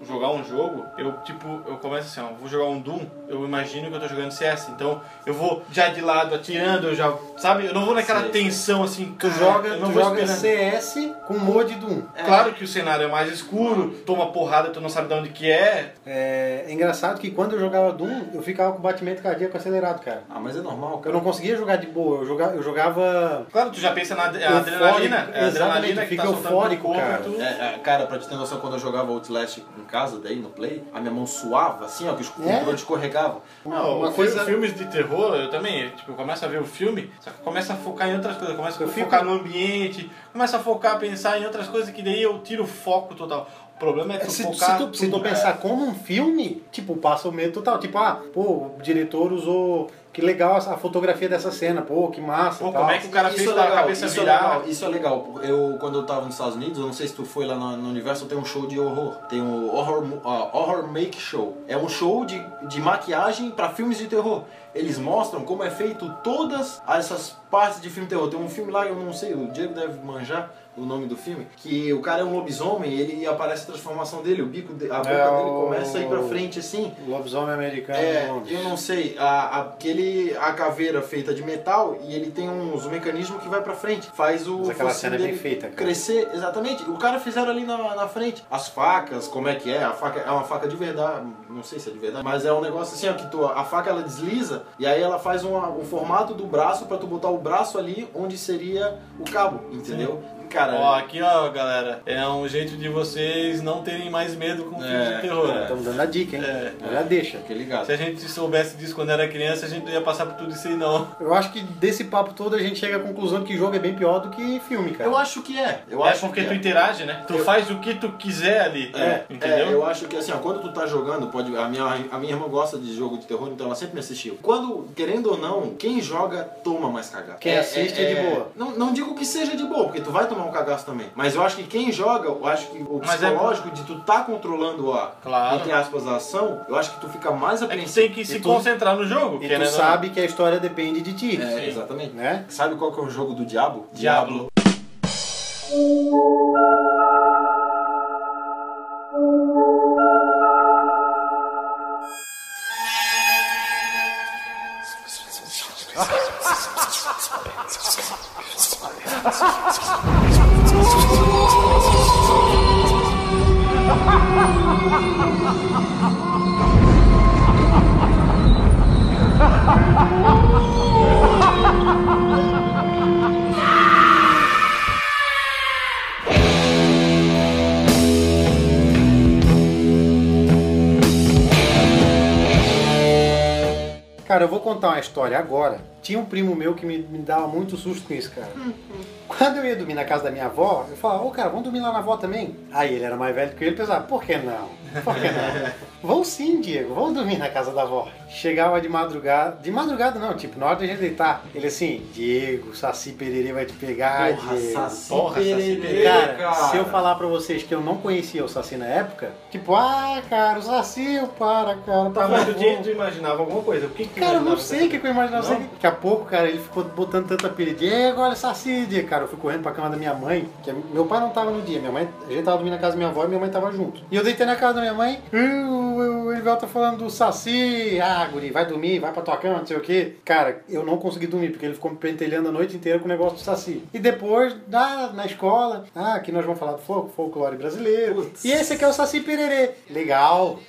[SPEAKER 2] um- jogar um jogo, eu tipo, eu começo assim, ó, vou jogar um Doom, eu imagino que eu tô jogando CS, então eu vou já de lado atirando, eu já, sabe? Eu não vou naquela
[SPEAKER 4] Sei, sei.
[SPEAKER 2] tensão assim,
[SPEAKER 1] Tu
[SPEAKER 2] cara,
[SPEAKER 1] joga,
[SPEAKER 2] eu não
[SPEAKER 1] tu
[SPEAKER 2] né? vou
[SPEAKER 1] joga
[SPEAKER 2] esperando.
[SPEAKER 1] CS com mod Doom.
[SPEAKER 4] É.
[SPEAKER 2] Claro que o cenário é mais escuro, toma porrada, tu não sabe de onde que é.
[SPEAKER 1] É, é engraçado que quando eu jogava Doom, eu ficava com batimento cardíaco acelerado, cara.
[SPEAKER 4] Ah, mas é normal,
[SPEAKER 1] Eu
[SPEAKER 4] cara.
[SPEAKER 1] não conseguia jogar de boa, eu jogava, eu jogava
[SPEAKER 2] Claro, tu já pensa na ad- é a
[SPEAKER 1] Eufórico,
[SPEAKER 2] adrenalina, é a
[SPEAKER 1] exatamente,
[SPEAKER 2] adrenalina que
[SPEAKER 1] fica
[SPEAKER 2] tá soltando
[SPEAKER 1] eufórico,
[SPEAKER 2] no corpo,
[SPEAKER 1] cara.
[SPEAKER 2] tu-
[SPEAKER 4] É, é, cara, pra te ter noção, quando eu jogava Outlast em casa, daí no Play, a minha mão suava, assim, ó, que os
[SPEAKER 1] É?
[SPEAKER 4] controles escorregavam.
[SPEAKER 2] Não,
[SPEAKER 1] uma
[SPEAKER 2] fi-
[SPEAKER 1] coisa...
[SPEAKER 2] filmes de terror, eu também, tipo, eu começo a ver o filme, só que começa a focar em outras coisas, começa a
[SPEAKER 1] Eu fico-
[SPEAKER 2] focar no ambiente, começa a focar, pensar em outras coisas que daí eu tiro o foco total. O problema é tu
[SPEAKER 1] Se,
[SPEAKER 2] focar
[SPEAKER 1] se tu, se tu
[SPEAKER 2] tudo,
[SPEAKER 1] pensar como um filme, tipo, passa o medo total. Tipo, ah, pô, o diretor usou que legal a a fotografia dessa cena, pô, que massa.
[SPEAKER 2] Pô,
[SPEAKER 1] tal.
[SPEAKER 2] como é que o cara fez
[SPEAKER 4] Isso é
[SPEAKER 2] da
[SPEAKER 4] legal,
[SPEAKER 2] cabeça
[SPEAKER 4] isso é
[SPEAKER 2] virar?
[SPEAKER 4] legal, isso é legal. Eu, quando eu tava nos Estados Unidos, eu não sei se tu foi lá no, no Universo, tem um show de horror. Tem o Horror, Mo- ah, horror Make Show. É um show de, de maquiagem pra filmes de terror. Eles mostram como é feito todas essas partes de filme de terror. Tem um filme lá, eu não sei, o Diego deve manjar o nome do filme, que o cara é um lobisomem e ele aparece a transformação dele, o bico, de- a boca
[SPEAKER 2] É
[SPEAKER 4] dele
[SPEAKER 1] o-
[SPEAKER 4] começa a ir pra frente assim.
[SPEAKER 1] Lobisomem americano.
[SPEAKER 4] É,
[SPEAKER 1] Londres.
[SPEAKER 4] eu não sei. A, aquele, a caveira feita de metal e ele tem uns, um mecanismo que vai pra frente. Faz o.
[SPEAKER 1] Mas aquela
[SPEAKER 4] focinho
[SPEAKER 1] cena é bem
[SPEAKER 4] dele
[SPEAKER 1] feita, cara.
[SPEAKER 4] Crescer, exatamente. O cara fizeram ali na, na frente. As facas, como é que é? A faca é uma faca de verdade. Não sei se é de verdade, mas é um negócio assim, ó, que tu, a faca ela desliza e aí ela faz uma- um formato do braço pra tu botar o braço ali onde seria o cabo, entendeu? Cara,
[SPEAKER 2] Ó, aqui ó, galera, é um jeito de vocês não terem mais medo com filmes
[SPEAKER 4] É,
[SPEAKER 2] de terror.
[SPEAKER 4] é.
[SPEAKER 1] Estamos dando a dica, hein?
[SPEAKER 2] É.
[SPEAKER 1] Já deixa.
[SPEAKER 4] fica ligado.
[SPEAKER 2] Se a gente soubesse disso quando era criança, a gente não ia passar por tudo isso aí não.
[SPEAKER 1] Eu acho que desse papo todo a gente chega à conclusão que jogo é bem pior do que filme, cara.
[SPEAKER 4] Eu acho que é. Eu
[SPEAKER 2] é
[SPEAKER 4] acho
[SPEAKER 2] porque
[SPEAKER 4] que
[SPEAKER 2] tu interage, né? Tu faz o que tu quiser ali,
[SPEAKER 4] É,
[SPEAKER 2] entendeu?
[SPEAKER 4] é, eu acho que assim, ó, quando tu tá jogando, pode. A minha, a minha irmã gosta de jogo de terror, então ela sempre me assistiu. Quando, querendo ou não, quem joga toma mais cagaço.
[SPEAKER 1] Quem assiste é de boa.
[SPEAKER 4] Não, não digo que seja de boa, porque tu vai tomar um cagaço também. Mas eu acho que quem joga, eu acho que o
[SPEAKER 2] Mas é-
[SPEAKER 4] psicológico de tu tá controlando a,
[SPEAKER 2] Claro.
[SPEAKER 4] entre aspas, a ação, eu acho que tu fica mais
[SPEAKER 2] É que
[SPEAKER 4] apreensivo.
[SPEAKER 2] tem que se
[SPEAKER 1] tu-
[SPEAKER 2] concentrar no jogo,
[SPEAKER 1] E tu
[SPEAKER 2] querendo ou não.
[SPEAKER 1] sabe que a história depende de ti,
[SPEAKER 4] É, exatamente.
[SPEAKER 1] né?
[SPEAKER 4] Sabe qual que é o jogo do diabo?
[SPEAKER 2] Diablo.
[SPEAKER 1] Cara, eu vou contar uma história agora. Tinha um primo meu que me, me dava muito susto com isso, cara.
[SPEAKER 4] Uhum.
[SPEAKER 1] Quando eu ia dormir na casa da minha avó, eu falava, ô cara, vamos dormir lá na avó também? Aí ele era mais velho que eu, ele pensava, por que não? Por que não? vamos sim, Diego, vamos dormir na casa da avó. Chegava de madrugada, de madrugada não, tipo, na hora de a gente deitar. Ele assim, Diego, Saci Pererê vai te pegar,
[SPEAKER 4] Porra,
[SPEAKER 1] Diego.
[SPEAKER 4] Saci
[SPEAKER 2] Porra, Saci
[SPEAKER 4] Pererê,
[SPEAKER 2] Pererê,
[SPEAKER 1] Cara,
[SPEAKER 4] cara.
[SPEAKER 1] se eu falar pra vocês que eu não conhecia o Saci na época, tipo, ah, cara, o Saci, para, cara, tá
[SPEAKER 2] Tá, mas tu, tinha-
[SPEAKER 1] bom.
[SPEAKER 2] tu imaginava alguma coisa? O que que tu
[SPEAKER 1] Cara, eu não
[SPEAKER 2] imaginava?
[SPEAKER 1] sei o que, que eu imaginava.
[SPEAKER 2] Não?
[SPEAKER 1] sei que- Daqui a pouco, cara, ele ficou botando tanto apelido. Diego, olha o Saci, Diego. Cara, eu fui correndo pra cama da minha mãe, que meu pai não tava no dia. Minha mãe, a gente tava dormindo na casa da minha avó e minha mãe tava junto. E eu deitei na casa da minha mãe, "Ih, o o Elivel tá falando do Saci. Ah, guri, vai dormir, vai pra tua cama, não sei o quê. Cara, eu não consegui dormir, porque ele ficou me pentelhando a noite inteira com o negócio do Saci. E depois, na, na escola, ah, aqui nós vamos falar do fol- folclore brasileiro.
[SPEAKER 4] Putz.
[SPEAKER 1] E esse aqui é o Saci Pererê. Legal,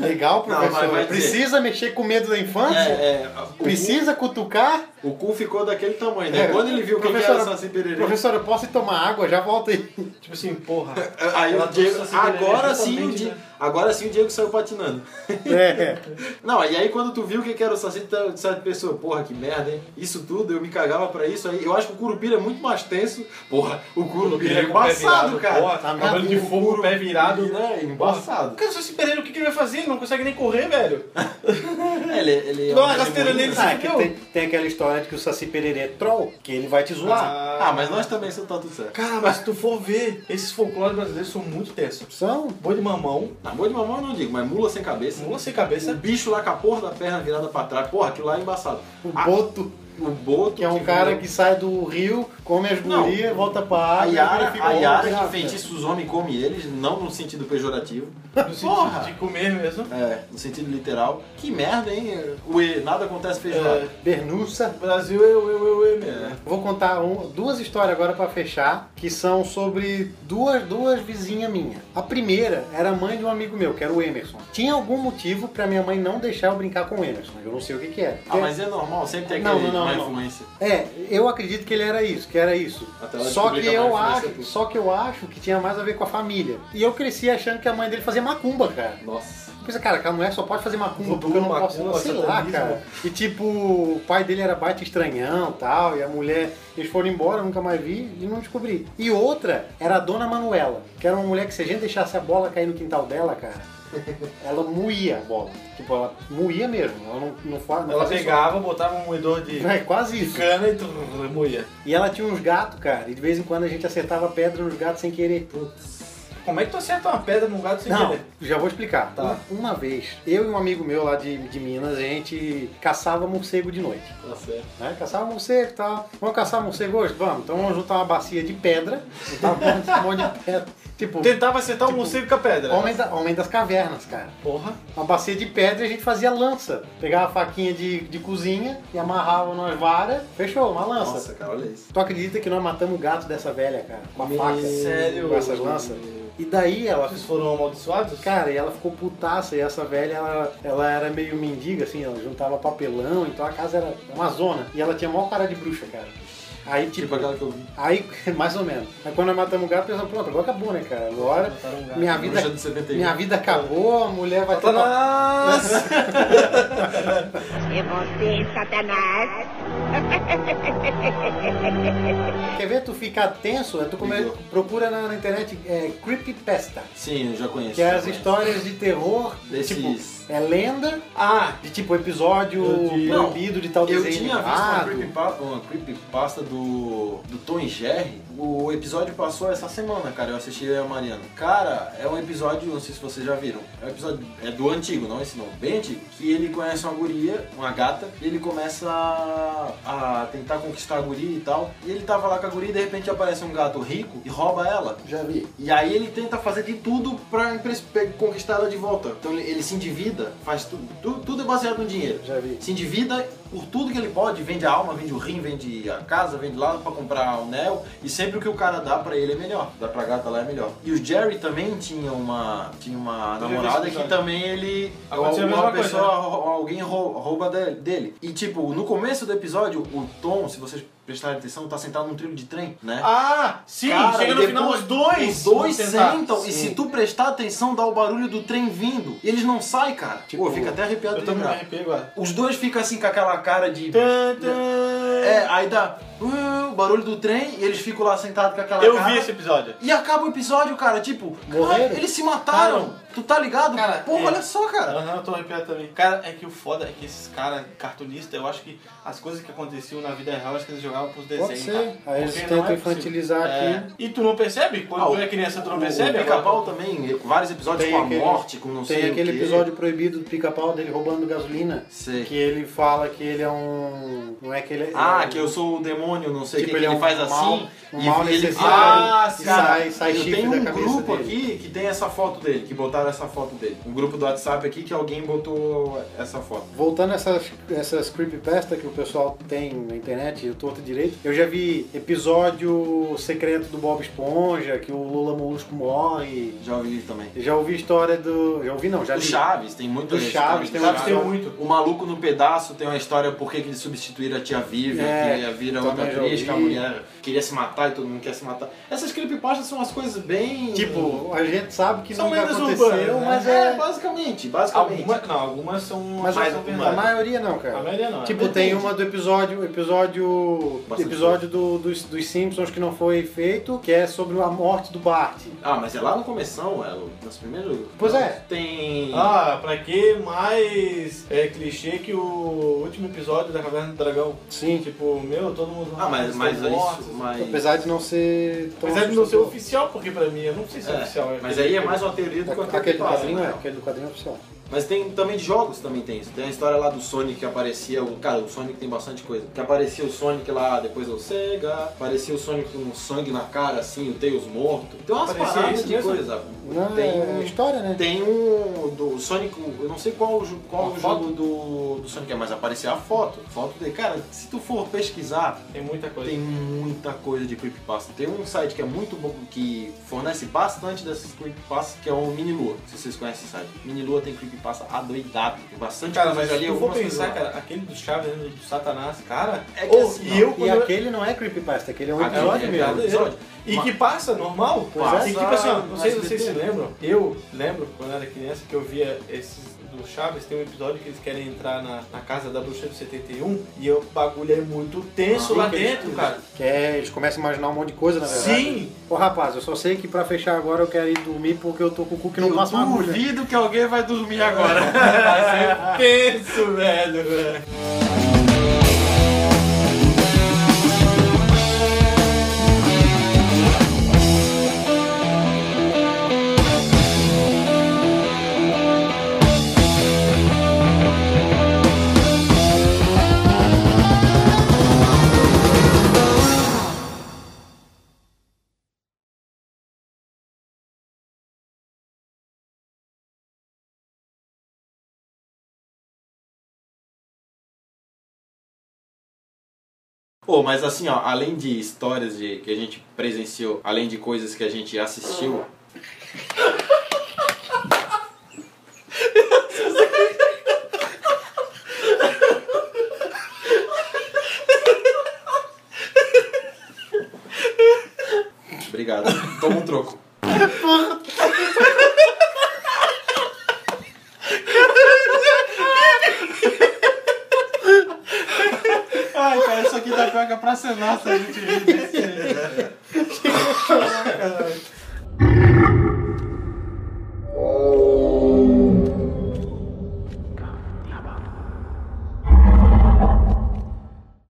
[SPEAKER 1] legal,
[SPEAKER 4] Não, mas
[SPEAKER 1] professor.
[SPEAKER 4] vai dizer-
[SPEAKER 1] Precisa mexer com medo da infância?
[SPEAKER 4] É, é, o-
[SPEAKER 1] Precisa cutucar?
[SPEAKER 4] O cu ficou daquele tamanho, né? Quando ele viu que ele
[SPEAKER 1] É.
[SPEAKER 4] era assim,
[SPEAKER 1] Professora,
[SPEAKER 4] Saci Pererê.
[SPEAKER 1] Professora, eu posso ir tomar água? Já volto aí.
[SPEAKER 2] Tipo assim, porra.
[SPEAKER 4] Aí o
[SPEAKER 2] ela trouxe
[SPEAKER 4] Diego,
[SPEAKER 2] essa cerveja
[SPEAKER 4] agora sim, o
[SPEAKER 2] totalmente,
[SPEAKER 4] Diego,
[SPEAKER 2] né?
[SPEAKER 4] agora sim o Diego saiu patinando.
[SPEAKER 1] É.
[SPEAKER 4] Não, e aí quando tu viu que era o Saci, tu tá- sabe, pessoa, porra, que merda, hein? Isso tudo, eu me cagava pra isso aí. Eu acho que o Curupira é muito mais tenso. Porra, o Curupira é
[SPEAKER 2] com o pé virado,
[SPEAKER 4] embaçado, cara.
[SPEAKER 2] Porra,
[SPEAKER 1] Tá
[SPEAKER 2] cabelo de
[SPEAKER 4] maluco.
[SPEAKER 2] fogo, pé virado.
[SPEAKER 4] né? Embaçado.
[SPEAKER 2] Cara, se esse Pereira, o que, que ele vai fazer? Ele não consegue nem correr, velho.
[SPEAKER 4] É, ele, ele é
[SPEAKER 2] Dá
[SPEAKER 4] um
[SPEAKER 2] uma rasteira
[SPEAKER 4] demônio,
[SPEAKER 2] nele,
[SPEAKER 4] né?
[SPEAKER 1] Ah, é que
[SPEAKER 2] fudeu.
[SPEAKER 1] tem, tem aquela história de que o Saci Pererê é troll, que ele vai te zoar.
[SPEAKER 4] Ah, mas nós também, isso tá tudo certo.
[SPEAKER 2] Cara, mas se tu for ver, esses folclores brasileiros são muito tensos.
[SPEAKER 1] São?
[SPEAKER 2] Boi de mamão,
[SPEAKER 4] Na boa de mamão eu não digo, mas mula sem cabeça.
[SPEAKER 2] mula sem
[SPEAKER 4] O
[SPEAKER 2] cabeça.
[SPEAKER 4] bicho lá com a porra da perna virada pra trás. Porra, aquilo lá é embaçado.
[SPEAKER 1] O
[SPEAKER 4] Ah,
[SPEAKER 1] Boto,
[SPEAKER 4] o Boto.
[SPEAKER 1] que é um cara que sai do rio, come as
[SPEAKER 4] Não.
[SPEAKER 1] gurias, volta pra
[SPEAKER 4] A
[SPEAKER 1] água
[SPEAKER 4] Yara,
[SPEAKER 1] e fica
[SPEAKER 4] a
[SPEAKER 1] um
[SPEAKER 4] Yara
[SPEAKER 1] pirata.
[SPEAKER 4] que feitiça os homens e come eles, não no sentido pejorativo.
[SPEAKER 2] No sentido
[SPEAKER 4] Porra.
[SPEAKER 2] de comer mesmo.
[SPEAKER 4] É, no sentido literal. Que merda, hein? O E, nada acontece
[SPEAKER 1] É,
[SPEAKER 4] feijoada. É. Ah,
[SPEAKER 1] Bernuça. é
[SPEAKER 2] Brasil, eu, eu, eu, eu mesmo.
[SPEAKER 1] Vou contar um- duas histórias agora pra fechar, que são sobre duas, duas vizinhas minhas. A primeira era a mãe de um amigo meu, que era o Emerson. Tinha algum motivo pra minha mãe não deixar eu brincar com o Emerson. né? Eu não sei o que que era.
[SPEAKER 4] Ah, mas é normal, sempre tem
[SPEAKER 1] Não,
[SPEAKER 4] aquele
[SPEAKER 1] não, não,
[SPEAKER 4] má
[SPEAKER 1] não.
[SPEAKER 4] influência.
[SPEAKER 1] É, eu acredito que ele era isso, que era isso.
[SPEAKER 4] Até ela
[SPEAKER 1] Só
[SPEAKER 4] descobrir
[SPEAKER 1] que
[SPEAKER 4] que a mãe
[SPEAKER 1] eu
[SPEAKER 4] influencia
[SPEAKER 1] acho,
[SPEAKER 4] tudo.
[SPEAKER 1] só que eu acho que tinha mais a ver com a família. E eu cresci achando que a mãe dele fazia macumba, cara.
[SPEAKER 4] Nossa.
[SPEAKER 1] Eu pensei, cara, aquela mulher só pode fazer macumba,
[SPEAKER 2] Voodoo,
[SPEAKER 1] porque eu não posso,
[SPEAKER 2] macumba,
[SPEAKER 1] sei lá,
[SPEAKER 2] satanismo.
[SPEAKER 1] cara. E tipo, o pai dele era baita estranhão tal, e a mulher, eles foram embora, eu nunca mais vi e não descobri. E outra era a dona Manuela, que era uma mulher que se a gente deixasse a bola cair no quintal dela, cara, Ela moía a bola. Tipo, ela moía mesmo. Ela não, não, fa- não
[SPEAKER 2] Ela
[SPEAKER 1] fazia
[SPEAKER 2] pegava, botava um moedor de
[SPEAKER 1] só- É quase isso.
[SPEAKER 2] cana e trrr, moía.
[SPEAKER 1] E ela tinha uns gatos, cara, e de vez em quando a gente acertava pedra nos gatos sem querer.
[SPEAKER 2] Como é que tu acerta uma pedra num gato sem
[SPEAKER 1] Não,
[SPEAKER 2] querer?
[SPEAKER 1] já vou explicar.
[SPEAKER 2] Tá.
[SPEAKER 1] Uma, uma vez, eu e um amigo meu lá de, de Minas, a gente caçava morcego de noite.
[SPEAKER 2] Tá certo.
[SPEAKER 1] né? Caçar morcego e tal. Vamos caçar morcego hoje? Vamos. Então vamos juntar uma bacia de pedra. Juntar um monte- um monte de pedra. Tipo,
[SPEAKER 2] Tentava acertar um morcego com a pedra.
[SPEAKER 1] homem, da- homem das cavernas, cara.
[SPEAKER 2] Porra.
[SPEAKER 1] Uma bacia de pedra e a gente fazia lança. Pegava a faquinha de, de cozinha e amarrava nas varas. Fechou, uma lança.
[SPEAKER 4] Nossa, cara, olha isso.
[SPEAKER 1] Tu acredita que nós matamos o gato dessa velha, cara? Com a
[SPEAKER 2] Meu,
[SPEAKER 1] faca.
[SPEAKER 2] sério?
[SPEAKER 1] Com essas lanças. E daí ela
[SPEAKER 2] Vocês foram amaldiçoados?
[SPEAKER 1] Cara, e ela ficou putaça, e essa velha, ela, ela era meio mendiga, assim, ela juntava papelão, então a casa era uma zona. E ela tinha maior cara de bruxa, cara. Aí, tipo,
[SPEAKER 4] Tipo aquela que eu vi.
[SPEAKER 1] aí, mais ou menos. Aí quando nós matamos o gato, pensamos, pronto, agora acabou, né, cara? Agora
[SPEAKER 4] Tá
[SPEAKER 2] Mataram um gato.
[SPEAKER 1] minha
[SPEAKER 4] né? Bruxa
[SPEAKER 1] vida,
[SPEAKER 4] de 71.
[SPEAKER 1] minha vida acabou, a mulher vai ter... uma-
[SPEAKER 2] Satanás!
[SPEAKER 6] É você, Satanás.
[SPEAKER 1] Quer ver tu ficar tenso? Tu come-
[SPEAKER 4] Ligou.
[SPEAKER 1] procura na, na internet é, Creepypasta,
[SPEAKER 4] Sim, eu já conheço.
[SPEAKER 1] que é
[SPEAKER 4] já
[SPEAKER 1] as
[SPEAKER 4] conheço.
[SPEAKER 1] histórias de terror,
[SPEAKER 4] né? Desses-
[SPEAKER 1] tipo, é lenda...
[SPEAKER 4] Ah,
[SPEAKER 1] De tipo episódio
[SPEAKER 4] Não,
[SPEAKER 1] proibido de tal
[SPEAKER 4] eu
[SPEAKER 1] desenho
[SPEAKER 4] tinha visto uma
[SPEAKER 1] animado.
[SPEAKER 4] creepypasta, uma creepypasta do, do Tom e Jerry. O episódio passou essa semana, cara. Eu assisti eu e a Mariana. Cara, é um episódio, não sei se vocês já viram. É um episódio, é do antigo, não esse não, bem antigo. Que ele conhece uma guria, uma gata, e ele começa a, a tentar conquistar a guria e tal. E ele tava lá com a guria e de repente aparece um gato rico e rouba ela.
[SPEAKER 1] Já vi.
[SPEAKER 4] E aí ele tenta fazer de tudo pra impres- pe- conquistar ela de volta. Então ele, ele se endivida, faz tudo, tudo, tudo é baseado no dinheiro.
[SPEAKER 1] Já vi.
[SPEAKER 4] Se endivida por tudo que ele pode, vende a alma, vende o rim, vende a casa, vende lá pra comprar o Neo, e sempre o que o cara dá pra ele é melhor, dá pra gata lá é melhor. E o Jerry também tinha uma tinha uma
[SPEAKER 2] Eu vi
[SPEAKER 4] namorada
[SPEAKER 2] esse
[SPEAKER 4] que
[SPEAKER 2] episódio.
[SPEAKER 4] também ele
[SPEAKER 2] Aconteceu a
[SPEAKER 4] uma
[SPEAKER 2] mesma coisa, né?
[SPEAKER 4] pessoa rou- alguém rou- rouba de- dele. E tipo, no começo do episódio, o Tom, se vocês prestarem atenção, tá sentado num trilho de trem, né?
[SPEAKER 2] Ah, sim,
[SPEAKER 4] Cara,
[SPEAKER 2] chega no
[SPEAKER 4] depois
[SPEAKER 2] final os dois.
[SPEAKER 4] Os dois
[SPEAKER 2] vão tentar.
[SPEAKER 4] sentam e se tu prestar atenção, dá o barulho do trem vindo. E eles não saem, cara.
[SPEAKER 1] Tipo,
[SPEAKER 4] Pô, fica até arrepiado
[SPEAKER 2] Eu
[SPEAKER 4] de
[SPEAKER 2] tô me
[SPEAKER 4] lembrar.
[SPEAKER 2] arrepio agora.
[SPEAKER 4] Os dois ficam assim com aquela cara de.
[SPEAKER 2] Tã, tã.
[SPEAKER 4] É, aí dá uh, o barulho do trem e eles ficam lá sentados com aquela
[SPEAKER 2] Eu
[SPEAKER 4] cara.
[SPEAKER 2] vi esse episódio.
[SPEAKER 4] E acaba o episódio, cara, tipo,
[SPEAKER 1] Morreram?
[SPEAKER 4] "Caralho, eles se mataram. Tu tá ligado?
[SPEAKER 2] Cara,
[SPEAKER 4] Pô,
[SPEAKER 2] é.
[SPEAKER 4] olha só, cara.
[SPEAKER 2] Aham, eu tô arrepiado também. Cara, é que o foda é que esses caras cartunistas, eu acho que as coisas que aconteciam na vida real, acho que eles jogavam pros desenhos.
[SPEAKER 1] Pode ser.
[SPEAKER 2] cara.
[SPEAKER 1] Aí eles
[SPEAKER 2] Porque
[SPEAKER 1] tentam
[SPEAKER 2] não é
[SPEAKER 1] infantilizar aqui.
[SPEAKER 2] possível. É. E tu não percebe? Quando
[SPEAKER 4] Ah,
[SPEAKER 2] tu é criança, tu não
[SPEAKER 4] o-
[SPEAKER 2] percebe?
[SPEAKER 4] O pica-pau também, vários episódios
[SPEAKER 1] Tem
[SPEAKER 4] com a
[SPEAKER 1] aquele-
[SPEAKER 4] morte, com não sei
[SPEAKER 1] Tem
[SPEAKER 4] o
[SPEAKER 1] aquele
[SPEAKER 4] quê.
[SPEAKER 1] episódio proibido do pica-pau dele roubando gasolina.
[SPEAKER 4] Sei.
[SPEAKER 1] Que ele fala que ele é um. Não é que ele é.
[SPEAKER 4] Ah,
[SPEAKER 1] é,
[SPEAKER 4] que eu sou o demônio, não sei o
[SPEAKER 1] Tipo,
[SPEAKER 4] que,
[SPEAKER 1] ele
[SPEAKER 4] ele,
[SPEAKER 1] é um
[SPEAKER 4] faz
[SPEAKER 1] mal-
[SPEAKER 4] assim.
[SPEAKER 1] um mal necessário,
[SPEAKER 4] ah,
[SPEAKER 1] e
[SPEAKER 4] cara,
[SPEAKER 1] sai- sai
[SPEAKER 4] eu
[SPEAKER 1] chifre
[SPEAKER 4] tenho
[SPEAKER 1] da
[SPEAKER 4] um
[SPEAKER 1] cabeça
[SPEAKER 4] grupo
[SPEAKER 1] dele.
[SPEAKER 4] aqui que tem essa foto dele, que botaram essa foto dele. Um grupo do WhatsApp aqui que alguém botou essa foto.
[SPEAKER 1] Voltando a essas, essas creepypasta que o pessoal tem na internet, eu tô outro direito. Eu já vi episódio secreto do Bob Esponja, que o Lula Molusco morre.
[SPEAKER 4] Já ouvi também.
[SPEAKER 1] Já ouvi história do. Já ouvi não, já
[SPEAKER 4] Do
[SPEAKER 1] li.
[SPEAKER 4] Chaves, tem um muito
[SPEAKER 1] Do
[SPEAKER 4] esse
[SPEAKER 1] Chaves,
[SPEAKER 4] também.
[SPEAKER 1] tem
[SPEAKER 2] Chaves tem muito.
[SPEAKER 4] O Maluco no Pedaço tem uma história por que que eles substituíram a tia Vivian,
[SPEAKER 1] É,
[SPEAKER 4] que ia vir a
[SPEAKER 1] também
[SPEAKER 4] outra
[SPEAKER 1] já
[SPEAKER 4] atriz, que a
[SPEAKER 1] ouvi.
[SPEAKER 4] mulher queria se matar e todo mundo quer se matar. Essas creepypastas são umas coisas bem...
[SPEAKER 1] Tipo, a gente sabe que
[SPEAKER 2] São
[SPEAKER 1] nunca
[SPEAKER 2] lendas
[SPEAKER 1] aconteceu,
[SPEAKER 2] urbanas, né?
[SPEAKER 1] mas
[SPEAKER 4] é,
[SPEAKER 1] é.
[SPEAKER 4] basicamente, basicamente.
[SPEAKER 2] Algumas, não, algumas são
[SPEAKER 1] Mas
[SPEAKER 2] mais
[SPEAKER 1] a,
[SPEAKER 2] algumas.
[SPEAKER 1] a maioria não, cara.
[SPEAKER 2] A maioria não,
[SPEAKER 1] Tipo,
[SPEAKER 2] né?
[SPEAKER 1] tem
[SPEAKER 2] Depende.
[SPEAKER 1] uma do episódio. Episódio.
[SPEAKER 4] Bastante
[SPEAKER 1] episódio do, dos, dos Simpsons que não foi feito, que é sobre a morte do Bart.
[SPEAKER 4] Ah, mas é lá no começão, é nos primeiros.
[SPEAKER 1] Pois é.
[SPEAKER 4] Tem.
[SPEAKER 2] Ah, pra que mais é, clichê que o último episódio da Caverna do Dragão?
[SPEAKER 1] Sim.
[SPEAKER 2] Tipo, meu, todo mundo...
[SPEAKER 4] Ah, mas,
[SPEAKER 2] estão
[SPEAKER 4] mas é
[SPEAKER 2] mortos.
[SPEAKER 4] isso. Mas,
[SPEAKER 1] Apesar de não ser. tão
[SPEAKER 2] Apesar de não ser
[SPEAKER 1] assustador.
[SPEAKER 2] oficial, porque pra mim, eu não sei se é,
[SPEAKER 4] é,
[SPEAKER 2] oficial.
[SPEAKER 4] mas aí é mais uma teoria do que uma
[SPEAKER 1] Aquele do
[SPEAKER 4] creepypasta,
[SPEAKER 1] quadrinho
[SPEAKER 4] né?
[SPEAKER 1] é, aquele do quadrinho é oficial.
[SPEAKER 4] Mas tem também de jogos também tem isso. Tem a história lá do Sonic que aparecia. O, cara, o Sonic tem bastante coisa. Que aparecia o Sonic lá, depois é o Sega. Aparecia o Sonic com sangue na cara, assim, o Tails morto. Tem umas
[SPEAKER 2] Aparecia
[SPEAKER 4] paradas
[SPEAKER 2] isso
[SPEAKER 4] de
[SPEAKER 2] mesmo?
[SPEAKER 4] coisa.
[SPEAKER 1] Não,
[SPEAKER 4] tem
[SPEAKER 1] é história, né?
[SPEAKER 4] Tem um do Sonic, eu não sei qual, o ju- qual
[SPEAKER 2] Uma
[SPEAKER 4] o
[SPEAKER 2] foto?
[SPEAKER 4] jogo do, do Sonic é, mas aparecia a foto. Foto dele. Cara, se tu for pesquisar,
[SPEAKER 2] Tem muita coisa.
[SPEAKER 4] Tem muita coisa de creepypasta. Tem um site que é muito bom, que fornece bastante dessas creepypastas, que é o Minilua. Se vocês conhecem esse site. Minilua tem creepypasta adoidado. Tem bastante
[SPEAKER 2] Cara,
[SPEAKER 4] coisa
[SPEAKER 2] mas ali eu vou
[SPEAKER 4] algumas
[SPEAKER 2] pensar,
[SPEAKER 4] coisas lá.
[SPEAKER 2] cara, aquele do Chaves, né, do Satanás, cara.
[SPEAKER 4] É que
[SPEAKER 2] ou-
[SPEAKER 4] assim,
[SPEAKER 2] e eu,
[SPEAKER 1] E
[SPEAKER 2] quando eu-
[SPEAKER 1] aquele não é creepypasta, aquele é um
[SPEAKER 4] Aquele
[SPEAKER 1] episódio
[SPEAKER 4] é
[SPEAKER 1] mesmo.
[SPEAKER 4] cada episódio.
[SPEAKER 2] E
[SPEAKER 4] Mas-
[SPEAKER 2] que passa, normal?
[SPEAKER 1] Pois
[SPEAKER 2] passa.
[SPEAKER 1] é.
[SPEAKER 2] E que, tipo assim, ó, não
[SPEAKER 4] Mas
[SPEAKER 2] sei se vocês se
[SPEAKER 4] depende.
[SPEAKER 2] lembram. Eu lembro, quando era criança, que eu via esses do do Chaves, tem um episódio que eles querem entrar na, na casa da bruxa de 71 e o bagulho é muito tenso
[SPEAKER 4] Ah,
[SPEAKER 2] lá dentro,
[SPEAKER 4] um
[SPEAKER 2] cara.
[SPEAKER 1] Que é, eles começam a imaginar um monte de coisa, na verdade.
[SPEAKER 2] Sim.
[SPEAKER 1] Ô rapaz, eu só sei que pra fechar agora eu quero ir dormir porque eu tô com o cu que não passa uma agulha.
[SPEAKER 4] Duvido que alguém vai dormir agora.
[SPEAKER 2] é
[SPEAKER 4] Vai ser tenso, velho, velho. Pô, mas assim, ó, além de histórias de, que a gente presenciou, além de coisas que a gente assistiu. Obrigado. Toma um troco. Ai, cara, isso aqui dá pega pra cenar se a gente rir.